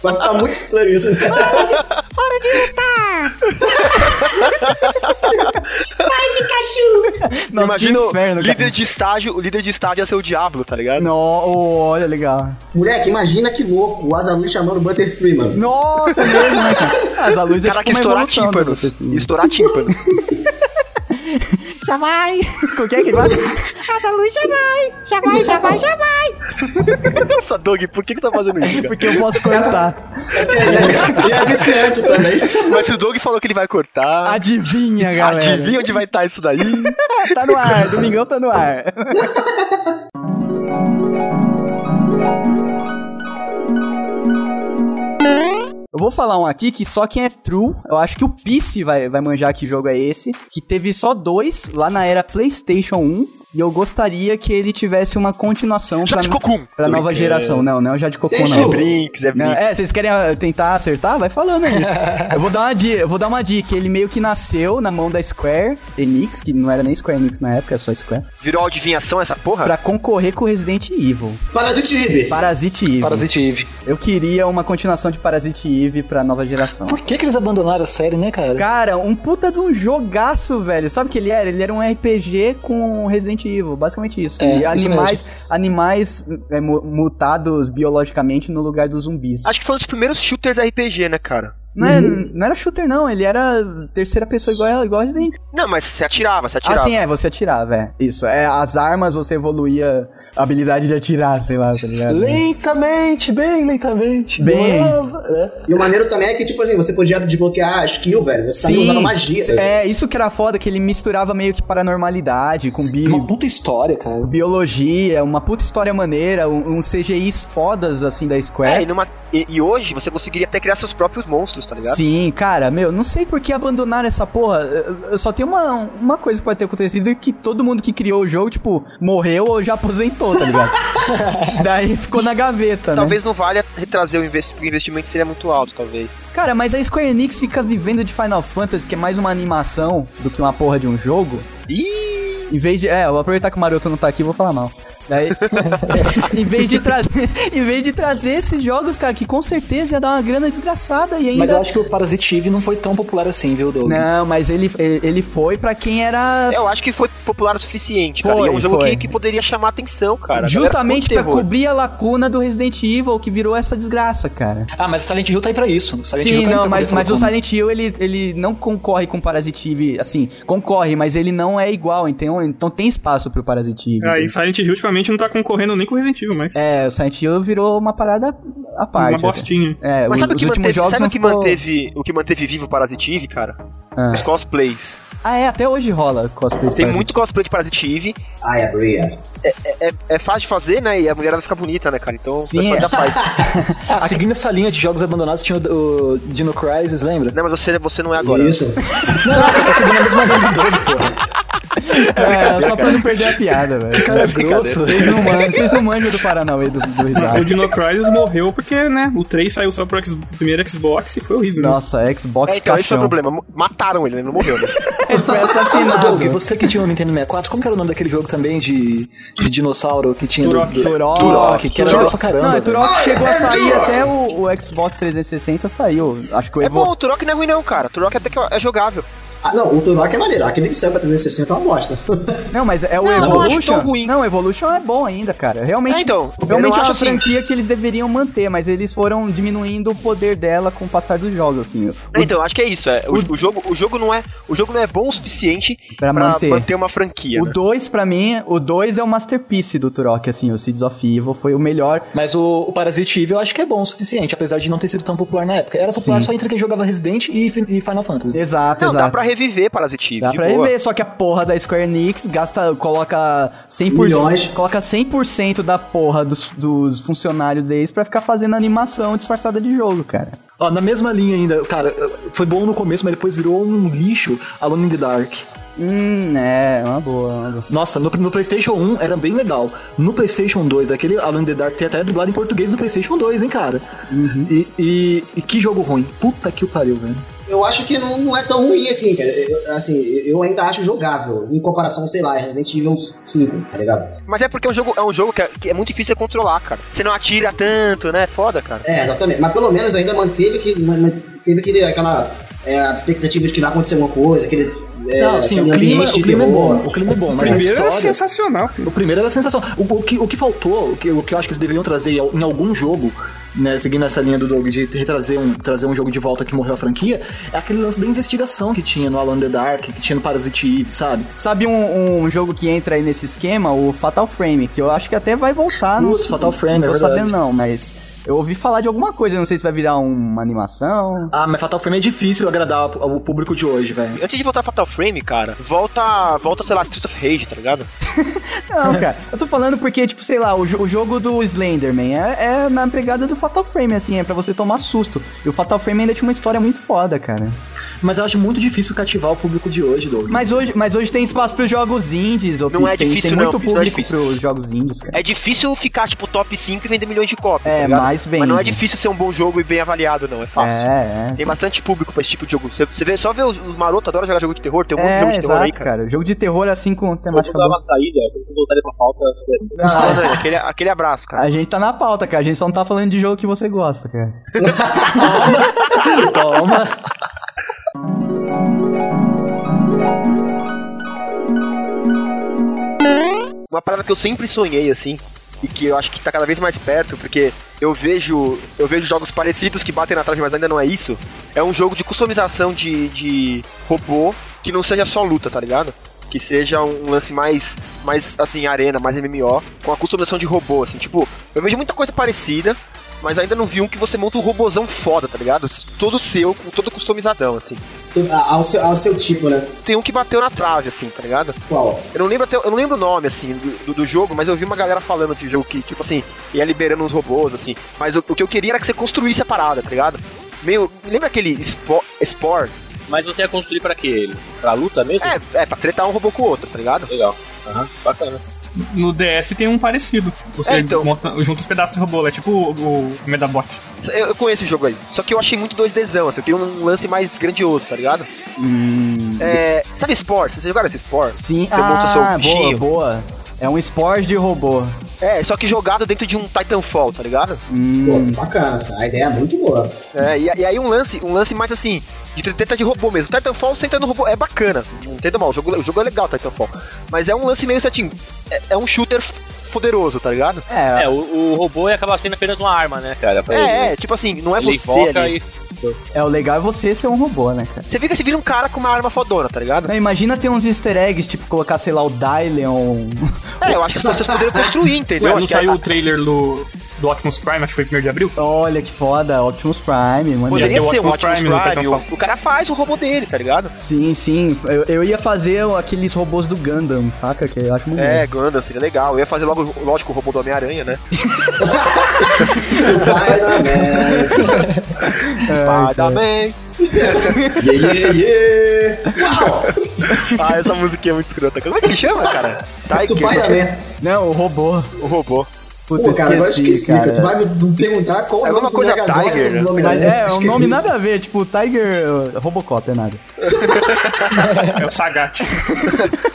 S3: Vai ficar muito estranho isso. né?
S1: Nossa, que
S5: Imagina o
S1: inferno,
S5: líder
S1: cara.
S5: de estágio, o líder de estágio ia ser o Diablo, tá ligado?
S1: No, oh, olha, legal.
S3: Moleque, imagina que louco o Azalui chamando o Butterfree, mano.
S1: Nossa, é mesmo, né, cara? As luzes
S5: Cara, que estourar tímpanos. Estourar tímpanos.
S1: Já vai! Como que é que ele vai?
S11: Essa luz já vai, já vai, já vai, já vai.
S5: Nossa, Doug, por que, que você tá fazendo isso, cara?
S1: Porque eu posso cortar.
S3: e é viciante também.
S5: Mas se o Doug falou que ele vai cortar,
S1: Adivinha, Ah, galera.
S5: adivinha onde vai estar isso daí?
S1: Tá no ar, domingão tá no ar. Eu vou falar um aqui que só quem é true, eu acho que o Pisse vai, vai manjar que jogo é esse, que teve só dois lá na era PlayStation 1, e eu gostaria que ele tivesse uma continuação
S5: Já
S1: pra,
S5: um. de cocum.
S1: pra nova geração. Não, não é o Jade Cocô,
S3: Deixa
S5: É
S1: não.
S3: eu-
S5: Brinks, é
S1: Não,
S5: Brinks.
S1: é, vocês querem ah, tentar acertar? Vai falando aí. eu vou dar uma dica, eu vou dar uma dica. Ele meio que nasceu na mão da Square Enix, que não era nem Square Enix na época, era só Square,
S5: Virou adivinhação essa
S10: Ah.
S5: porra?
S1: pra concorrer com Resident Evil.
S3: Parasite Eve.
S1: Parasite Eve.
S10: Parasite Eve.
S1: Eu queria uma continuação de Parasite Eve pra nova geração.
S10: Por que, que eles abandonaram a série, né, cara?
S1: Cara, um puta de um jogaço, velho. Sabe o que ele era? Ele era um RPG com Resident Evil, basicamente isso.
S10: É,
S1: e
S10: isso
S1: animais, animais é, mu- mutados biologicamente no lugar dos zumbis.
S5: Acho que foi um dos primeiros shooters RPG, né, cara?
S1: Não, é- não era shooter, não. Ele era terceira pessoa igual, igual Resident Evil.
S5: Não, mas você atirava, você
S1: Ah,
S5: atirava.
S1: sim, é. Você atirava, é. Isso. É, as armas, você evoluía a habilidade de atirar, sei lá, tá ligado?
S10: Lentamente, bem lentamente.
S1: Bem.
S10: Demorava, né?
S3: E o maneiro também é que, tipo assim, você podia desbloquear a skill, velho. Você também usava magia. velho.
S1: é, isso que era foda, que ele misturava meio que paranormalidade com bi
S10: É. Uma puta história, cara.
S1: biologia, uma puta história maneira, um, um CGIs fodas, assim, da
S5: É, e,
S1: Square.
S5: numa- e- e hoje você conseguiria até criar seus próprios monstros, tá ligado?
S1: Sim, cara, meu, não sei por que abandonaram essa porra. Eu- Eu só tenho uma, uma coisa que pode ter acontecido, é que todo mundo que criou o jogo, tipo, morreu ou já aposentou, tá ligado? Daí ficou na gaveta, né?
S5: Talvez não valha retrazer o investi- porque o investimento seria muito alto, talvez.
S1: Cara, mas a Square Enix fica vivendo de Final Fantasy, que é mais uma animação do que uma porra de um jogo.
S5: Ih!
S1: Em vez de. É, eu vou aproveitar que o Maroto não tá aqui e vou falar mal. Daí, em, vez de trazer, em vez de trazer esses jogos, cara, que com certeza ia dar uma grana desgraçada e ainda.
S10: Mas eu acho que o Parasite Eve não foi tão popular assim, viu, Doug?
S1: Não, mas ele, ele foi pra quem era.
S5: Eu acho que foi popular o suficiente, cara.
S1: Foi,
S5: e é um jogo
S1: foi.
S5: que, que poderia chamar atenção, cara. tá A galera
S1: justamente pra
S5: ficou com É um terror.
S1: cobrir a lacuna do Resident Evil que virou essa desgraça, cara.
S10: Ah, mas o Silent Hill tá aí pra isso. O Silent Hill
S1: Sim,
S10: tá aí
S1: não,
S10: pra
S1: mas,
S10: coleção
S1: mas
S10: do
S1: o
S10: combo.
S1: Silent Hill ele, ele não concorre com o Parasite Eve, assim, concorre, mas ele não é igual, então, então tem espaço pro Parasite Eve.
S4: Aí Silent Hill ultimamente não tá concorrendo nem com Resident Evil, mas.
S1: É, o Silent Hill virou uma parada à parte.
S4: uma bostinha.
S1: É,
S5: Mas
S1: os,
S5: sabe o
S1: os
S5: que,
S1: últimos
S5: manteve,
S1: jogos
S5: sabe
S1: não
S5: o que
S1: ficou-
S5: manteve o que manteve vivo o Parasite Eve, cara?
S1: Ah.
S5: Os cosplays.
S1: Ah, é, até hoje rola cosplay. de
S5: Tem
S1: Parasite.
S5: muito cosplay de Parasite Eve.
S3: Ai, a Bria.
S5: É, é fácil de fazer, né? E a mulherada fica bonita, né, cara? Então
S1: Sim,
S5: o pessoal
S1: é.
S5: ainda faz.
S10: Ah, seguindo essa linha de jogos abandonados, tinha o, o Dino Crisis, lembra?
S5: não, mas você, você não é agora.
S3: Isso.
S10: Não, você tá seguindo a mesma linha do Doug, porra.
S1: É, só pra não perder a piada, velho.
S10: Cara, é
S5: brincadeira.
S10: grosso.
S1: Vocês não manjam, vocês não manjam do Paranauê do, do
S4: O
S1: risado.
S4: Dino Crisis morreu porque, né, o 3 saiu só pro X- primeiro Xbox e foi horrível. né?
S1: Nossa, Xbox
S5: É, então esse foi
S1: caixão.
S5: o problema. Mataram ele, né? Não morreu, né?
S1: Ele foi
S10: Doug,
S1: assassinado.
S10: você que tinha o Nintendo 64, como que era o nome daquele jogo também de, de dinossauro que tinha?
S4: Turok.
S10: Do-
S1: Turok.
S10: Turok, que era legal pra caramba.
S1: Não, o
S10: velho.
S1: Turok chegou a sair até o, o Xbox 360 saiu. Acho que o
S5: é
S1: Evo...
S5: bom, o Turok não é ruim, não, cara. O Turok até que é jogável.
S3: Ah, não, o Turok é maneiro. Aquele que saiu pra 360 é uma bosta.
S1: Não, mas é o
S5: Não, eu não acho
S1: Evolution.
S5: tão ruim.
S1: Não, Evolution é bom ainda, cara. Realmente,
S5: É, então, eu
S1: realmente
S5: não
S1: é uma
S5: acho assim.
S1: franquia que eles deveriam manter, mas eles foram diminuindo o poder dela com o passar dos jogos, assim.
S5: É, então, eu acho que é isso. É. O, o jogo, o, jogo não é, o jogo não é bom o suficiente
S1: Pra
S5: pra,
S1: manter.
S5: manter. uma franquia.
S1: O
S5: né?
S1: 2, pra mim, o 2 é o masterpiece do Turok, assim, o Seeds of Evil foi o melhor.
S10: Mas o, o Parasite Evil eu acho que é bom o suficiente, apesar de não ter sido tão popular na época. Era popular
S1: Sim.
S10: só entre quem jogava Resident e, Fin- e Final Fantasy.
S1: Exato,
S5: Não,
S1: exato.
S5: dá pra reviver Parasite Eve,
S1: Dá
S5: de
S1: pra
S5: boa.
S1: rever, só que a porra da Square Enix gasta, coloca 100%,
S3: Milhões.
S1: coloca 100% da porra dos, dos funcionários deles pra ficar fazendo animação disfarçada de jogo, cara.
S10: Ó, na mesma linha ainda, cara, foi bom no começo, mas depois virou um lixo Alone in the Dark.
S1: Hum, é, uma boa, uma boa.
S10: Nossa, no, no PlayStation 1 era bem legal. No PlayStation 2, aquele Alone in the Dark tem até dublado em português no PlayStation 2, hein, cara?
S3: Uhum.
S10: E, e- e que jogo ruim. Puta que o pariu, velho.
S3: Eu acho que não, não é tão ruim assim, cara. Eu, assim, eu ainda acho jogável. Em comparação, sei lá, Resident Evil 5, tá ligado?
S5: Mas é porque é um jogo, é um jogo que, é, que é muito difícil de controlar, cara. Você não atira tanto, né? É Foda, cara.
S3: É, exatamente. Mas pelo menos ainda manteve, que, ma- manteve aquele, aquela é, a expectativa de que vai acontecer alguma coisa, aquele. é,
S10: não, sim, o
S3: aquele
S10: clima,
S3: ambiente
S10: o clima é
S3: de
S10: bom.
S3: terror.
S10: O clima é bom,
S4: O
S10: mas a
S4: primeiro assim, era
S10: história...
S4: sensacional, filho.
S10: O primeiro era a sensação. O, o que, o que faltou, o que, o que eu acho que eles deveriam trazer em al- em algum jogo, né, seguindo essa linha do Doug, de re- trazer um, trazer um jogo de volta que morreu a franquia, é aquele lance da investigação que tinha no Alan the Dark, que tinha no Parasite Eve, sabe?
S1: Sabe um, um jogo que entra aí nesse esquema? O Fatal Frame, que eu acho que até vai voltar.
S10: Putz, Fatal Frame,
S1: não tô
S10: é verdade.
S1: sabendo não, mas eu ouvi falar de alguma coisa, não sei se vai virar uma animação.
S10: Ah, mas Fatal Frame é difícil agradar o, o público de hoje, velho.
S5: Antes de voltar a Fatal Frame, cara, volta, volta, sei lá, Street of Rage, tá ligado?
S1: Não, cara, eu tô falando porque, tipo, sei lá, o, jo- o jogo do Slenderman é, é na pegada do Fatal Frame, assim, é pra você tomar susto. E o Fatal Frame ainda tinha uma história muito foda, cara.
S10: Mas eu acho muito difícil cativar o público de hoje, Doug.
S1: Mas hoje, mas hoje tem espaço pros jogos indies, ou
S5: Não é
S1: tem,
S5: difícil,
S1: tem
S5: não,
S1: muito
S5: isso não é
S1: público
S5: difícil.
S1: pros jogos indies, cara.
S5: É difícil ficar, tipo, top 5 e vender milhões de cópias,
S1: É,
S5: tá ligado?
S1: mas vende.
S5: Mas não é difícil ser um bom jogo e bem avaliado, não. É fácil.
S1: É, é.
S5: Tem bastante público pra esse tipo de jogo. Você, você vê, só vê os, os marotos adoram jogar jogo de terror, tem um monte de
S1: É,
S5: jogo de terror
S1: exato,
S5: aí, cara.
S1: cara. Jogo de terror, assim, com
S2: Vamos
S1: temática...
S2: dar uma saída, vamos voltar pra pauta. né?
S5: Ah, Dani, aquele, aquele abraço, cara.
S1: A gente tá na pauta, cara. A gente só não tá falando de jogo que você gosta, cara.
S10: Toma!
S5: Uma parada que eu sempre sonhei, assim, e que eu acho que tá cada vez mais perto, porque eu vejo. Eu vejo jogos parecidos que batem na trave, mas ainda não é isso. É um jogo de customização de, de robô que não seja só luta, tá ligado? Que seja um lance mais, mais assim, arena, mais MMO, com a customização de robô, assim, tipo, eu vejo muita coisa parecida, mas ainda não vi um que você monta um robôzão foda, tá ligado? Todo seu, com todo customizadão, assim.
S3: A- Ao seu, ao seu tipo, né?
S5: Tem um que bateu na trave, assim, tá ligado?
S3: Qual?
S5: Eu não lembro até, eu não lembro o nome, assim, do, do- do jogo, mas eu vi uma galera falando de jogo que, tipo assim, ia liberando uns robôs, assim. Mas o, o que eu queria era que você construísse a parada, tá ligado? Meio. Lembra aquele Spore? Spore?
S2: Mas você ia construir pra quê ele? Pra luta mesmo?
S5: É, é, pra tretar um robô com o outro, tá ligado?
S2: Legal. Aham, bacana.
S4: No DS tem um parecido. Você
S5: É, então.
S4: monta, junta os pedaços de robô, é tipo o, o Medabot.
S5: Eu, eu conheço o jogo aí. Só que eu achei muito 2Dzão, assim, eu queria um lance mais grandioso, tá ligado? É, sabe Spore? Vocês jogaram esse Spore?
S1: Hum. Sim,
S5: Você monta
S1: ah,
S5: seu
S1: boa,
S5: bichinho.
S1: boa. É um esporte de robô.
S5: É, só que jogado dentro de um Titanfall, tá ligado?
S3: Pô, bacana, essa- a ideia é muito boa.
S5: É, e, e aí um lance, um lance mais assim, de treta de robô mesmo. Titanfall você entra no robô, é bacana, não entendo mal, o jogo, o jogo é legal, Titanfall. Mas é um lance meio certinho, é, é um shooter poderoso, tá ligado?
S1: É,
S2: É, o, o robô ia acabar sendo apenas uma arma, né, cara? Pra ele-
S5: É, é, tipo assim, não é
S2: ele
S5: você
S2: invoca
S5: ali.
S2: e
S1: é o legal é você ser um robô, né, cara?
S5: Você fica, você vira um cara com uma arma fodona, tá ligado?
S1: Não, imagina ter uns easter eggs, tipo colocar, sei lá, o Dylion.
S5: É, eu acho que as pessoas poderiam construir, entendeu?
S4: Ué, não
S5: Acho é que
S4: saiu
S5: a-
S4: o trailer do, do Optimus Prime, acho que foi 1 de abril?
S1: Olha que foda, Optimus Prime, mano.
S4: Poderia-
S5: Poderia
S4: ter o
S5: ser um
S4: Optimus
S5: Optimus
S4: Prime no
S5: Prime,
S4: Titanfall.
S5: o, o cara faz o robô dele, tá ligado?
S1: Sim, sim. Eu, eu ia fazer aqueles robôs do Gundam, saca? Que eu acho muito
S5: É, Gundam seria legal. Eu ia fazer logo, lógico, o robô do Homem-Aranha, né?
S3: Spider-Man.
S5: Spider-Man!
S3: yeah, yeah, yeah.
S5: Ah, essa musiquinha é muito escrota. Como é que ele chama, cara? Tiger,
S3: Spider-Man.
S1: Não, o robô.
S5: o robô.
S1: Puta,
S3: Pô, cara, agora eu
S1: esqueci,
S3: esqueci, cara. Tu vai me perguntar qual
S5: Alguma
S3: o nome do
S5: coisa
S3: Megazord
S5: Tiger,
S3: do nome
S1: Mas
S3: dele.
S1: é, é um
S3: Esqueci.
S1: nome nada a ver, tipo, Tiger Robocop, é nada.
S4: É o Sagat.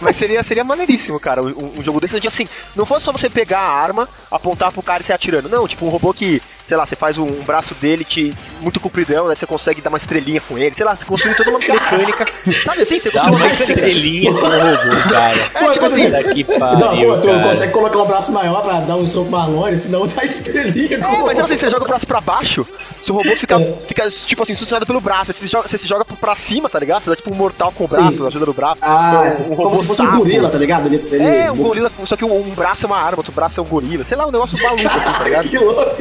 S5: Mas seria, seria maneiríssimo, cara, um, um jogo desse. Assim, não fosse só você pegar a arma, apontar pro cara e sair atirando. Não, tipo, um robô que sei lá, você faz um, um braço dele te, muito compridão, né? Você consegue dar uma estrelinha com ele, sei lá, você construiu toda uma mecânica. Sabe assim? Você
S2: Dá
S5: construiu
S2: uma estrelinha com o robô, cara.
S3: É, tipo assim,
S2: Puta que
S3: não,
S2: pariu,
S3: pô, tu
S2: cara.
S3: consegue colocar um braço maior pra dar um soco mais longe, senão tá estrelinha.
S5: É,
S3: pô.
S5: mas sabe assim, você joga o braço pra baixo, seu robô fica,
S3: É.
S5: fica tipo assim, sustentado pelo braço. Você se joga, você se joga pra cima, tá ligado? Você dá tipo um mortal com o
S3: Sim.
S5: braço, ajuda no braço.
S3: Ah,
S5: Então,
S3: como se fosse um
S5: sapo.
S3: gorila, tá ligado? Ele, ele-
S5: É, um gorila, só que um, um braço é uma arma, outro braço é um gorila. Sei lá, um negócio maluco assim, tá ligado?
S3: Que louco.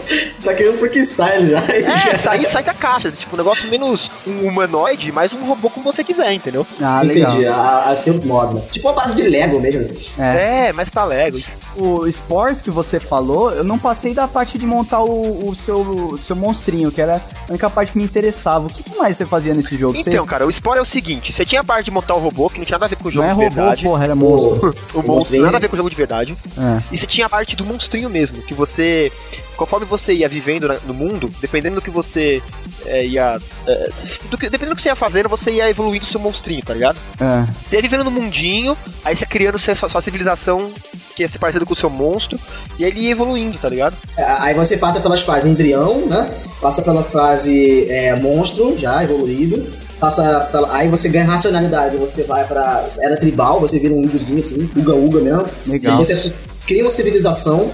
S3: Tá querendo freestyle já.
S5: É, sai, sai da caixa, tipo, um negócio menos um humanoide, mais um robô como você quiser, entendeu?
S1: Ah, legal.
S3: Entendi, é. a, a seu modo. né? Tipo uma parada de Lego mesmo.
S1: É.
S5: É, mais pra Lego. isso.
S1: O Spores que você falou, eu não passei da parte de montar o, o seu, o seu monstrinho, que era a única parte que me interessava. O que que mais você fazia nesse jogo? Você-
S5: Então, cara, o spoiler é o seguinte: você tinha a parte de montar o robô, que não tinha nada a ver com o
S1: não
S5: jogo
S1: é
S5: de
S1: robô,
S5: verdade.
S1: porra, era monstro.
S5: O monstro,
S3: monstrinho.
S5: nada a ver com o jogo de verdade.
S1: É.
S5: E você tinha a parte do monstrinho mesmo, que você. Conforme você ia vivendo na- no mundo, dependendo do que você é, ia. é, do que- dependendo do que você ia fazendo, você ia evoluindo o seu monstrinho, tá ligado?
S1: é.
S5: Você ia vivendo no mundinho, aí você ia criando sua, sua civilização que ia ser parecida com o seu monstro, e aí ele ia evoluindo, tá ligado?
S3: Aí você passa pelas fases embrião, né? Passa pela fase é, monstro, já evoluído. Passa pela- Aí você ganha racionalidade, você vai pra era tribal, você vira um índiozinho assim, uga-uga mesmo.
S1: Legal.
S3: E você cria uma civilização.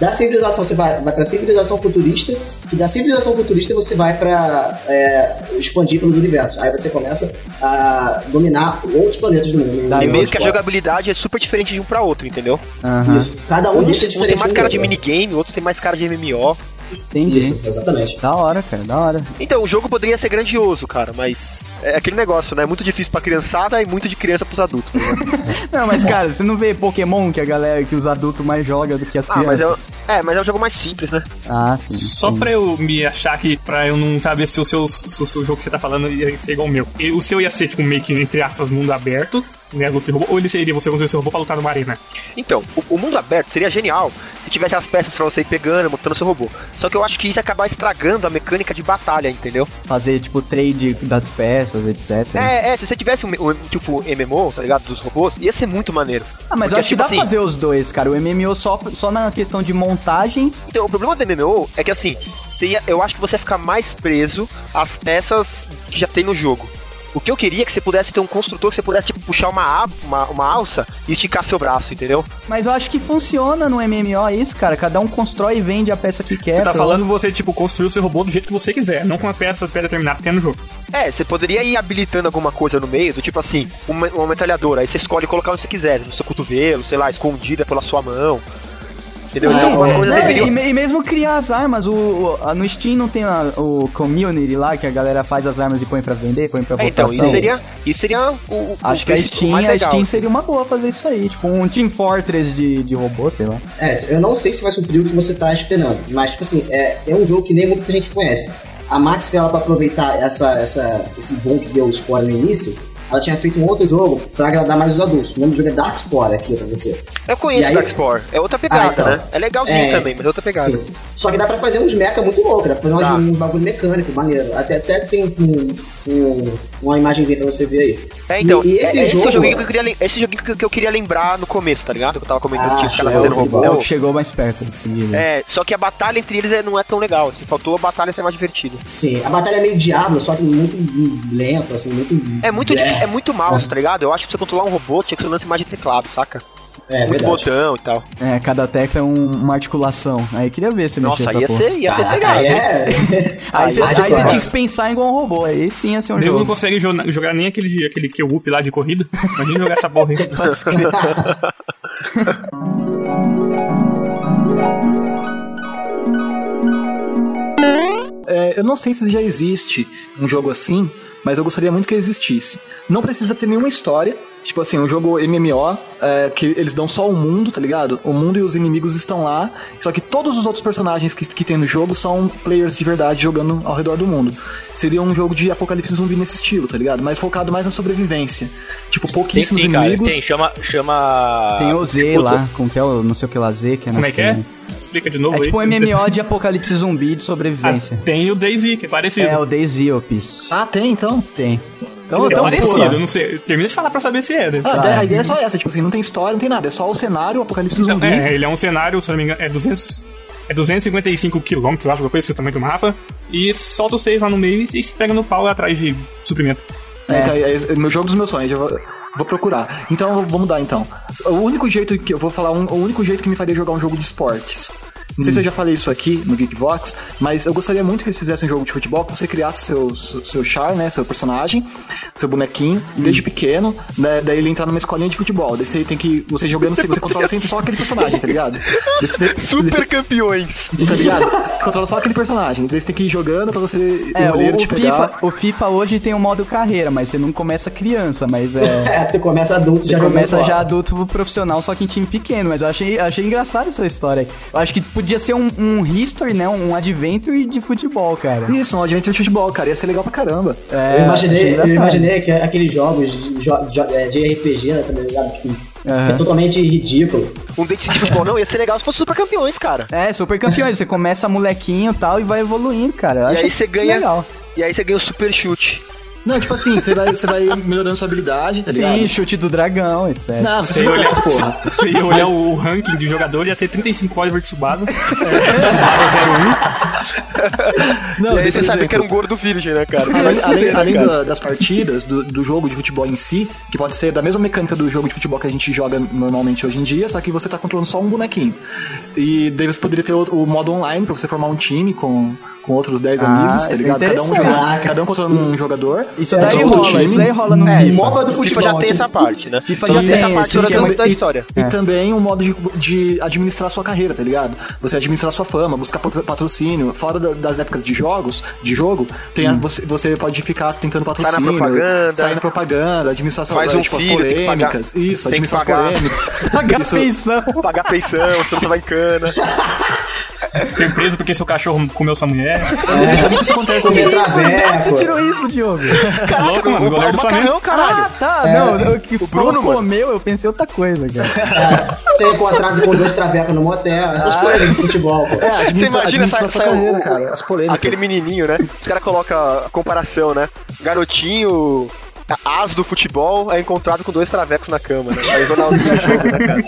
S3: Da civilização você vai, vai pra civilização futurista, e da civilização futurista você vai pra é, expandir pelos universos. Aí você começa a dominar outros planetas do mundo.
S1: Daí
S5: E
S1: Eu
S5: mesmo que a
S3: Fora.
S5: jogabilidade é super diferente de um pra outro, entendeu?
S1: Aham,
S3: Isso. Cada um,
S5: Um,
S3: disso é
S5: um
S3: diferente.
S5: tem mais
S3: do
S5: cara de
S3: outro.
S5: minigame, o outro tem mais cara de MMO.
S1: entendi.
S3: Isso, exatamente.
S1: Da hora, cara, da hora.
S5: Então, o jogo poderia ser grandioso, cara, mas é aquele negócio, né? É muito difícil pra criançada e muito de criança pros adultos. tá ligado?
S1: Não, mas cara, você não vê Pokémon que a galera, que os adultos mais jogam do que as
S5: ah, mas é,
S1: crianças?
S5: o- é, mas é um jogo mais simples, né?
S1: Ah, sim.
S4: Só
S1: sim.
S4: pra eu me achar que, pra eu não saber se o seu, se o seu jogo que você tá falando ia ser igual ao meu. E o seu ia ser, tipo, meio que, entre aspas, mundo aberto, né, luta de robô, ou ele seria você construir seu robô pra lutar numa arena?
S5: Então, o, o mundo aberto seria genial se tivesse as peças pra você ir pegando, montando seu robô. Só que eu acho que isso ia acabar estragando a mecânica de batalha, entendeu?
S1: Fazer, tipo, trade das peças, etc. Ah,
S5: É, é, se você tivesse um, um tipo MMO, tá ligado? Dos robôs, ia ser muito maneiro.
S1: Ah, mas
S5: Porque,
S1: eu acho que
S5: tipo
S1: dá
S5: assim,
S1: pra fazer os dois, cara. O MMO só, só na questão de montagem.
S5: Então, o problema do MMO é que assim, você ia- eu acho que você ia ficar mais preso às peças que já tem no jogo. O que eu queria é que você pudesse ter um construtor que você pudesse tipo, puxar uma, a- uma, uma alça e esticar seu braço, entendeu?
S1: Mas eu acho que funciona no MMO isso, cara. Cada um constrói e vende a peça que quer.
S4: Você tá
S1: pra-
S4: falando você, tipo, construir o seu robô do jeito que você quiser, não com as peças pré-determinadas que tem no jogo.
S1: Tá
S5: É, você poderia ir habilitando alguma coisa no meio, do tipo assim, uma, uma metralhadora, aí você escolhe colocar onde você quiser, no seu cotovelo, sei lá, escondida pela sua mão. Entendeu?
S3: Ah,
S5: então, umas
S3: é.
S5: coisas
S1: É,
S5: deveriam.
S1: e, me- e mesmo criar as armas, o, o- a- no Steam não tem a- o community lá que a galera faz as armas e põe pra vender, põe pra
S5: É, então,
S1: votação.
S5: isso seria, isso seria o, o-
S1: Acho
S5: o
S1: que
S3: é
S1: a
S5: princípio
S1: Steam,
S5: mais
S1: a
S5: legal. assim.
S1: Steam seria uma boa fazer isso aí, tipo um Team Fortress de, de robô, sei lá.
S3: É, eu não sei se vai suprir o que você tá esperando, mas, tipo assim, é, é um jogo que nem muita gente conhece. A Max, ela, pra aproveitar essa, essa, esse bom que deu o spoiler no início, ela tinha feito um outro jogo pra agradar mais os adultos. O nome do jogo é Dark Spore aqui pra você.
S5: Eu
S3: E
S5: conheço
S3: aí-
S5: Dark Spore, é outra pegada,
S3: Ah, então.
S5: né? É legalzinho
S3: É.
S5: também, mas é outra pegada.
S3: Sim. Só que dá pra fazer uns mecha muito louco, dá pra fazer
S5: Dá.
S3: um bagulho mecânico, maneiro. Até, até tem um- um- uma imagenzinha pra você ver aí.
S5: É, então,
S3: E- e esse
S5: é- é
S3: jogo-
S5: esse joguinho que eu queria, lem- esse joguinho que eu- que eu queria lembrar no começo, tá ligado? Que eu tava comentando
S3: Ah,
S5: que os caras
S3: show,
S5: fazendo
S3: show.
S1: É o
S5: robô.
S1: que chegou mais perto de seguir. né?
S5: É, só que a batalha entre eles é- não é tão legal, assim, faltou a batalha ser mais divertida.
S3: Sim, a batalha é meio diabo, só que muito lento, assim, muito.
S5: É muito, de-
S3: É,
S5: é muito mouse, tá ligado? Eu acho que pra você controlar um robô tinha que ser um lance mais de teclado, saca?
S3: é
S5: muito
S3: verdade.
S5: botão e tal.
S1: É, cada tecla é um- uma articulação. Aí queria ver se mexer
S5: Nossa,
S1: essa
S5: ia
S1: porra.
S5: ser, ia ser né?
S3: Caraca,
S5: pegado.
S1: né?
S5: hein?
S3: é.
S1: Aí você
S3: Ah,
S1: aí você
S3: claro.
S1: tinha que pensar igual um robô, aí sim ia ser um
S4: Eu não
S1: jogo.
S4: consegue jo- jogar nem aquele, aquele que up lá de corrida. Imagina jogar essa porra aí.
S6: É, eu não sei se já existe um jogo assim, mas eu gostaria muito que existisse. Não precisa ter nenhuma história. Tipo assim, um jogo MMO, é, que eles dão só o mundo, tá ligado? O mundo e os inimigos estão lá. Só que todos os outros personagens que, que tem no jogo são players de verdade jogando ao redor do mundo. Seria um jogo de apocalipse zumbi nesse estilo, tá ligado? Mas focado mais na sobrevivência. Tipo,
S2: Tem
S6: pouquíssimos
S2: sim, cara.
S6: inimigos.
S2: Tem, chama. chama...
S1: Tem o Z
S2: tipo,
S1: lá, como que é o não sei o que lá Z, que é
S4: Como é
S1: mais
S4: que é? Explica de novo
S1: É
S4: aí. Ah,
S1: tipo um MMO de apocalipse zumbi de sobrevivência.
S4: Tem o Daisy, que é parecido.
S1: é, o Daisy Opis.
S6: Ah, tem então?
S1: Tem. Então,
S4: É
S1: então
S4: parecido,
S1: pula.
S4: eu não sei. Termina de falar pra saber se é, né?
S6: Ah, a ideia é
S2: Então,
S6: só essa, tipo assim, não tem história, não tem nada, é só o cenário, o apocalipse
S4: Não,
S6: zumbi.
S4: é, ele é um cenário, se eu não me engano, é 200. É 255 quilômetros, eu acho, alguma coisa, assim, o tamanho do mapa. E solta os seis lá no meio e, e se pega no pau atrás de suprimento.
S6: É. Então, é esse- é o meu jogo dos meus sonhos. Eu vou, vou procurar. Então, eu vou mudar então. O único jeito que eu vou falar, um- o único jeito que me faria jogar um jogo de esportes. Não sei se
S1: Hum.
S6: eu já falei isso aqui no Geekbox, mas eu gostaria muito que eles fizessem um jogo de futebol que você criasse seu, seu, seu char, né? Seu personagem, seu bonequinho,
S1: Hum.
S6: desde pequeno, né, daí ele entrar numa escolinha de futebol. Daí você tem que. Você jogando, você, você controla sempre só aquele personagem, tá ligado? Daí você
S3: é.
S6: tem-
S5: Super campeões.
S6: Tá ligado? Você controla só aquele personagem. Daí você tem que ir jogando pra você.
S4: um
S1: É,
S6: goleiro
S1: o,
S6: te pegar.
S1: FIFA, o FIFA hoje tem um modo carreira, mas você não começa criança, mas é.
S3: É, tu começa adulto,
S1: Você começa
S3: jogando
S1: já
S3: bola.
S1: adulto pro profissional, só que em time pequeno, mas eu achei, achei engraçada essa história. aí. Eu acho que podia ser um, um history, né? Um adventure de futebol, cara.
S6: Isso, um adventure de futebol, cara. Ia ser legal pra caramba.
S1: É,
S3: Eu imaginei, eu
S1: achei engraçado.
S3: imaginei que aqueles jogos de, jo- de- é, de RPG, né, também, ligado? Tipo, que é totalmente ridículo.
S5: Um date de futebol não ia ser legal se fosse super campeões, cara.
S1: É, super campeões. Você começa molequinho e tal e vai evoluindo, cara. Eu
S5: E
S1: acho
S5: aí você ganha. tá
S1: Legal.
S5: E aí você ganha o super chute.
S6: Não, tipo assim, você vai, você vai melhorando sua habilidade, tá ligado?
S1: Sim, chute do dragão, etc.
S6: Não, você
S4: Se
S6: fica
S4: eu
S6: com
S4: olhar,
S6: essas porra.
S4: se eu olhar o o ranking de jogador, ia ter 35 Oliver de Tsubasa.
S6: Não,
S5: e aí
S6: daí,
S5: você
S6: por
S5: sabe
S6: exemplo,
S5: que era um gordo virgem, né, cara?
S6: Além, além- além da- das partidas, do, do jogo de futebol em si, que pode ser da mesma mecânica do jogo de futebol que a gente joga normalmente hoje em dia, só que você tá controlando só um bonequinho. E daí você poderia ter o, o modo online pra você formar um time com, com outros 10 amigos, tá ligado? Cada
S1: Ah, é
S6: um,
S1: interessante.
S6: jogando, cada um controlando um jogador.
S1: Isso
S6: É,
S1: daí
S6: outro
S1: rola,
S6: time.
S1: isso daí rola no
S5: É,
S1: FIFA.
S3: MOBA do
S5: FIFA
S3: futebol.
S5: já tem
S3: tipo,
S5: essa parte, né?
S1: FIFA
S5: já
S1: já
S5: tem essa
S1: tem
S5: parte
S1: esse
S5: durante
S1: esquema.
S5: muito da história.
S6: E também um modo de, de administrar sua carreira, tá ligado? Você administrar sua fama, buscar patro- patrocínio. Fora da- das épocas de jogos, de jogo, tem a- você, você pode ficar tentando patrocínio.
S5: propaganda.
S6: sair na propaganda, administrar sua,
S5: Faz um
S6: tipo,
S5: filho,
S6: as
S5: tem que pagar.
S6: polêmicas. Isso,
S5: Tem que
S6: administrar as
S5: pagar.
S6: polêmicas.
S1: Pagar
S6: Isso-
S1: pensão.
S5: Pagar pensão, você não só vai em cana.
S4: Ser preso porque seu cachorro comeu sua mulher.
S6: Geralmente isso acontece
S3: comer
S6: mesmo.
S1: Onde é que
S3: traveco.
S1: você tirou isso, Diogo?
S4: Louco, mano, o goleiro do Flamengo.
S1: Ah, tá.
S3: É.
S1: Não, o que o
S5: Bruno, mano.
S1: comeu, eu pensei outra coisa, cara.
S3: Ser encontrado com dois travecos no motel,
S1: Ah.
S3: essas coisas de futebol, pô.
S6: É, administra,
S5: Você imagina,
S6: administrar
S5: sai-
S6: sua
S5: sai o-
S6: carreira, cara. As polêmicas.
S5: Aquele menininho, né? Os caras colocam a comparação, né? Garotinho, a- as do futebol, é encontrado com dois travecos na cama, né? Aí o jornalzinho do jogo, né, cara?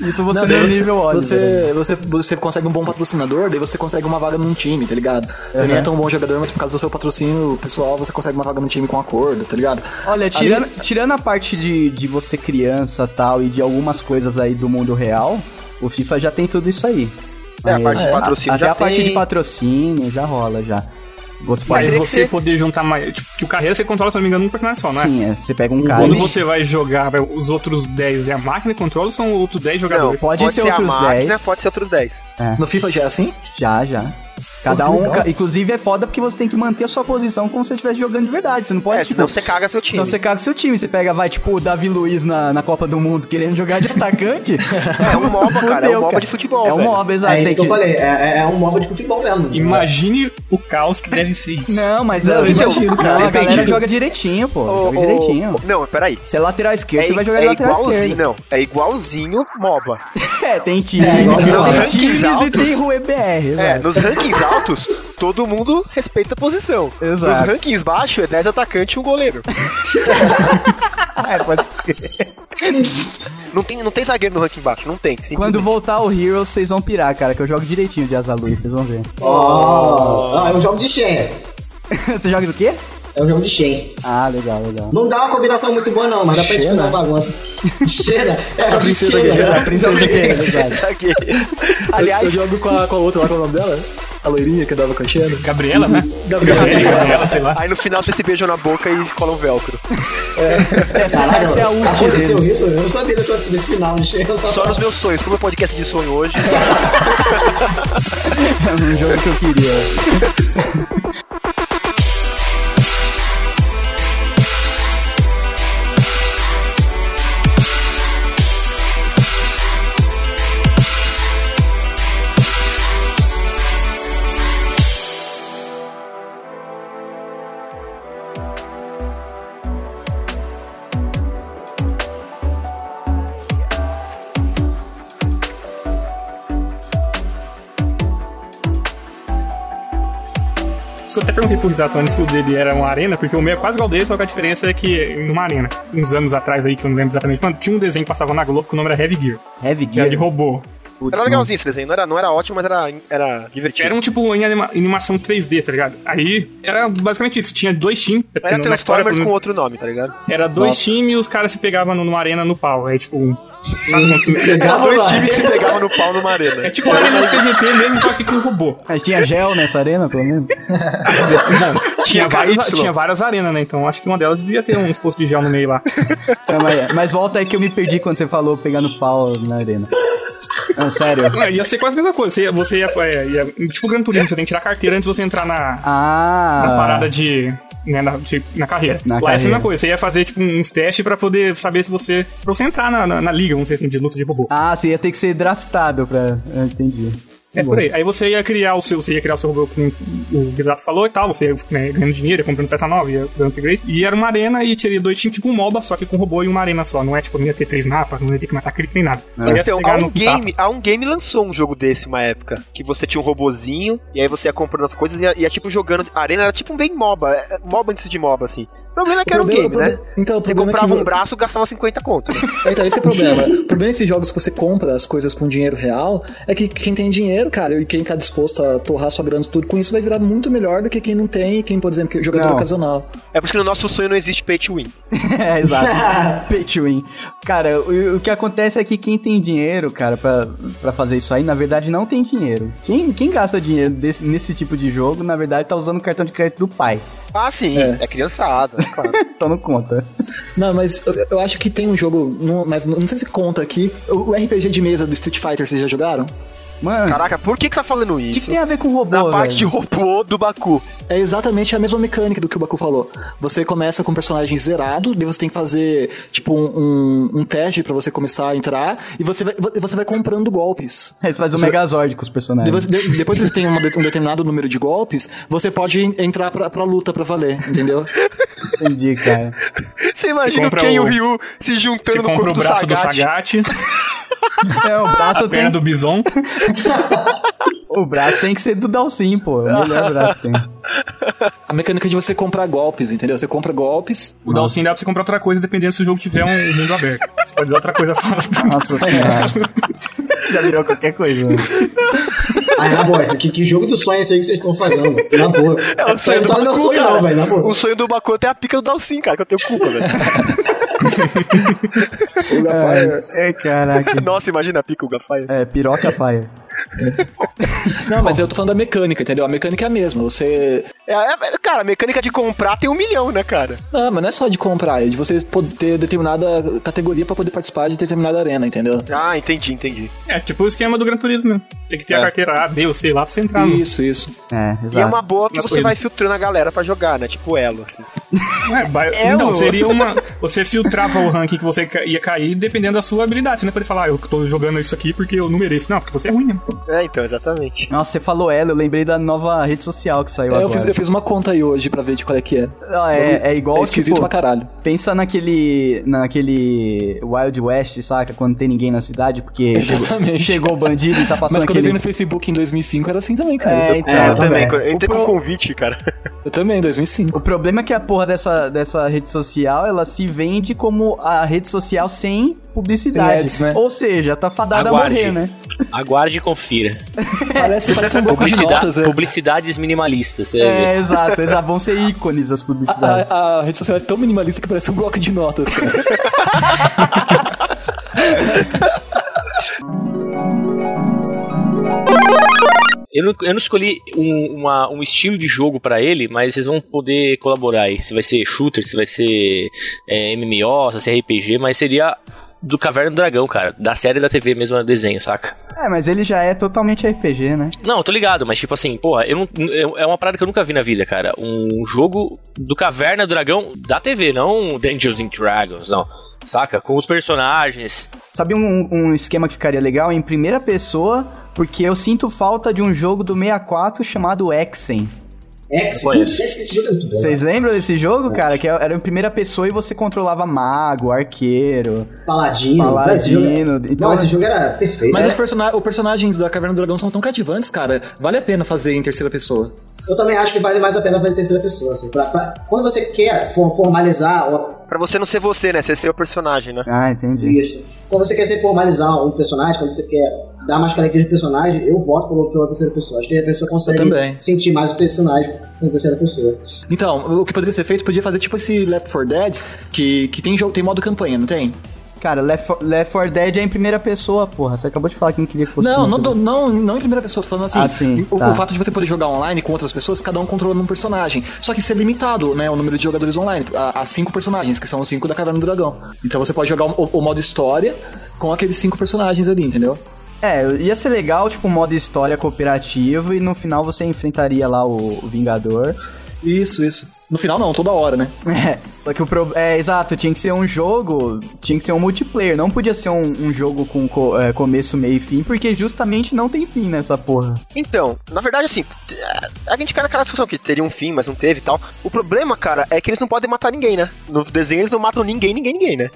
S1: Isso você
S6: daí
S1: não nível óleo.
S6: você, você, você consegue um bom patrocinador, daí você consegue uma vaga num time, tá ligado? Você
S5: Uhum.
S6: nem é tão bom jogador, mas por causa do seu patrocínio pessoal, você consegue uma vaga num time com acordo, tá ligado?
S1: Olha, tirando, tirando a parte de, de você criança tal e de algumas coisas aí do mundo real, o FIFA já tem tudo isso aí.
S5: É, a
S1: Aí,
S5: parte de patrocínio
S1: Até
S5: já
S1: a parte
S5: tem.
S1: de patrocínio já rola já. Você
S4: Mas
S1: pode.
S5: teria que
S4: você
S5: ser-
S4: poder juntar mais. Tipo, que o carreira você controla, se não me engano, um personagem só,
S5: né?
S4: não é?
S1: Sim, é, você pega um cara.
S4: Quando
S1: e-
S4: você vai jogar, vai- os outros 10 é a máquina que controla ou são outros 10
S5: Não,
S4: jogadores?
S1: pode ser outros
S5: a máquina,
S1: 10.
S5: Pode ser outros 10.
S6: No FIFA já é assim?
S1: Já, já. Cada
S6: Pô, que
S1: um.
S6: legal.
S1: ca- Inclusive é foda porque você tem que manter a sua posição como se você estivesse jogando de verdade. Você não pode,
S5: É,
S1: tipo,
S5: senão você caga seu time.
S1: Então você caga o seu time, você pega, vai, tipo, o Davi Luiz na, na Copa do Mundo querendo jogar de atacante.
S5: É um MOBA, cara, é um
S1: Fudeu,
S5: MOBA de futebol,
S1: É um
S5: velho.
S1: MOBA,
S6: Tá,
S1: exato.
S3: É
S1: tem
S3: isso que eu
S1: que-
S3: falei, é, é- é um MOBA de futebol mesmo. sabe?
S4: Imagine o caos que deve ser isso.
S1: Não, mas
S5: Não,
S1: não,
S5: então, cara,
S1: não, a galera
S5: entendi.
S1: joga direitinho, pô.
S5: Ô,
S1: joga
S5: ô,
S1: direitinho.
S5: ô, Não, peraí.
S1: Se é lateral esquerdo,
S5: É,
S1: você vai jogar
S5: é
S1: de lateral
S5: igualzinho,
S1: esquerdo.
S5: não. É igualzinho MOBA.
S1: É, tem time,
S5: igualzinho.
S1: tem
S5: Rankings
S1: times e
S5: altos.
S1: tem RueBR,
S5: É,
S1: velho.
S5: nos rankings altos, todo mundo respeita a posição.
S1: Exato.
S5: Nos rankings baixos, é 10 atacante e um goleiro.
S1: É, pode ser.
S5: Não tem, não tem zagueiro no ranking baixo, não tem. Sim.
S1: Quando voltar o Hero, vocês vão pirar, cara, que eu jogo direitinho de Asa Luz, vocês vão ver.
S3: Ó,
S1: Oh.
S3: ó, é um jogo de Shen.
S1: Você joga do quê?
S3: É um jogo de Shen.
S1: Ah, legal, legal.
S3: Não dá uma combinação muito boa, não, mas dá pra gente fazer uma bagunça. Xena? É, a princesa
S1: né? A princesa guerreira, exato.
S5: Zagueiro.
S6: Aliás, eu
S5: Aliás,
S6: jogo com a, com a outra lá, qual é o nome dela? A loirinha que dava com a Xena.
S4: Gabriela, né?
S6: Gabriela.
S4: Gabriela, sei lá.
S5: aí no final vocês se beijam na boca e colam velcro.
S1: Essa,
S3: Caralho,
S1: essa é a última.
S3: aconteceu
S1: deles.
S3: isso? Eu não sabia dessa- desse final de Xena.
S5: Só nos meus sonhos, como é podcast de sonho hoje.
S1: É um jogo que eu queria.
S4: Isso que eu até perguntei pro Risato antes se o dele era uma arena, porque o meu é quase igual ao dele, só que a diferença é que numa arena, uns anos atrás aí, que eu não lembro exatamente quando, tinha um desenho que passava na Globo que o nome era Heavy Gear,
S1: Heavy
S4: que era
S1: Gear.
S4: de robô.
S5: Era legalzinho esse desenho, não era, não era ótimo, mas era, era divertido.
S4: Era um tipo em anima- animação 3D, tá ligado? Aí era basicamente isso. Tinha dois times.
S5: Era
S4: na
S5: Transformers
S4: pelo
S5: com
S4: menos.
S5: outro nome, tá ligado?
S4: Era dois
S5: Nossa.
S4: times e os caras se pegavam numa arena no pau. Aí, tipo. um- Sabe,
S5: Era dois times que se pegavam no pau numa arena.
S4: é tipo uma arena de PVP mesmo, só que com robô.
S1: Mas tinha gel nessa arena, pelo menos?
S4: Tinha várias,
S5: KY.
S4: tinha várias arenas, né? Então acho que uma delas devia ter um exposto de gel no meio lá.
S1: Não, mas, mas volta aí que eu me perdi quando você falou pegar no pau na arena. Não, sério.
S4: Não, É, ia ser quase a mesma coisa. Você, ia- você ia, é, ia- Tipo Gran Turismo, você tem que tirar a carteira antes de você entrar na,
S1: Ah.
S4: na parada de. Né, na, de- na carreira.
S1: Na
S4: Lá é a
S1: carreira.
S4: mesma coisa. Você ia fazer tipo, uns testes pra poder saber se você. Pra você entrar na, na, na liga, vamos dizer assim, de luta de robô.
S1: Ah, você ia ter que ser draftado pra. Eu entendi.
S4: É
S1: tá
S4: por aí. Aí você ia criar o seu, você ia criar o seu robô que nem o Guizato falou e tal, você ia né, ganhando dinheiro, ia comprando peça nova, ia dando upgrade. E era uma arena e teria dois times, tipo um MOBA, só que com robô e uma arena só. Não é tipo, não ia ter três mapas, não ia ter que matar aquele nem nada.
S1: Ah.
S4: Só ia se
S5: Então,
S4: pegar
S5: a
S4: no
S5: um,
S4: tapa.
S5: game, a um game lançou um jogo desse uma época. Que você tinha um robozinho, e aí você ia comprando as coisas e ia, ia, tipo jogando. A arena era tipo um bem MOBA. é, MOBA antes de MOBA, assim. O problema é que era um
S6: problema-
S5: game,
S6: o
S5: né?
S6: proble- Então, o
S5: Você
S6: problema é que
S5: comprava
S6: vo-
S5: um braço gastava 50 conto. né?
S6: Então, esse é o problema. O problema desses jogos que você compra as coisas com dinheiro real é que quem tem dinheiro, cara, e quem tá disposto a torrar sua grana e tudo com isso vai virar muito melhor do que quem não tem e quem, por exemplo, que é jogador
S1: Não.
S6: ocasional.
S5: É porque no nosso sonho não existe pay to win.
S1: É, exato. Pay to win. Cara, o, o que acontece é que quem tem dinheiro, cara, pra, pra fazer isso aí, na verdade não tem dinheiro. Quem, quem gasta dinheiro desse- nesse tipo de jogo, na verdade tá usando o cartão de crédito do pai.
S5: Ah, sim, é, criançada, claro.
S1: Então não conta.
S6: Não, mas eu, eu acho que tem um jogo, não- mas não sei se conta aqui. O o RPG de mesa do Street Fighter, vocês já jogaram?
S1: Mano, o
S5: Caraca, por que, que você tá falando
S1: que,
S5: isso?
S1: que tem a ver com robô,
S5: Na parte de
S1: velho?
S5: robô do Baku.
S6: É exatamente a mesma mecânica do que o Baku falou. Você começa com um personagem zerado, daí você tem que fazer, tipo, um, um- um teste pra você começar a entrar, e você vai, vo- você vai comprando golpes.
S1: Aí você faz o
S6: Você-
S1: um Megazord com os
S3: É.
S1: personagens.
S6: Depois, de- depois que você tem uma de- um determinado número de golpes, você pode en- entrar pra, pra luta pra valer, entendeu?
S1: Entendi, cara.
S5: Você imagina o
S4: compra
S5: Ken e o
S4: o-
S5: Ryu se
S4: Você
S5: juntando no
S4: compra
S5: corpo
S4: o braço
S5: do
S4: do
S5: Sagat.
S4: Sagat,
S1: É, o braço
S4: a perna
S1: tem.
S4: do Bison.
S1: O braço tem que ser do Dalsim, pô. É O melhor braço que tem.
S6: A mecânica de você comprar golpes, entendeu? Você compra golpes.
S4: O Dalsin dá pra você comprar outra coisa, dependendo se o jogo tiver um mundo aberto. Você pode usar outra coisa fora também.
S1: Nossa senhora. Já virou qualquer coisa. né?
S3: Ai, Ah, na boa, esse- que, que jogo do sonho é esse aí que vocês estão fazendo? Na boa.
S5: É o sonho do
S3: Não tá no meu
S5: Baku,
S3: sonho, não, velho, na
S5: cara.
S3: boa.
S5: O sonho do Baku até a pica do Dalsin, cara, que eu tenho culpa, velho.
S6: O Gafar-
S1: É, caraca.
S5: Nossa, imagina a pica o Gafai.
S1: É, piroca fire.
S6: Não, mas eu tô falando da mecânica, entendeu? A mecânica é a mesma. Você.
S5: É, é- cara, a mecânica de comprar tem um milhão, né, cara?
S6: Não, mas não é só de comprar, é de você poder ter determinada categoria pra poder participar de determinada arena, entendeu?
S5: Ah, entendi, entendi.
S4: É tipo o esquema do Gran Turismo mesmo. Tem que ter a carteira A, B ou C lá pra você entrar
S1: Tá.
S4: no.
S6: Isso, isso.
S1: É,
S5: E é uma
S1: exato.
S5: boa que
S4: Mas
S5: você
S4: corrida.
S5: vai filtrando a galera pra jogar, né? Tipo elo, assim.
S4: É, ba-
S1: É,
S4: então,
S1: o-
S4: seria uma. Você filtrava o ranking que você ca- ia cair dependendo da sua habilidade. Você não pode falar, ah, eu tô jogando isso aqui porque eu não mereço. Não, porque você é ruim, né?
S5: É, então, exatamente.
S1: Nossa, você falou ela, eu lembrei da nova rede social que saiu
S6: É, eu,
S1: agora.
S6: fiz, eu fiz uma conta aí hoje pra ver de qual é que é.
S1: Ah, é, é igual,
S6: é esquisito
S1: tipo,
S6: pra caralho.
S1: pensa naquele, naquele Wild West, saca? Quando tem ninguém na cidade, porque chegou,
S6: Exatamente.
S1: chegou o bandido e tá passando
S6: Mas quando eu vi
S1: aquele...
S6: no Facebook em 2005 era assim também, cara.
S1: É,
S6: eu,
S1: então,
S5: É, eu
S1: tá
S5: também.
S1: bem.
S5: Eu entrei com um convite, cara.
S6: eu também, 2005.
S1: O problema é que a porra dessa, dessa rede social, ela se vende como a rede social sem publicidade.
S6: Sem ads, né?
S1: Ou seja, tá fadada
S2: Aguarde.
S1: a morrer, né?
S2: Aguarde e confira.
S6: Parece, parece um pouco de
S2: Publicida-
S6: notas, é.
S2: Publicidades minimalistas, você vai ver.
S1: É, exato, exato. Vão ser ícones as publicidades.
S6: A, a rede social é tão minimalista que parece um bloco de notas. cara.
S2: Eu não, eu não escolhi um, uma- um estilo de jogo pra ele, mas vocês vão poder colaborar aí. Se vai ser shooter, se vai ser é, MMO, se vai ser RPG, mas seria do Caverna do Dragão, cara. Da série da TV mesmo, era desenho, saca?
S6: Ah,
S1: É, mas ele já é totalmente RPG, né?
S2: Não, eu tô ligado, mas tipo assim, porra, eu não, eu- é uma parada que eu nunca vi na vida, cara. Um jogo do Caverna do Dragão da TV, não Dungeons and Dragons, não. Saca? Com os personagens.
S1: Sabe um, um esquema que ficaria legal? Em primeira pessoa, porque eu sinto falta de um jogo do 64 chamado Exen.
S3: É, que esse- esse esse jogo é muito bom.
S1: Vocês lembram desse jogo, cara? Que é- era em primeira pessoa e você controlava mago, arqueiro.
S3: Paladino.
S1: Paladino,
S3: né, esse jogo-
S1: então-
S3: Não, esse jogo era perfeito.
S6: Mas
S3: né?
S6: os, persona os personagens da Caverna do Dragão são tão cativantes, cara. Vale a pena fazer em terceira pessoa.
S3: Eu também acho que vale mais a pena fazer terceira pessoa. Assim, pra- pra- quando você quer for- formalizar ó,
S5: Pra você não ser você, né? Você ser o personagem, né?
S1: Ah, entendi.
S3: Isso. Quando você quer se formalizar um personagem, quando você quer dar mais características pro personagem, eu voto pelo- pela terceira pessoa. Acho que a pessoa
S6: também.
S3: consegue sentir mais o personagem sendo terceira pessoa.
S6: Então, o que poderia ser feito, podia fazer tipo esse Left 4 Dead, que, que tem jogo, tem modo campanha, não tem?
S1: Cara, Left 4 Left 4 Dead é em primeira pessoa, porra. Você acabou de falar que não queria que fosse.
S6: Não, não,
S1: primeira
S6: tô- não, não em primeira pessoa, tô falando assim.
S1: Ah, sim,
S6: o,
S1: tá.
S6: o fato de você poder jogar online com outras pessoas, cada um controlando um personagem. Só que isso é limitado, né? O número de jogadores online. A, a cinco personagens, que são os cinco da Caverna do Dragão. Então você pode jogar o, o modo história com aqueles cinco personagens ali, entendeu?
S1: É, ia ser legal, tipo, um modo história cooperativo e no final você enfrentaria lá o, o Vingador.
S6: Isso, isso. No final não, toda hora, né?
S1: É, só que o pro... É, exato, tinha que ser um jogo, tinha que ser um multiplayer, não podia ser um, um jogo com co- é, começo, meio e fim, porque justamente não tem fim nessa porra.
S5: Então, na verdade, assim, a gente cai naquela discussão que teria um fim, mas não teve e tal. O problema, cara, é que eles não podem matar ninguém, né? No desenho eles não matam ninguém, ninguém, ninguém, né?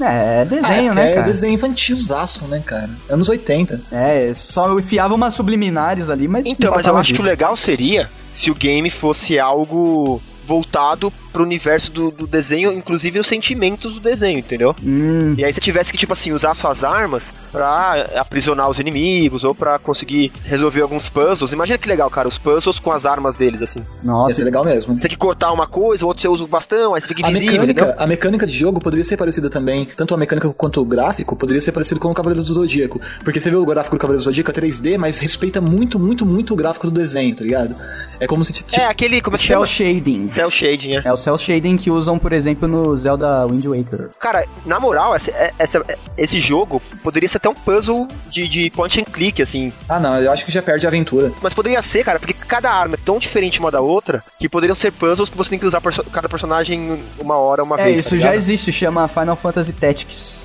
S1: É, é desenho,
S6: é,
S1: né,
S6: é
S1: cara?
S6: desenho infantilzaço, né, cara? Anos 80.
S1: É, só enfiava umas subliminares ali, mas.
S5: Então,
S1: não
S5: mas eu
S1: passava
S5: acho que o
S1: disso.
S5: legal seria se o game fosse algo voltado pro universo do, do desenho, inclusive os sentimentos do desenho, entendeu?
S1: Hum,
S5: E aí você tivesse que, tipo assim, usar suas armas pra aprisionar os inimigos ou pra conseguir resolver alguns puzzles. Imagina que legal, cara, os puzzles com as armas deles, assim.
S6: Ia
S1: nossa,
S6: ser legal mesmo.
S5: Você tem que cortar uma coisa, o outro você usa o bastão, aí você fica
S6: A
S5: invisível, entendeu?
S6: mecânica, a mecânica de jogo poderia ser parecida também, tanto a mecânica quanto o gráfico, poderia ser parecido com o Cavaleiros do Zodíaco. Porque você vê o gráfico do Cavaleiros do Zodíaco é 3D, mas respeita muito, muito, muito o gráfico do desenho, tá ligado? É como se. ti- ti-
S5: É, aquele, como é que
S1: cel
S5: chama?
S1: shading.
S5: Cell Shading, é.
S1: É o cel shading que usam, por exemplo, no Zelda Wind Waker.
S5: Cara, na moral, essa- é- essa- é- esse jogo poderia ser até um puzzle de, de point and click, assim.
S6: Ah, não, eu acho que já perde a aventura.
S5: Mas poderia ser, cara, porque cada arma é tão diferente uma da outra que poderiam ser puzzles que você tem que usar perso- cada personagem uma hora, uma
S1: É,
S5: vez.
S1: isso
S5: tá
S1: já
S5: ligado?
S1: existe, chama Final Fantasy Tactics.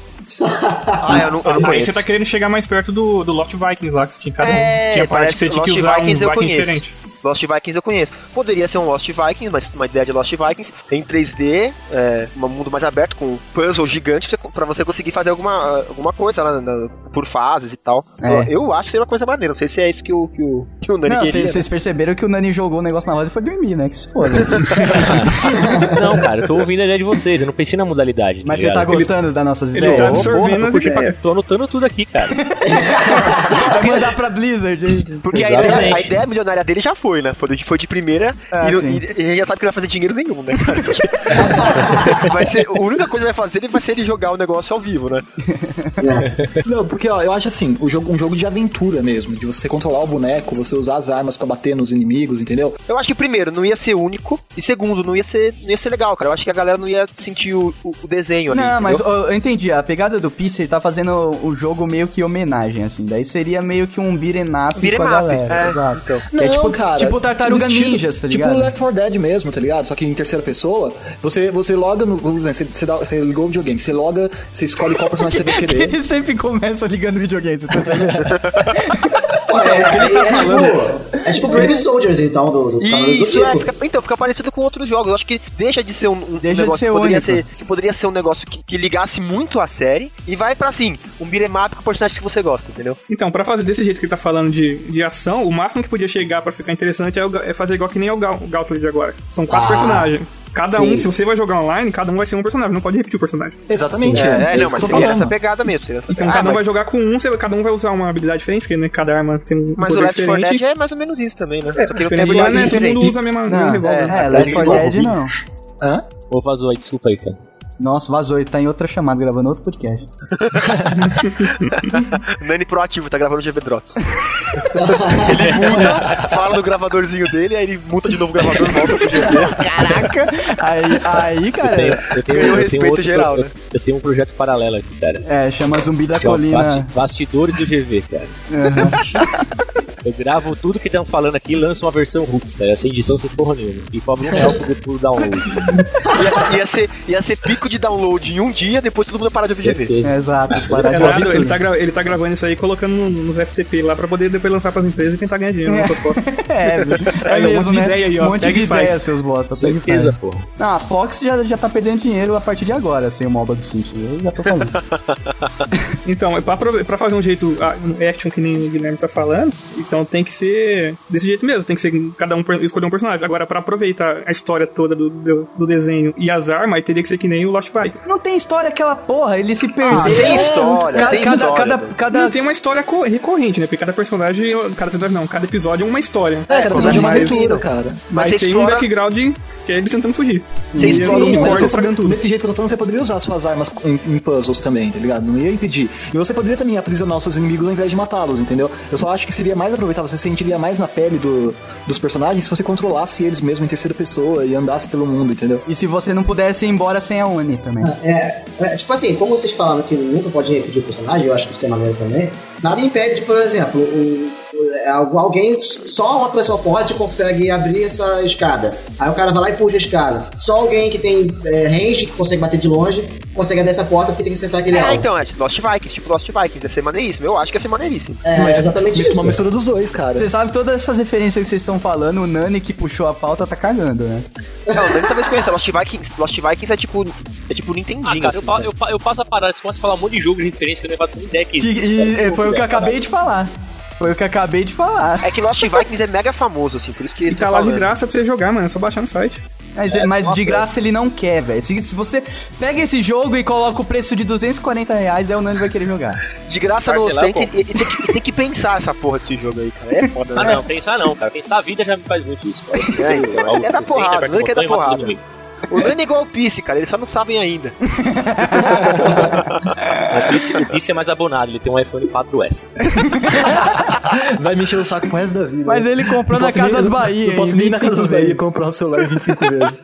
S5: Ah, eu não, eu não
S4: Aí
S5: conheço.
S4: você tá querendo chegar mais perto do, do Loft Vikings lá, que tinha cada
S5: É,
S4: um. Tinha parte
S5: parece
S4: que você tinha que
S5: Lost
S4: usar
S5: Vikings eu
S4: um Viking
S5: conheço.
S4: diferente.
S5: Lost Vikings eu conheço. Poderia ser um Lost Vikings, mas uma ideia de Lost Vikings em 3D, é, um mundo mais aberto, com um puzzle gigante pra você- pra você conseguir fazer alguma, alguma coisa lá na- na- por fases e tal.
S1: É.
S5: Eu, eu acho que seria uma coisa maneira. Não sei se é isso que o, que o, que o Nani
S1: Não,
S5: queria. né?
S1: vocês vocês perceberam que o Nani jogou o negócio na roda e foi dormir, né? Que se foda.
S2: Não, cara, eu tô ouvindo a ideia de vocês, eu não pensei na modalidade.
S1: Mas você
S2: ligado?
S1: tá gostando das nossas
S4: ele
S1: ideias?
S4: tá
S2: Ô,
S1: Vamos
S4: absorvendo
S6: né?
S2: porra,
S4: as
S2: curti pra-
S4: ideias.
S2: Tô anotando tudo aqui, cara.
S1: mandar pra Blizzard, gente.
S5: Porque a
S2: Exatamente.
S5: ideia, a ideia milionária dele já foi, né? Foi de, foi de primeira
S1: Ah,
S5: e, não-
S1: sim.
S5: e- e ele já sabe que não vai fazer dinheiro nenhum, né? vai ser, a única coisa que vai fazer ele vai ser ele jogar o negócio ao vivo, né?
S6: Não, porque ó, eu acho assim, o jogo, um jogo de aventura mesmo, de você controlar o boneco, você usar as armas pra bater nos inimigos, entendeu?
S5: Eu acho que primeiro, não ia ser único, e segundo, não ia ser, não ia ser legal, cara. Eu acho que a galera não ia sentir o, o- o desenho ali.
S1: Não, mas
S5: entendeu?
S1: ó, eu entendi. A pegada do Peace, ele tá fazendo o jogo meio que homenagem, assim. Daí seria meio que um beat'em up
S5: Beat'em
S1: com a
S5: up,
S1: galera.
S5: é.
S1: Exato.
S6: Não,
S1: é tipo,
S6: cara,
S1: tipo Tartaruga
S6: no estilo-
S1: Ninjas, tá ligado?
S6: Tipo Left 4 Dead mesmo, tá ligado? Só que em terceira pessoa, você, você loga no. né, Você, você, dá, você ligou o videogame, você loga, você escolhe qual personagem você vai querer.
S1: Ele sempre começa ligando videogame, você percebe? Então,
S3: é,
S1: tá
S3: é, tipo, é tipo Brave Soldiers, então, do, do Cavaleiros do
S5: Isso, é,
S3: Zodíaco.
S5: fica- então, fica parecido com outros jogos. Eu acho que deixa de ser um, um
S1: Deixa de
S5: negócio
S1: ser
S5: que, poderia
S1: único.
S5: ser, que poderia ser um negócio que, que ligasse muito a série e vai pra, assim, um biremap com o personagem que você gosta, entendeu?
S4: Então, pra fazer desse jeito que ele tá falando de, de ação, o máximo que podia chegar pra ficar interessante é, o Ga- é fazer igual que nem é o, Gal, o Gauntlet de agora. São quatro
S3: Ah,
S4: personagens. Cada
S3: sim.
S4: um, se você vai jogar online, cada um vai ser um personagem, não pode repetir o personagem.
S6: Exatamente.
S5: É, não,
S6: isso
S5: mas
S6: que eu tô
S5: seria essa
S6: falando.
S5: pegada mesmo. seria essa
S4: Então
S5: pegada.
S4: cada
S5: Ah,
S4: um
S5: mas
S4: vai jogar com um, você- cada um vai usar uma habilidade diferente, porque né, cada arma tem um
S5: mas o
S4: poder
S5: Left 4
S4: diferente.
S5: Dead é mais ou menos isso também, né?
S4: É,
S5: Só que ele tem
S4: diferente lá, né?
S5: habilidades
S4: Todo mundo
S5: diferentes.
S4: usa a mesma, o mesmo né?
S1: Não,
S4: revólver.
S1: é,
S5: É,
S1: Left 4
S5: Left
S1: Dead não.
S6: Hã?
S2: Vou vazou aí, desculpa aí, cara.
S1: Nossa, vazou, ele tá em outra chamada, gravando outro podcast.
S5: Nani proativo, tá gravando GV Drops. ele muda, fala no gravadorzinho dele, aí ele muta de novo o gravador, volta pro GV.
S1: Caraca! Aí, aí
S2: Eu
S1: cara,
S2: tenho, eu tenho,
S5: Eu
S2: eu tenho
S5: respeito
S2: outro-
S5: geral,
S2: eu-
S5: né?
S2: Eu tenho um projeto paralelo aqui, cara.
S1: é, chama Zumbi da
S2: Chama Basti-
S1: Colina.
S2: Bastidores do GV, cara. Eu gravo tudo que estão falando aqui e lanço uma versão Roots, tá? Essa edição sem porra nenhuma. E cobro um real por, por download.
S5: Ia, ia ser, ia ser pico de download em um dia, depois todo mundo parar de ouvir GV.
S1: É,
S2: Certeza.
S1: Exato, parar
S4: É
S1: de ouvir
S4: nada, ele
S1: tudo.
S4: tá, gra- ele tá gravando isso aí e colocando no- nos FTP lá pra poder depois lançar pras empresas e tentar ganhar dinheiro nessas costas.
S1: É, bicho. é,
S4: Olha, um
S1: mesmo,
S4: monte de
S1: né?
S4: ideia aí, ó.
S1: Um monte
S4: Pega
S1: de
S4: e faz.
S1: ideia, seus bosta. Pega e
S2: Certeza,
S1: faz.
S2: porra.
S1: Não, a Fox já, já tá perdendo dinheiro a partir de agora, sem o MOBA do Simpsons. Eu já tô falando.
S4: Então, é pra, aprove- pra fazer um jeito ah, um action que nem o Guilherme tá falando, e Então tem que ser desse jeito mesmo, tem que ser cada um per- escolher um personagem. Agora, pra aproveitar a história toda do, do, do desenho e as armas, teria que ser que nem o Lost Vai.
S1: Não tem história aquela porra, ele se perdeu.
S5: Ah, tem história,
S1: Ca-
S5: tem
S1: É, cada,
S5: história,
S1: cada,
S5: velho.
S1: cada-
S4: Não, tem uma história co- recorrente, né? Porque cada personagem, cada personagem não, cada episódio é uma história.
S6: É, cada episódio é uma
S4: Mas-
S6: aventura, cara.
S4: Mas,
S5: Mas você
S4: tem um
S5: explora-
S4: background que é ele tentando fugir.
S6: Você
S4: E
S6: explora
S4: é um
S6: um
S4: unicórnio
S6: mas
S4: estragando
S6: você,
S4: tudo.
S6: desse jeito que eu tô falando, você poderia usar suas armas em, em puzzles também, tá ligado? Não ia impedir. E você poderia também aprisionar os seus inimigos ao invés de matá-los, entendeu? Eu só acho que seria mais aproveitável, você se sentiria mais na pele do- dos personagens se você controlasse eles mesmo em terceira pessoa e andasse pelo mundo, entendeu?
S1: E se você não pudesse ir embora sem a Uni também.
S3: É, é, tipo assim, como vocês falaram que nunca pode repetir o personagem, eu acho que isso é maneiro também, nada impede de, por exemplo, o- o- é, algu- alguém, só uma pessoa forte consegue abrir essa escada. Aí o cara vai lá e puxa a escada. Só alguém que tem é, range, que consegue bater de longe, consegue abrir essa porta porque tem que sentar aquele
S5: É,
S3: alvo.
S5: então, é Lost Vikings, tipo Lost Vikings, ia ser maneiríssimo. Eu acho que ia ser maneiríssimo.
S3: É, exatamente
S6: Isso é
S3: isso.
S6: uma mistura dos dois, cara.
S1: Você sabe todas essas referências que vocês estão falando, o Nani que puxou a pauta tá cagando, né?
S5: Não, eu talvez conheça. Lost Vikings, Lost Vikings é tipo. É tipo
S2: Ah,
S5: Nintendinho,
S2: cara, eu,
S5: assim.
S2: falo,
S5: né?
S2: eu, fa- eu passo a parada, você começa a falar um monte de jogo de referência que eu não faço nem ideia que
S1: Que-
S2: existe,
S1: e,
S2: cara. Ah,
S1: é, foi o que eu acabei de falar. Foi o que eu acabei de falar.
S5: É que Lost Vikings é mega famoso, assim, por isso que.
S4: E tá lá de graça pra você jogar, mano. É só baixar no site.
S1: Mas,
S5: É,
S1: mas de graça ele não quer, velho. Se, se você pega esse jogo e coloca o preço de 240 reais, daí o Nani vai querer jogar.
S5: De graça no
S2: Parcelar,
S5: ostenta e, e- e tem que- e tem que pensar essa porra desse jogo aí, cara. É foda,
S2: Ah,
S5: né?
S2: não, pensar não. cara. Pensar a vida já me faz muito isso. Cara.
S5: É, então, ele é da
S2: Você senta,
S5: porrada,
S2: aperta
S5: o Nani que é da
S2: botão e mata todo
S5: porrada.
S2: mundo.
S5: O Nani é igual o Pisse, cara, eles só não sabem ainda.
S2: O Pisse- O Pisse é mais abonado, ele tem um iPhone 4S.
S6: Vai mexer o saco pro resto da vida.
S1: Mas ele comprou
S6: Não
S1: na
S6: posso nem-
S1: Casas
S6: eu-
S1: Bahia.
S6: Eu posso
S1: hein,
S6: nem ir na
S1: 25
S6: Casas Bahia e
S1: vezes.
S6: comprar um celular 25 vezes.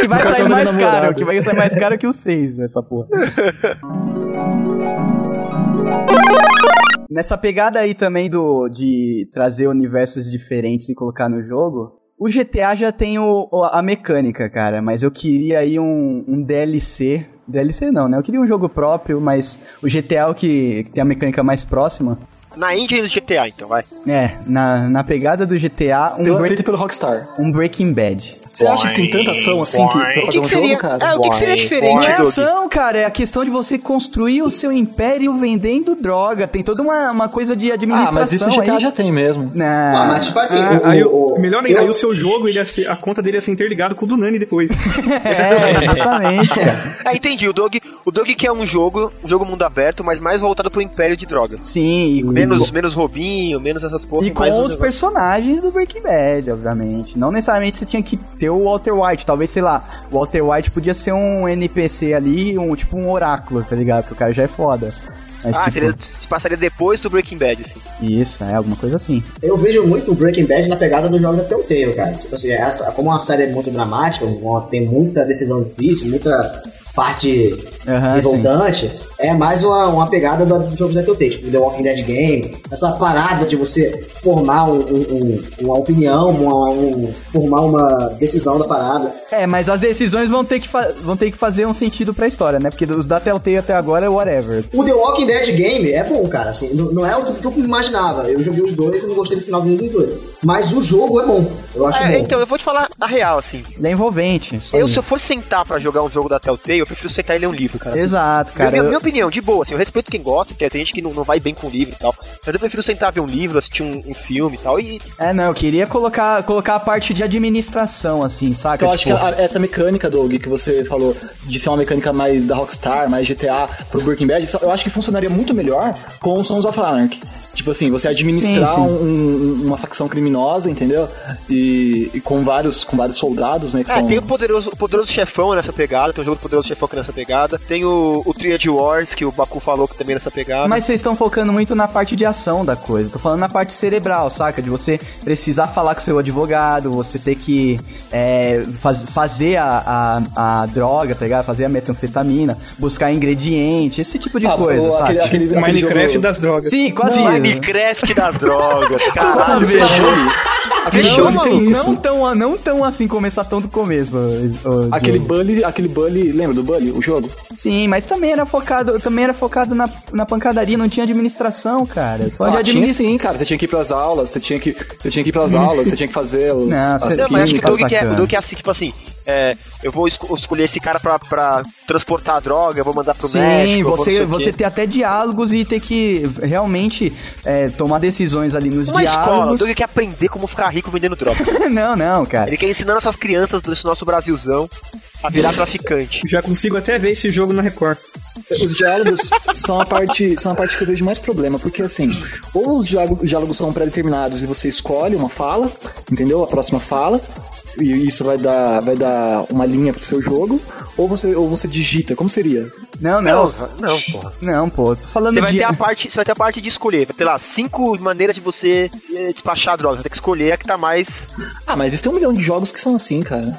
S1: Que vai
S6: O cartão
S1: sair
S6: do
S1: mais
S6: namorado.
S1: caro, que vai sair mais caro que o 6 nessa porra. Nessa pegada aí também do de trazer universos diferentes e colocar no jogo, o GTA já tem o, o- a mecânica, cara, mas eu queria aí um, um DLC. DLC não, né? Eu queria um jogo próprio, mas o GTA é o que, que tem a mecânica mais próxima.
S5: Na engine do GTA, então, vai.
S1: É, na, na pegada do GTA, um,
S6: Pelo,
S1: break-
S6: feito pelo Rockstar.
S1: um Breaking Bad.
S6: Você acha que tem tanta ação assim que, pra fazer um jogo, cara?
S5: É, o que, que seria diferente,
S1: Não é
S5: Doug?
S1: ação, cara. É a questão de você construir o seu império vendendo droga. Tem toda uma, uma coisa de
S6: Ah,
S1: administração é
S6: mas isso no GTA
S1: aí.
S6: já tá- tem mesmo.
S1: Não.
S3: Ah, mas tipo assim,
S4: Ah,
S3: o,
S4: aí,
S3: o- o-
S4: melhor ainda,
S3: eu-
S4: aí o seu jogo, ele ia ser- a conta dele ia ser interligado com o do Nani depois.
S1: É, exatamente, cara.
S5: É, entendi. O Doug, o Doug quer um jogo, um jogo mundo aberto, mas mais voltado pro império de drogas.
S1: Sim, e,
S5: Menos, menos roubinho, menos essas porra.
S1: e
S5: mais um
S1: com os
S5: negócio.
S1: personagens do Breaking Bad, obviamente. Não necessariamente você tinha que ter o Walter White. Talvez, sei lá, o Walter White podia ser um NPC ali, um tipo um oráculo, tá ligado? Porque o cara já é foda. Mas,
S5: Ah,
S1: tipo,
S5: seria, se passaria depois do Breaking Bad, assim.
S1: Isso, é alguma coisa assim.
S3: Eu vejo muito o Breaking Bad na pegada dos jogos da Telltale, cara. Tipo assim, essa, como uma série é muito dramática, uma- tem muita decisão difícil, muita parte
S1: Aham,
S3: revoltante, é mais uma, uma pegada da- dos jogos da Telltale, tipo The Walking Dead Game, essa parada de você formar um- um- um- uma opinião, uma- um- formar uma decisão da parada.
S1: É, mas as decisões vão ter que, fa- vão ter que fazer um sentido pra história, né? Porque os da Telltale até agora é whatever.
S3: O The Walking Dead Game é bom, cara, assim, não, não é o que eu imaginava. Eu joguei os dois e não gostei do final do um dois. Mas o jogo é bom, eu acho
S5: É,
S3: bom.
S5: então, eu vou te falar a real, assim.
S1: Ele é envolvente. só
S5: Eu,
S1: isso.
S5: se eu fosse sentar pra jogar um jogo da Telltale, eu prefiro sentar e ler um livro, cara. assim.
S1: Exato, cara.
S5: minha, minha
S1: eu-
S5: opinião, de boa, assim, eu respeito quem gosta, porque tem gente que não, não vai bem com o livro e tal. Mas eu prefiro sentar ver um livro, assistir um, um filme e tal. E
S1: É, não, eu queria colocar, colocar a parte de administração, assim, saca?
S6: Então, eu acho que
S1: Tipo,
S6: a- essa mecânica, Doug, que você falou, de ser uma mecânica mais da Rockstar, mais GTA pro Breaking Bad, eu acho que funcionaria muito melhor com o Sons of Anarchy. Tipo assim, você administrar
S1: Sim, sim.
S6: um- um- uma facção criminosa, entendeu? E, e com, vários, com vários soldados, né? Que
S5: É,
S6: são...
S5: tem o poderoso, o poderoso Chefão nessa pegada, tem o jogo do Poderoso Chefão que é nessa pegada, tem o, o Triad Wars, que o Baku falou que também é nessa pegada.
S1: Mas vocês estão focando muito na parte de ação da coisa. Tô falando na parte cerebral, saca? De você precisar falar com seu advogado, você ter que é, faz- fazer a, a, a droga, tá ligado? Fazer a metanfetamina, buscar ingrediente, esse tipo de
S6: Ah,
S1: coisa,
S6: o-
S1: saca?
S6: aquele- aquele- aquele
S4: Minecraft
S6: jogo-
S4: das drogas.
S1: Sim, quase isso.
S5: Minecraft das drogas, caralho,
S1: Tudo a ver.
S5: fechou. Fechou,
S1: Não, não,
S5: maluco.
S1: não tão, não tão assim começar tão do começo. ô, ô,
S6: Aquele
S1: Diogo.
S6: Bully, aquele Bully, lembra do Bully, o jogo?
S1: Sim, mas também era focado, também era focado na, na pancadaria, não tinha administração, cara. Falando de
S6: Ah, tinha
S1: administ-
S6: sim, cara, você tinha que ir pras aulas, você tinha que, você tinha que ir pras aulas, você tinha que fazer os...
S1: Não,
S6: as
S1: você-
S5: Não, mas acho que o
S1: Sim,
S5: Doug
S1: tá
S5: quer, o
S1: sacando.
S5: Doug é assim, tipo assim, é, eu vou esco- escolher esse cara pra, pra transportar a droga, eu vou mandar pro
S1: Sim,
S5: México. eu vou
S1: você,
S5: não sei o quê.
S1: você ter até diálogos e ter que realmente é, tomar decisões ali nos
S5: Uma escola, o
S1: diálogos.
S5: Doug quer aprender como ficar rico vendendo droga.
S1: não, não, cara.
S5: Ele quer ensinar essas crianças desse nosso Brasilzão a virar traficante.
S4: Já consigo até ver esse jogo na Record.
S6: Os diálogos são a, parte, são a parte que eu vejo mais problema, porque assim, ou os diálogo- diálogos são pré-determinados e você escolhe uma fala, entendeu? A próxima fala, e isso vai dar, vai dar uma linha pro seu jogo, ou você, ou você digita, como seria?
S1: Não, não.
S5: Não,
S1: Não,
S5: não,
S1: pô.
S5: porra.
S1: Tô falando
S5: Você vai,
S1: de...
S5: ter a parte, você vai ter a parte de escolher. Vai ter lá cinco maneiras de você eh, despachar a droga. Você tem que escolher a que tá mais.
S6: Ah, mas isso tem um milhão de jogos que são assim, cara.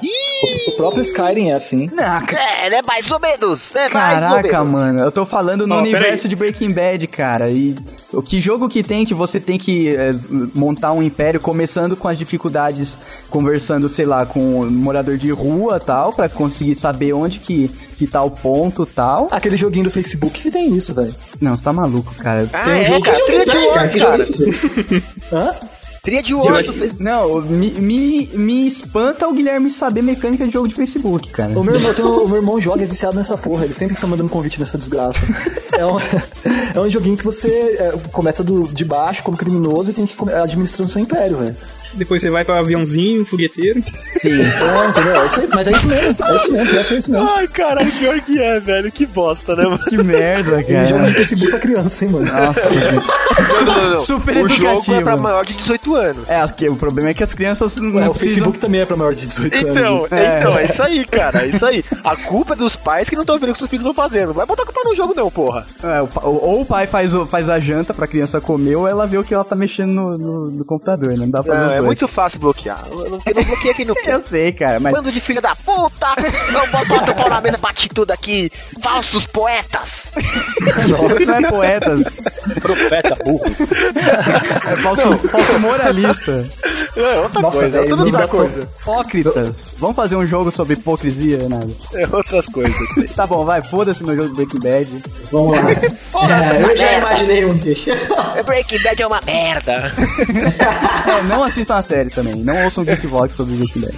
S6: O, o próprio Skyrim é assim.
S1: Não, ca-
S5: É, né? Mais ou menos. Né? Mais ou
S1: Caraca,
S5: menos.
S1: mano, eu tô falando no
S4: Ó, peraí.
S1: universo de Breaking Bad, cara. E o que jogo que tem que você tem que é, montar um império, começando com as dificuldades, conversando, sei lá, com um morador de rua tal, pra conseguir saber onde que, que tá o ponto tal.
S6: Aquele joguinho do Facebook que tem isso, velho.
S1: Não, você tá maluco, cara.
S5: Ah,
S1: Tem um
S5: é,
S1: jogo-
S5: cara. Trilha de
S3: Cara,
S5: ouro,
S3: que
S5: cara.
S3: jogo difícil.
S6: Hã?
S5: Trilha de ouro.
S1: Não, me, me, me espanta o Guilherme saber mecânica de jogo de Facebook, cara.
S6: O meu, irmão, tem um- o meu irmão joga é viciado nessa porra, ele sempre fica mandando convite nessa desgraça. É um, é um joguinho que você é, começa do, de baixo como criminoso e tem que come- é administrando seu império, velho.
S4: Depois você vai pra aviãozinho, fogueteiro.
S1: Sim.
S6: É, entendeu? É isso aí, mas é isso mesmo, é isso mesmo, pior que é isso mesmo.
S7: Ai, caralho, pior que é, velho. Que bosta, né, mano?
S1: que merda,
S5: É.
S6: Ele joga
S1: cara.
S6: no Facebook pra criança, hein, mano.
S1: Nossa,
S5: Não, não, não.
S1: super
S5: o jogo
S1: educativo.
S5: é pra maior de 18 anos.
S1: É, as- que- o problema é que as crianças não
S6: Ué, o
S1: precisam.
S6: Facebook também é pra maior de 18 anos.
S5: Então,
S1: É.
S5: é. então, é isso aí, cara. É isso aí. A culpa é dos pais que não estão vendo o que seus filhos estão fazendo. Não vai botar a culpa no jogo, não, porra.
S1: É, o pa- ou, ou o pai faz, o- faz a janta pra criança comer, ou ela vê o que ela tá mexendo no, no- no computador, né? Não dá pra fazer
S5: Não,
S1: os
S5: é
S1: dois.
S5: muito fácil bloquear. Eu não, eu não bloqueei quem não
S1: Eu
S5: quer.
S1: sei, cara, mas.
S5: Bando de filha da puta! Eu boto o pau na mesa, bate tudo aqui. Falsos poetas!
S1: Você não é poeta,
S2: Profeta burro.
S1: é falso, falso moralista.
S5: É outra
S6: Nossa,
S5: coisa, é
S6: velho,
S5: tudo
S6: nos
S5: outra
S6: bastou-
S5: coisa.
S1: Hipócritas. Vamos fazer um jogo sobre hipocrisia, nada.
S5: É outras coisas.
S1: Tá bom, vai, foda-se meu jogo do Breaking Bad.
S3: Vamos lá. É, eu já imaginei um bicho.
S5: Breaking Bad é uma merda.
S1: É, não assistam a série também. Não ouçam o Geekvox sobre o Breaking Bad.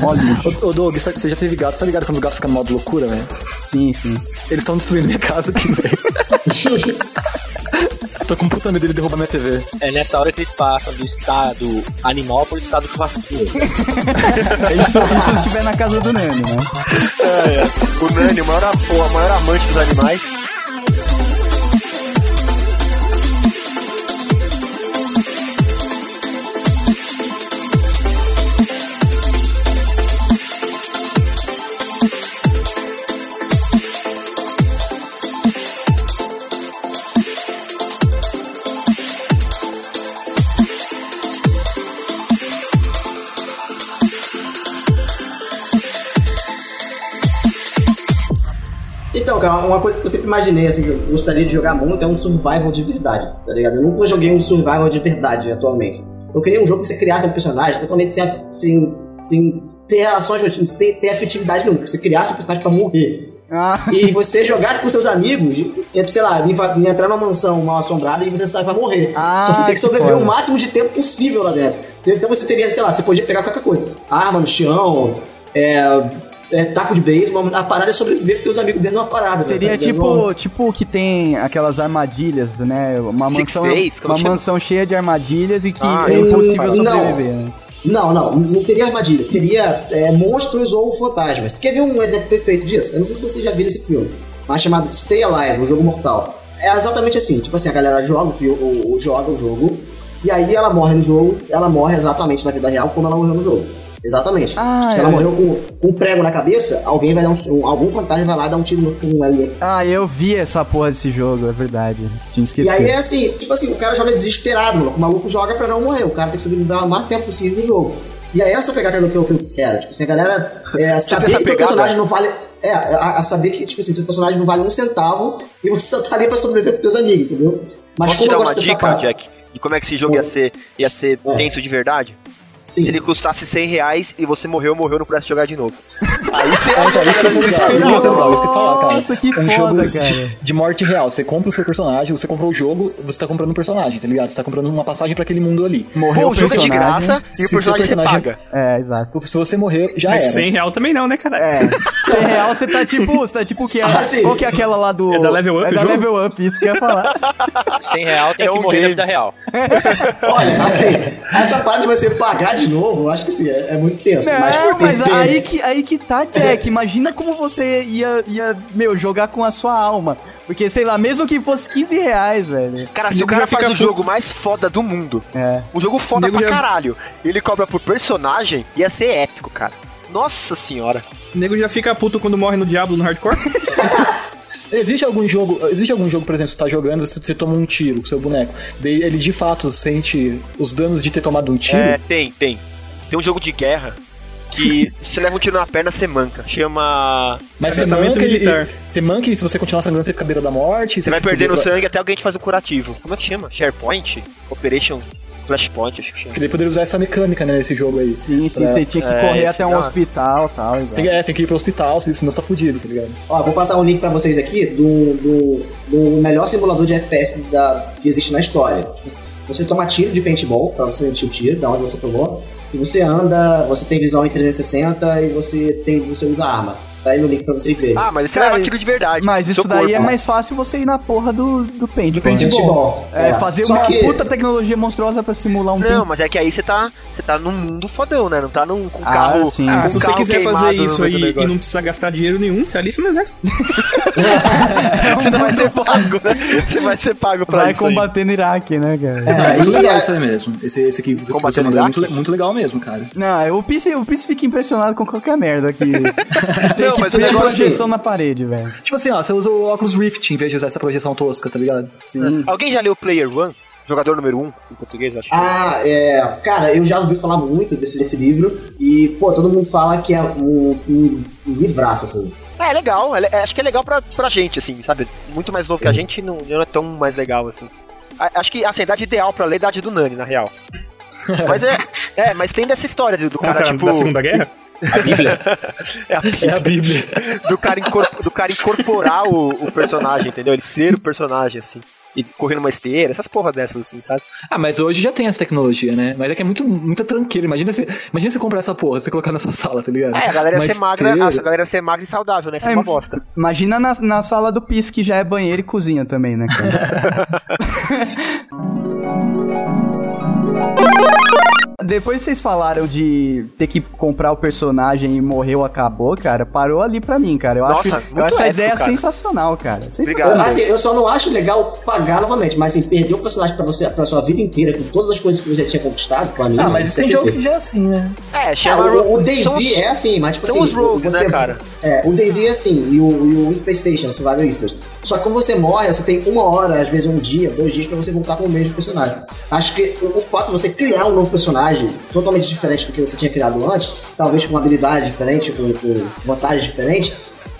S1: Mó lixo.
S6: Ô, ô Doug, sabe- você já teve gato, tá ligado quando os gatos ficam no modo loucura, velho?
S1: Sim, sim.
S6: Eles estão destruindo minha casa aqui, velho. Tô com puta medo dele derrubar minha TV.
S2: É nessa hora que eles passam do estado animal pro estado churrasquinho.
S1: É isso, isso se estiver na casa do Nani, né?
S5: O Nani, o maior, o maior amante dos animais.
S3: Então, cara, uma coisa que eu sempre imaginei, assim, que eu gostaria de jogar muito é um survival de verdade, tá ligado? Eu nunca joguei um survival de verdade atualmente. Eu queria um jogo que você criasse um personagem totalmente sem, a- sem, sem ter relações, com o time, sem ter afetividade nenhuma, que você criasse um personagem pra morrer.
S1: Ah,
S3: E você jogasse com seus amigos, e, sei lá, inva- entrar numa mansão mal assombrada e você sai pra morrer.
S1: Ah,
S3: Só você tem que
S1: que
S3: sobreviver
S1: foda.
S3: o máximo de tempo possível lá dentro. Então você teria, sei lá, você podia pegar qualquer coisa. Arma no chão, é, é, taco de beisebol, a parada é sobreviver com seus amigos dentro de uma parada. né,
S1: Seria
S3: sabe? Dentro de
S1: tipo,
S3: uma-
S1: tipo que tem aquelas armadilhas, né? Uma
S5: Six
S1: mansão,
S5: Days, como
S1: uma
S5: chama?
S1: mansão cheia de armadilhas e que
S5: Ah,
S1: é
S5: eu-
S1: impossível
S3: não.
S1: sobreviver. Né?
S3: Não, não, não teria armadilha. Teria é, monstros ou fantasmas. Quer ver um exemplo perfeito disso? Eu não sei se vocês já viram esse filme, mas chamado Stay Alive, o jogo mortal. É exatamente assim, tipo assim, a galera joga o, fi- o- o- joga o jogo, e aí ela morre no jogo, ela morre exatamente na vida real como ela morreu no jogo. Exatamente.
S1: Ah,
S3: Tipo, se
S1: é.
S3: ela morreu com, com um prego na cabeça, alguém vai dar um, um- algum fantasma vai lá dar um tiro com ela. e-
S1: Ah, eu vi essa porra desse jogo, é verdade. Tinha
S3: E aí
S1: esquecido.
S3: é assim, tipo assim, o cara joga desesperado, mano. O maluco joga pra não morrer. O cara tem que sobreviver o mais tempo possível no jogo. E é essa pegada que eu, que eu- que eu quero. Tipo assim, a galera é, saber
S5: essa
S3: que o
S5: pegada?
S3: personagem não vale. É, a, a saber que, tipo assim, seu personagem não vale um centavo e você só tá ali pra sobreviver com teus amigos, entendeu? Mas
S5: Posso te
S3: como
S5: dar
S3: eu
S5: uma
S3: gosto dessa
S5: dica,
S3: parte.
S5: Jack? De como é que esse jogo ia ser, ia ser
S3: É.
S5: tenso de verdade?
S3: Sim.
S5: se ele custasse 100 reais e você morreu, morreu, não pudesse jogar de novo. Aí
S6: É,
S5: você
S6: isso que é legal, isso que é legal, isso que eu ia falar, cara.
S1: Nossa, que
S6: é um
S1: foda,
S6: jogo de-
S1: cara.
S6: De, morte real. Você compra o seu personagem, você comprou o jogo, você tá comprando um personagem, tá ligado? Você tá comprando uma passagem pra aquele mundo ali.
S5: Pô, o jogo é de graça e
S6: se
S5: o
S6: seu
S5: personagem, você paga.
S1: É, exato.
S6: Se você morrer, já
S4: Mas
S6: era.
S4: 100 real também não, né, cara?
S1: É, sem real você tá tipo, você tá tipo que é,
S3: Ah, sim.
S1: qual que é aquela lá do...
S4: É da Level Up
S1: É
S4: o
S1: da
S4: jogo?
S1: Level Up, isso que eu ia falar.
S2: 100 real tem
S5: É
S2: que
S5: um
S2: morrer na vida
S5: deles.
S2: real.
S3: Olha, assim, essa parte de você pagar de novo, eu acho que sim, é, é muito tenso. mas por
S1: Não, mas
S3: ter-
S1: aí que, aí que tá, Jack. Imagina como você ia, ia, meu, jogar com a sua alma. Porque, sei lá, mesmo que fosse 15 reais, velho.
S5: Cara, se
S4: Nego
S5: o cara
S4: já fica
S5: faz o
S4: puto.
S5: jogo mais foda do mundo,
S1: É.
S5: um jogo foda
S4: Nego
S5: pra
S4: já-
S5: caralho, e ele cobra por personagem, ia ser épico, cara. Nossa senhora.
S4: O nego já fica puto quando morre no Diablo no hardcore.
S6: Existe algum jogo, existe algum jogo, por exemplo, você tá jogando, você, você toma um tiro com seu boneco. Daí ele de fato sente os danos de ter tomado um tiro.
S5: É, tem, tem. Tem um jogo de guerra que se você leva um tiro na perna, você manca. Chama.
S6: mas você
S4: Tratamento
S6: manca, ele,
S4: militar.
S6: você manca e se você continuar sangrando, você fica à beira da morte.
S5: Você vai
S6: se fuder
S5: perdendo
S6: pra-
S5: sangue até alguém te faz um curativo. Como é que chama? SharePoint? Operation Flashpoint, acho que chama.
S6: Porque ele poderia usar essa mecânica, né, nesse jogo aí.
S1: Sim, sim,
S6: Pra-
S1: você tinha que
S5: É,
S1: correr
S5: esse
S1: até um
S5: cara.
S1: hospital e tal. exato.
S6: Tem, é, tem que ir pro hospital, senão você tá fudido, tá ligado?
S3: Ó, vou passar um link pra vocês aqui do, do, do melhor simulador de FPS da, que existe na história. Você toma tiro de paintball, pra você sentir o tiro, da onde você tomou, e você anda, você tem visão em 360 e você, tem, você usa arma. Tá aí no link pra vocês verem.
S5: Ah, mas você
S1: Cara,
S5: leva tiro de verdade.
S1: Mas
S5: Seu
S1: isso daí
S5: corpo.
S1: é mais fácil você ir na porra do, do paintball.
S3: Então, Paintball.
S1: É, fazer
S3: Só
S1: uma
S3: que-
S1: puta tecnologia monstruosa pra simular um
S5: Não, mas é que aí você tá, você tá num mundo fodão, né? Não tá num com
S1: Ah,
S5: carro.
S1: sim.
S5: com
S4: Ah, se você
S5: carro
S4: quiser
S5: queimado
S4: fazer
S5: no
S4: isso
S5: meio do
S4: aí e
S5: negócio.
S4: não precisar gastar dinheiro nenhum, você alifa no exército. um
S5: Você não vai ser pago, né? Você vai ser pago pra
S1: Vai
S5: isso. aí.
S1: combater no Iraque, né, cara?
S3: É,
S6: muito
S3: e-
S6: legal isso aí mesmo. Esse, esse aqui que
S5: Combate
S6: você mandou é
S5: Iraque?
S6: muito, le- muito legal mesmo, cara.
S1: Não, o Pisse, o Pisse fica impressionado com qualquer merda que tem
S5: Não,
S1: que
S5: mas o
S1: ter
S5: negócio é
S1: projeção na parede, velho.
S6: Tipo assim, ó, você usa o óculos Rift em vez de usar essa projeção tosca, tá ligado? Sim.
S5: Alguém já leu Player One? Jogador número 1, um, em português, eu acho.
S3: Ah, é. Cara, eu já ouvi falar muito desse, desse livro e, pô, todo mundo fala que é um, um, um livraço, assim.
S5: É, é legal. é le- é, acho que é legal pra, pra gente, assim, sabe? Muito mais novo que a gente, não, não é tão mais legal, assim. A- acho que assim, a idade ideal pra ler é a idade do Nani, na real. Mas é, é, mas tem dessa história do, do
S4: Como
S5: cara,
S4: tá,
S5: tipo.
S4: da Segunda Guerra.
S5: É a Bíblia. Do cara, incorpor- do cara incorporar o, o personagem, entendeu? Ele ser o personagem, assim. E correr numa esteira, essas porra dessas, assim, sabe?
S6: Ah, mas hoje já tem essa tecnologia, né? Mas é que é muito, muita tranqueira. Imagina você, imagina você comprar essa porra, você colocar na sua sala, tá ligado?
S5: É, a galera ia
S6: Mas
S5: ser magra,
S6: ter-
S5: a galera ia ser magra e saudável, né? Isso é uma bosta.
S1: Imagina na, na sala do Pisse, que já é banheiro e cozinha também, né, cara? Depois vocês falaram de ter que comprar o personagem e morreu, acabou, cara. Parou ali pra mim, cara. Eu
S5: Nossa,
S1: acho
S5: muito
S1: eu acho essa
S5: épico,
S1: ideia é
S5: cara.
S1: sensacional, cara. Sensacional.
S5: Obrigado.
S3: Assim, eu só não acho legal pagar novamente, mas assim, perder o personagem pra você pra sua vida inteira, com todas as coisas que você já tinha conquistado, pra mim.
S6: Ah, mas
S3: isso é
S6: tem jogo que
S3: perfeito.
S6: já é assim, né?
S5: É,
S3: Ah,
S5: chama.
S3: o, o
S5: são
S3: DayZ
S5: os-
S3: é assim, mas tipo
S5: são
S3: assim.
S5: os rogues,
S3: você-
S5: né, cara?
S3: É, o DayZ é assim, e o, e o Infestation, o Survival Easters. Só que quando você morre, você tem uma hora, às vezes um dia, dois dias, pra você voltar com o mesmo personagem. Acho que o, o fato de você criar um novo personagem totalmente diferente do que você tinha criado antes, talvez com uma habilidade diferente, com, com vantagens diferentes,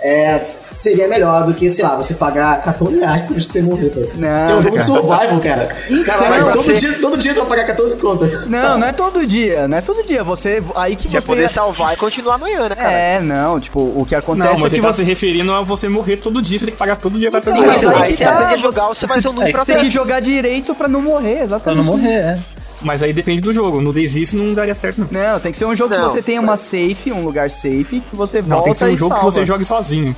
S3: é, seria melhor do que, sei lá, você pagar 14 reais por que você morreu. Cara.
S1: Não,
S3: Tem um jogo
S1: cara.
S3: de survival, cara. Cara, mas
S1: mas
S3: todo,
S5: Então, você-
S3: dia, todo dia tu vai pagar 14 contas.
S1: Não, não é todo dia, não é todo dia. Você. Aí que
S5: Você
S1: você.
S5: ia poder salvar e continuar amanhã, né, cara?
S1: É, não, tipo, o que
S4: Não,
S1: acontece
S4: mas
S1: é que
S4: você tá
S1: você.
S4: se referindo a você morrer todo dia, você tem que pagar todo dia pra
S3: Sim,
S4: todo
S5: Aí
S1: mas
S5: você
S1: aí
S5: vai-
S1: que
S5: você
S1: tá,
S5: aprender a
S1: você-
S5: jogar, você vai ser um noob pra
S1: Você tem que
S5: sempre.
S1: jogar direito pra não morrer,
S6: Pra não
S1: exatamente.
S6: morrer, é.
S4: Mas aí depende do jogo. No Days isso não daria certo, não.
S1: Não, tem que ser um jogo
S5: Não.
S1: que você tenha uma safe, um lugar safe, que você
S4: Não,
S1: volta
S4: tem que ser um
S1: e
S4: jogo que
S1: salva.
S4: você jogue sozinho.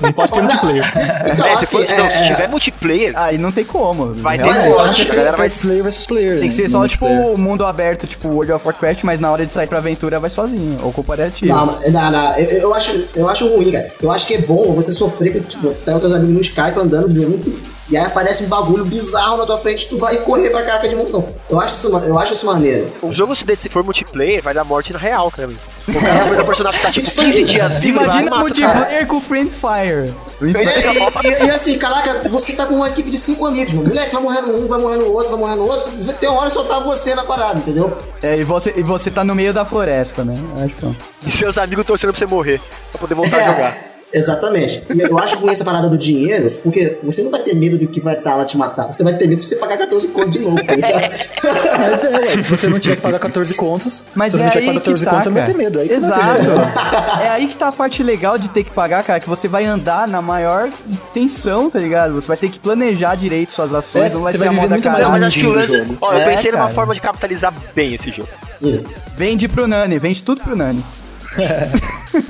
S4: Não pode ter multiplayer.
S3: Então,
S5: É, se,
S3: assim,
S5: for-
S3: é,
S5: não, se
S3: é,
S5: tiver multiplayer,
S1: Aí não tem como.
S5: vai ter
S1: realmente.
S3: mas eu acho
S5: morte. A
S3: que
S6: é
S5: galera vai.
S6: Player versus player.
S1: Tem que
S6: né?
S1: ser só,
S6: No
S1: tipo,
S6: multiplayer.
S1: o mundo aberto, tipo World of Warcraft, mas na hora de sair pra aventura vai sozinho, ou comparativo.
S3: Não, não, não. Eu, eu acho, eu acho ruim, cara. Eu acho que é bom você sofrer com, tipo, tá com teus amigos no Skype andando junto, e aí aparece um bagulho bizarro na tua frente, tu vai correr pra caraca de montão. Eu acho isso, ma- eu acho isso maneiro.
S5: Um jogo se desse for multiplayer, vai dar morte na real, cara. O cara vai ver o personagem que tá tipo
S3: Tipo
S5: 15
S3: assim,
S5: dias vivo, vai
S1: Imagina
S5: matar o cara.
S1: multiplayer com Friend Fire.
S3: E, e- e- e assim, caraca, você tá com uma equipe de cinco amigos, mano. Moleque, vai morrer no um, vai morrer no outro, vai morrer no outro. Tem uma hora que só tá você na parada, entendeu?
S1: É, e você, e você tá no meio da floresta, né? Acho que não.
S3: É.
S5: E seus amigos torcendo pra você morrer, pra poder voltar a jogar.
S3: Exatamente. E eu acho ruim essa parada do dinheiro, porque você não vai ter medo do que vai estar lá te matar. Você vai ter medo de você pagar 14 conto de novo. tá ligado?
S6: Mas é, ué, se você não tiver que pagar 14 contos,
S1: Mas
S6: se você
S1: é
S6: não tiver
S1: aí
S6: que pagar
S1: que
S6: 14
S1: tá,
S6: contos, você não vai
S1: cara.
S6: ter medo. Aí que você vai ter
S1: Exato.
S6: medo. né?
S1: É aí que tá a parte legal de ter que pagar, cara, que você vai andar na maior tensão, tá ligado? Você vai ter que planejar direito suas ações,
S6: É,
S1: não vai
S6: você
S1: ser a
S6: vai viver
S1: moda
S6: muito mais
S5: Mas,
S1: caralho.
S5: mas acho que o lance. Ó, eu
S1: É,
S5: pensei numa
S1: cara.
S5: forma de capitalizar bem esse jogo.
S1: Vende pro Nani, vende tudo pro Nani.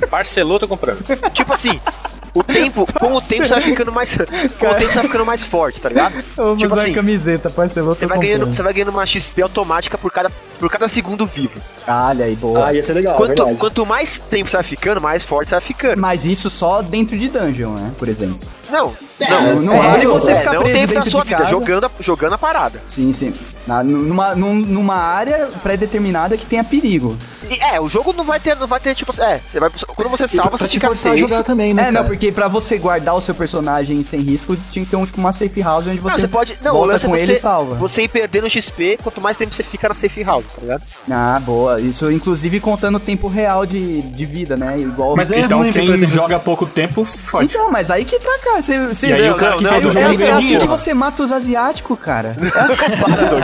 S2: Parcelou, tô comprando.
S5: Tipo assim, o tempo, com o tempo você vai ficando mais. Com o tempo você vai ficando mais forte, tá ligado?
S1: Eu vou
S5: Tipo
S1: usar
S5: assim,
S1: a camiseta, parcelou
S5: você
S1: seu
S5: vai, ganhando, você vai ganhando uma XP automática por cada, por cada segundo vivo.
S1: Olha aí, boa.
S6: Ah, ia ser legal, é
S5: Quanto,
S6: verdade.
S5: quanto mais tempo você vai ficando, mais forte você vai ficando.
S1: Mas isso só dentro de dungeon, né? Por exemplo.
S5: Não,
S3: É,
S5: não,
S1: não
S5: é,
S1: vale você ficar
S5: não
S1: preso
S5: tempo da
S1: dentro
S5: sua
S1: de
S5: vida,
S1: casa.
S5: jogando, a- jogando a parada.
S1: Sim, sim. Na- numa, num- numa área pré-determinada que tenha perigo.
S5: E, é, o jogo não vai ter, não vai ter, tipo, é, você vai, quando você salva, você
S6: Pra te
S5: fica
S6: forçar a
S5: safe.
S6: jogar também, né?
S1: É, não,
S6: cara?
S1: porque pra você guardar o seu personagem sem risco, tinha que ter um, tipo, uma safe house onde
S5: Não,
S1: você,
S5: você pode. Não, o
S1: volta
S5: lance é
S1: com
S5: você,
S1: ele e salva.
S5: você ir perdendo XP, quanto mais tempo você fica na safe house, tá ligado?
S1: Ah, boa. Isso, inclusive, contando o tempo real de, de vida, né? Igual...
S6: Mas é
S4: Então
S6: ruim,
S4: quem
S6: por exemplo,
S4: joga pouco tempo se fode.
S1: Então, mas aí que tá, cara. Você, você
S4: E aí o cara que faz
S1: é,
S4: o jogo
S1: é,
S4: não ganha
S1: assim
S4: dinheiro.
S1: que você mata os asiáticos, cara.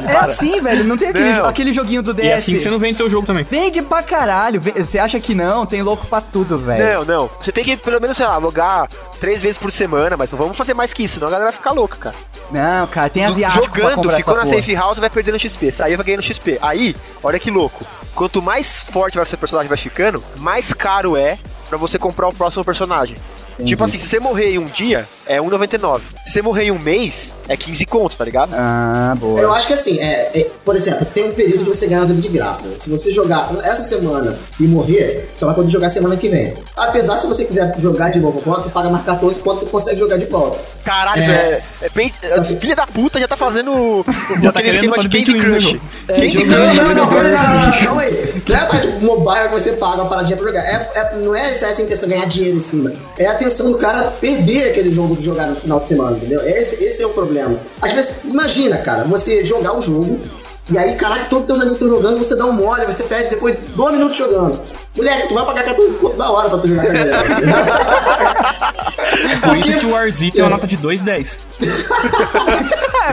S1: É, assim, velho. Não tem aquele,
S5: Então, Não.
S1: aquele joguinho do DS.
S4: E é assim que você não vende seu jogo também.
S1: Vende pra caralho. Ve- Você acha que não? Tem louco pra tudo, velho.
S5: Não, não. Você tem que, pelo menos, sei lá, logar três vezes por semana, mas não vamos fazer mais que isso, senão a galera fica louca, cara.
S1: Não, cara, tem asiático pra
S5: Jogando,
S1: comprar
S5: ficou
S1: essa
S5: na
S1: porra.
S5: safe house, vai perdendo XP. Saiu, vai ganhando XP. Aí, olha que louco. Quanto mais forte vai o seu personagem vai ficando, mais caro é pra você comprar o próximo personagem. Tipo assim, se você morrer em um dia, é 1,99. Se você morrer em um mês, é 15 conto, tá ligado?
S1: Ah, boa.
S3: Eu acho que assim, é, é, por exemplo, tem um período que você ganha vida de graça. Se você jogar essa semana e morrer, só vai poder jogar semana que vem. Apesar, se você quiser jogar de novo, tu paga mais 14 pontos, tu consegue jogar de volta.
S5: Caralho, isso é, é bem.
S3: Sabe-
S5: Filha da puta já tá fazendo o-
S4: Já tá querendo
S5: aquele esquema de
S4: fazer pay
S5: Candy
S4: to win,
S5: Crush.
S4: né,
S5: Candy
S3: Não,
S5: Crush.
S3: não, não, não, não, não, não, calma aí. Não é a parte mobile que você paga uma paradinha pra jogar. É, é- não é essa essa a intenção, ganhar dinheiro em cima. É a atenção do cara perder aquele jogo de jogar no final de semana, entendeu? Esse, esse é o problema. Às vezes, imagina, cara, você jogar um jogo, e aí, caraca, todos teus amigos estão jogando, você dá um mole, você perde depois de dois minutos jogando. Moleque, tu vai pagar 14 conto da hora pra tu jogar né? com a galera.
S4: Por isso que o Warzy tem uma nota de 2,10.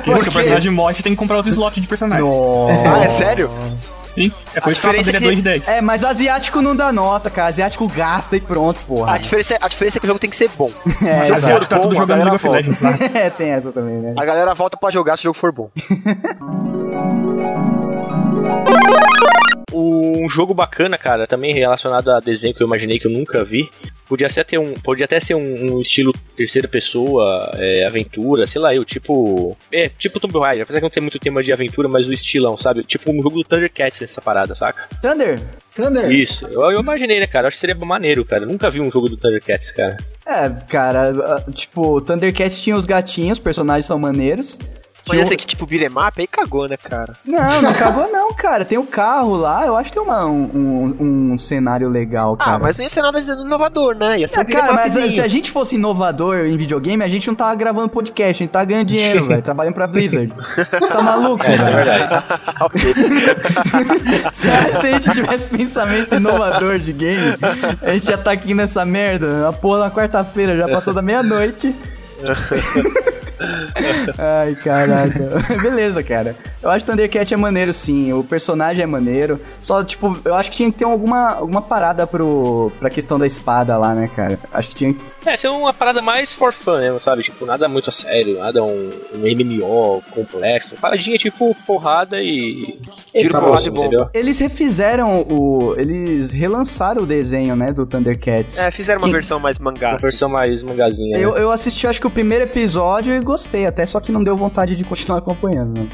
S4: Porque se o personagem morre, você tem que comprar outro slot de personagem.
S5: Ah, é sério?
S4: Sim, é por isso que a nota dele é
S5: diferença é que-
S4: 2 de 10.
S1: É, mas asiático não dá nota, cara. Asiático gasta e pronto,
S5: A
S1: porra.
S5: diferença, é- a diferença é que o jogo tem que ser bom.
S1: É,
S5: Se o
S1: exato.
S5: jogo for
S4: Tá tudo
S5: bom, a
S4: jogando
S5: galera
S4: League of
S5: volta.
S4: Legends lá.
S1: É, tem essa também, né?
S5: A galera volta pra jogar se o jogo for bom.
S2: Um jogo bacana, cara, também relacionado a desenho que eu imaginei que eu nunca vi. Podia, ser ter um, podia até ser um, um estilo terceira pessoa, é, aventura, sei lá eu, tipo. É, tipo Tomb Raider, apesar que não tem muito tema de aventura, mas o estilão, sabe? Tipo um jogo do Thundercats essa parada, saca?
S1: Thunder? É.
S6: Thunder,
S2: Isso, eu, eu imaginei, né, cara? Eu acho que seria maneiro, cara. Eu nunca vi um jogo do Thundercats, cara.
S1: É, cara, ah, tipo, Thundercats tinha os gatinhos, os personagens são maneiros.
S5: Mas
S1: Tinha o-
S5: esse aqui, tipo, beat'em up, aí cagou, né, cara?
S1: Não, não acabou não, cara. Tem o carro lá, eu acho que tem uma- um, um- um cenário legal, cara.
S5: Ah, mas não ia ser nada de inovador, né? Ia ser
S1: Ah,
S5: um beat'em
S1: cara, mas
S5: upzinho.
S1: se a gente fosse inovador em videogame, a gente não tava gravando podcast, a gente tava ganhando dinheiro, velho, trabalhando pra Blizzard. Você tá maluco, velho? Se a se a gente tivesse pensamento inovador de game, a gente já tá aqui nessa merda. A porra na quarta-feira já passou da meia-noite. Ai, caraca. Beleza, cara. Eu acho que Thundercat é maneiro, sim. O personagem é maneiro. Só, tipo, eu acho que tinha que ter alguma, alguma parada pro, pra questão da espada lá, né, cara? Acho que tinha que.
S2: É, ser uma parada mais for fun mesmo, sabe? Tipo, nada muito a sério, nada um, um MMO complexo. Paradinha tipo porrada e. Tiro
S5: Tá
S2: porrada e
S5: bom.
S2: bomba.
S1: Eles refizeram o. Eles relançaram o desenho, né, do Thundercats.
S5: É, fizeram uma
S1: Que-
S5: versão mais mangá. assim.
S2: Uma versão mais mangazinha. né?
S1: Eu, eu assisti, acho que o primeiro episódio e gostei até, só que não deu vontade de continuar acompanhando. né?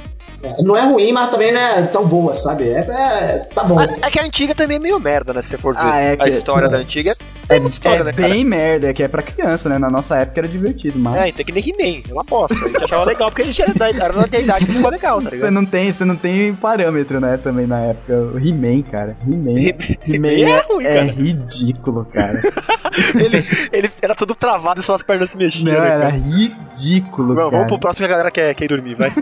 S3: Não é ruim, mas também não é tão boa, sabe? É, é- tá bom.
S5: assim. Ah, É que a antiga também é meio merda, né? Se você for ver
S1: Ah, é que-
S5: a história da antiga.
S1: É,
S5: muita história,
S1: é
S5: né, cara?
S1: bem merda, é que é pra criança, né? Na nossa época era divertido, mas.
S5: É, então é que nem He-Man, é uma bosta. A gente achava legal porque a gente era da, era da idade que ficou legal, tá
S1: Você
S5: ligado?
S1: não tem, você não tem parâmetro, né, também na época. O He-Man, cara. He-Man. He-Man
S5: He-Man era ruim,
S1: é
S5: cara.
S1: ridículo, cara.
S5: Ele, ele era todo travado e só as pernas se mexiam.
S1: não, é
S5: né,
S1: era
S5: cara?
S1: ridículo,
S5: Bom,
S1: cara.
S5: vamos pro próximo que a galera quer, quer ir dormir, vai.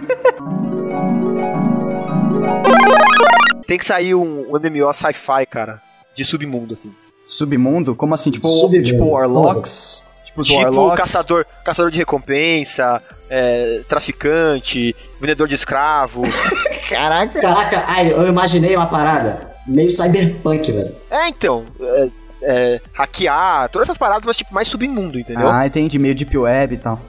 S5: Tem que sair um, um MMO sci-fi, cara. De submundo, assim.
S1: Submundo? Como assim? Tipo,
S3: Submundo.
S1: tipo Warlocks? Tipo os
S5: Tipo
S1: Warlocks?
S5: caçador, caçador de recompensa, é, traficante, vendedor de escravo.
S3: Caraca. Caraca, ai, eu imaginei uma parada meio cyberpunk, velho.
S5: é, então. é, é, hackear, todas essas paradas, mas tipo, mais submundo, entendeu?
S1: Ah, entendi. Meio Deep Web e tal.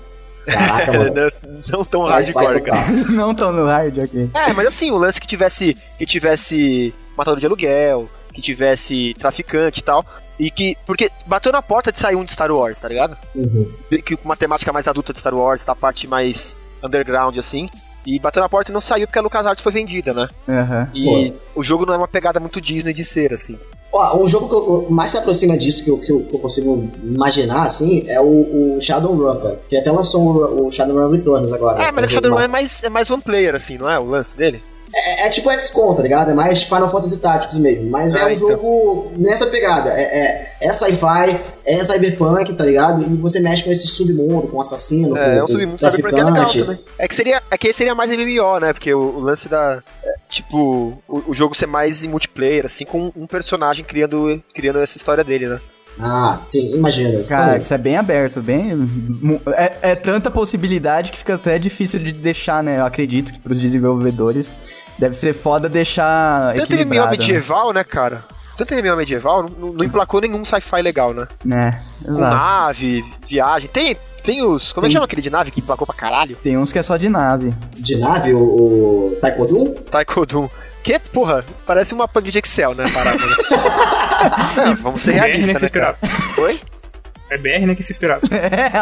S3: Caraca, mano.
S5: não, não tão
S3: Sci-fi
S5: hardcore,
S3: total.
S5: cara.
S1: Não tão no hard, ok.
S5: É, mas assim, o lance que tivesse que tivesse matador de aluguel, que tivesse traficante e tal, e que porque bateu na porta de sair um de Star Wars, tá ligado?
S3: Uhum.
S5: Que com uma temática mais adulta de Star Wars, da parte mais underground assim. E bateu na porta e não saiu porque a LucasArts foi vendida, né?
S1: Aham.
S5: E
S3: Foi.
S5: o jogo não é uma pegada muito Disney de ser, assim.
S3: Ó, um jogo que eu- eu- mais se aproxima disso que eu, que eu, que eu consigo imaginar, assim, é o, o Shadowrun, cara. Que até lançou um, o, o Shadowrun Returns agora.
S5: Ah, mas é que o
S3: jogo
S5: Shadowrun é
S3: mais-
S5: mais, é mais one player, assim, não é? O lance dele?
S3: É, é tipo XCOM, tá ligado? É mais Final Fantasy Tactics mesmo. Mas
S5: Ah,
S3: é um
S5: então.
S3: jogo nessa pegada. É, é, é sci-fi, é cyberpunk, tá ligado? E você mexe com esse submundo, com assassino,
S5: É,
S3: com,
S5: é um
S3: com
S5: submundo cyberpunk é legal
S3: traficante.
S5: também. É que seria, é que esse seria mais MMO, né? Porque o, o lance da é, tipo o, o jogo ser mais em multiplayer assim com um personagem criando criando essa história dele, né?
S3: Ah, sim, imagina.
S1: Cara,
S3: Pô,
S1: isso é bem aberto, bem. mu- É, é tanta possibilidade que fica até difícil de deixar, né? Eu acredito que pros desenvolvedores deve ser foda deixar.
S5: Tanto MMO
S1: equilibrado,
S5: medieval, É né, cara? Tanto MMO medieval não, não- não emplacou nenhum sci-fi legal, né?
S1: Né?
S5: Com
S1: Exato.
S5: nave, viagem. Tem tem os, como é que
S1: Tem.
S5: chama aquele de nave que emplacou pra caralho?
S1: Tem uns que é só de nave.
S3: de nave, o, o Taekwondo?
S5: Taekwondo. Que, porra, parece uma pang de Excel, né? a Parada, né? Ah, vamos
S1: É,
S5: ser
S4: BR, né,
S5: realistas,
S4: que se
S5: né, cara?
S4: esperava.
S5: Oi?
S4: É BR, né, que se esperava.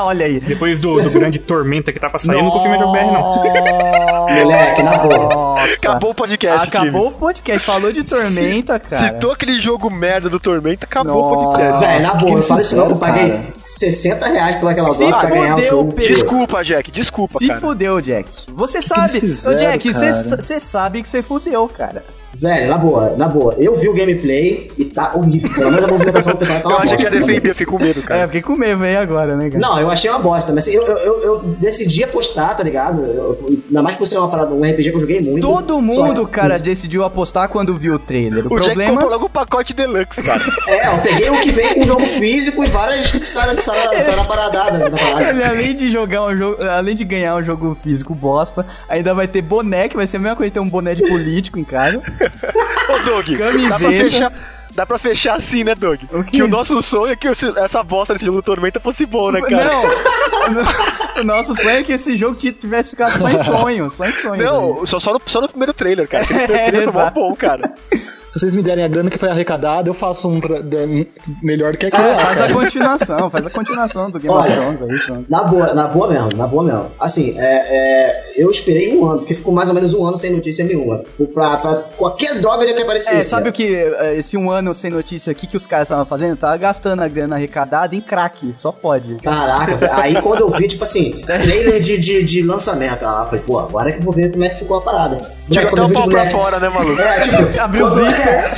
S1: Olha aí.
S4: Depois do, do grande Tormenta que tá pra sair, eu nunca fui melhor BR, não.
S3: É, Moleque, na boa.
S1: Nossa.
S5: Acabou o podcast, time.
S1: Acabou o podcast. Falou de tormenta, cara.
S5: Citou aquele jogo merda do Tormenta, acabou o
S1: Nossa.
S5: podcast.
S3: Véi, na
S1: É, que
S3: boa, eu falo isso não,
S1: sincero,
S3: eu paguei
S1: cara.
S3: 60 reais pelaquela
S1: Se
S3: dose pra ganhar o
S1: fodeu,
S3: jogo.
S1: Pedro.
S5: Desculpa, Jack, desculpa,
S1: Se
S5: cara.
S1: fudeu, Jack. Você sabe,
S6: fizeram,
S1: Ô, Jack,
S6: cara?
S1: você sabe que você fudeu, cara.
S3: Velho, na boa, na boa. Eu vi o gameplay e tá horrível. Pelo menos a movimentação do personagem tá
S5: Eu
S3: uma
S5: achei que ia
S3: bosta.
S5: defender, fiquei com medo,
S1: É,
S5: cara.
S1: eu fiquei com medo aí agora, né, cara?
S3: Não, eu achei uma bosta, mas assim, eu, eu, eu- eu decidi apostar, tá ligado? Eu, eu- ainda mais por ser uma parada, um RPG que eu joguei muito.
S1: Todo
S3: Só-
S1: mundo, cara, decidiu apostar quando viu o trailer. É, O,
S5: o Jack
S1: problema
S5: comprou logo o pacote deluxe, cara.
S3: É, eu peguei o que vem com o jogo físico e várias salas tá na paradada. Na
S1: Ele,
S3: parada.
S1: é além de jogar um jogo, além de ganhar um jogo físico bosta, ainda vai ter boné, que vai ser a mesma coisa ter um boné de político em casa.
S5: Ô, Doug, dá pra
S1: Camiseta.
S5: fechar... Dá pra fechar assim, né, Doug?
S1: O quê?
S5: que o nosso sonho é que esse- essa bosta desse jogo do Tormenta fosse bom,
S1: Tá,
S5: né, cara?
S1: Não! o nosso sonho é que esse jogo tivesse ficado só em sonho, só em sonho.
S5: Não, só, só, no, só no primeiro trailer, cara. Aquele
S1: É,
S5: primeiro trailer foi mó
S1: exato.
S5: bom, cara.
S6: Se vocês me derem a grana que foi arrecadada, eu faço um pra- de- melhor do que aquele. lá,
S1: É, Faz
S6: cara.
S1: a continuação, faz a continuação do Game of
S3: Olha.
S1: Thrones aí, pronto.
S3: Na boa, na boa mesmo, na boa mesmo. Assim, é, é, eu esperei um ano, porque ficou mais ou menos um ano sem notícia nenhuma. Tipo, Pra, pra qualquer droga ele que aparecesse.
S1: É, sabe o que? eh, Esse um ano sem notícia aqui que os caras estavam fazendo? Tava gastando a grana arrecadada em crack, só pode.
S3: Caraca, velho. aí quando eu vi, tipo assim,
S1: É.
S3: trailer de, de, de lançamento, ah, eu falei, pô, agora que eu vou ver como é que ficou a parada. Moleque,
S5: Tirou
S3: quando
S1: um
S5: até
S3: eu
S5: o
S3: vi os
S5: pau pra
S3: moleque-
S5: fora, né, maluco?
S3: É, tipo,
S1: Abriu o
S3: quando-
S1: zíper.
S3: é,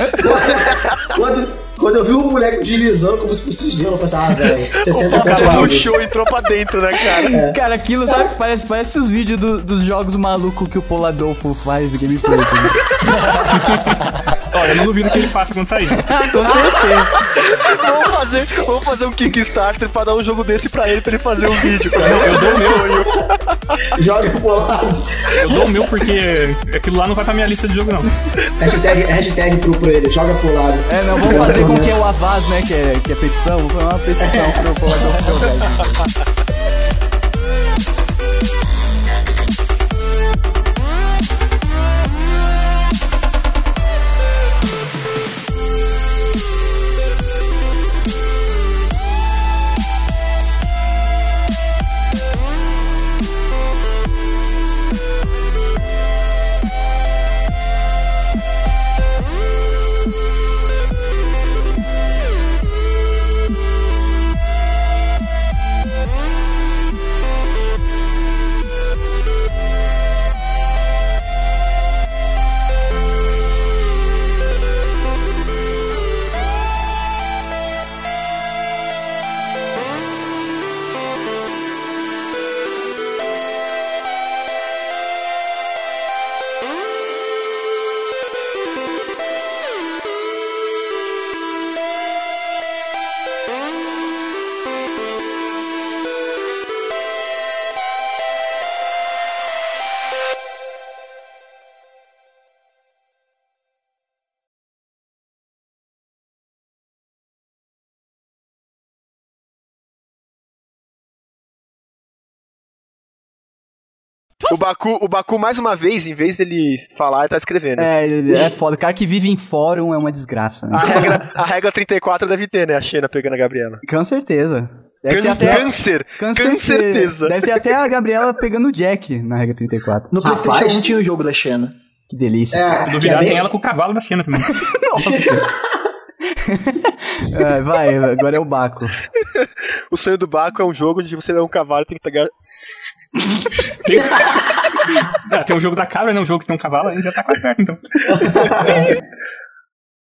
S3: quando, quando eu vi o moleque deslizando como se fosse gelo, eu pensei, ah, velho, 60
S5: Cara,
S3: cavalos.
S5: puxou e entrou pra dentro, né, cara?
S1: Cara, aquilo, sabe? Parece, parece os vídeos do- dos jogos malucos que o Poladolfo faz de gameplay. tá?
S4: Olha, eu não duvido que ele faça quando sair.
S1: Com certeza.
S5: vamos, fazer, vamos fazer um Kickstarter pra dar um jogo desse pra ele, pra ele fazer um vídeo, cara.
S4: Eu dou o meu,
S3: Joga pro lado.
S4: eu dou o meu porque aquilo lá não vai pra minha lista de jogo, não.
S3: Hashtag, hashtag pro, pro ele, joga pro lado.
S1: É, não, vamos fazer com que é o Avaz, né? Que é, que é petição. Vamos fazer uma petição pro Poladolfo jogar.
S11: Thank you.
S5: O Baku, o Baku, mais uma vez, em vez dele falar, ele tá escrevendo.
S1: É, ele- é foda. O cara que vive em fórum é uma desgraça, né?
S5: A regra, a regra 34 deve ter, né? A Xena pegando a Gabriela.
S1: Ah, Com certeza. Deve ter
S5: Can-
S1: É até...
S5: Câncer!
S1: Com
S5: Com
S1: certeza.
S5: certeza.
S1: Deve ter até a Gabriela pegando o Jack na regra 34.
S6: No
S3: Rapaz.
S6: PlayStation 1 tinha o jogo da Xena.
S1: Que delícia.
S3: É,
S4: Se
S3: que é
S4: duvidar,
S3: bem-
S4: tem ela com o cavalo da Xena também.
S1: É, vai, agora é o Baco.
S5: O sonho do Baku é um jogo onde você é um cavalo e tem que pegar.
S4: É, Ah, tem o jogo da cabra, né? O jogo que tem um cavalo, aí já tá quase perto, então.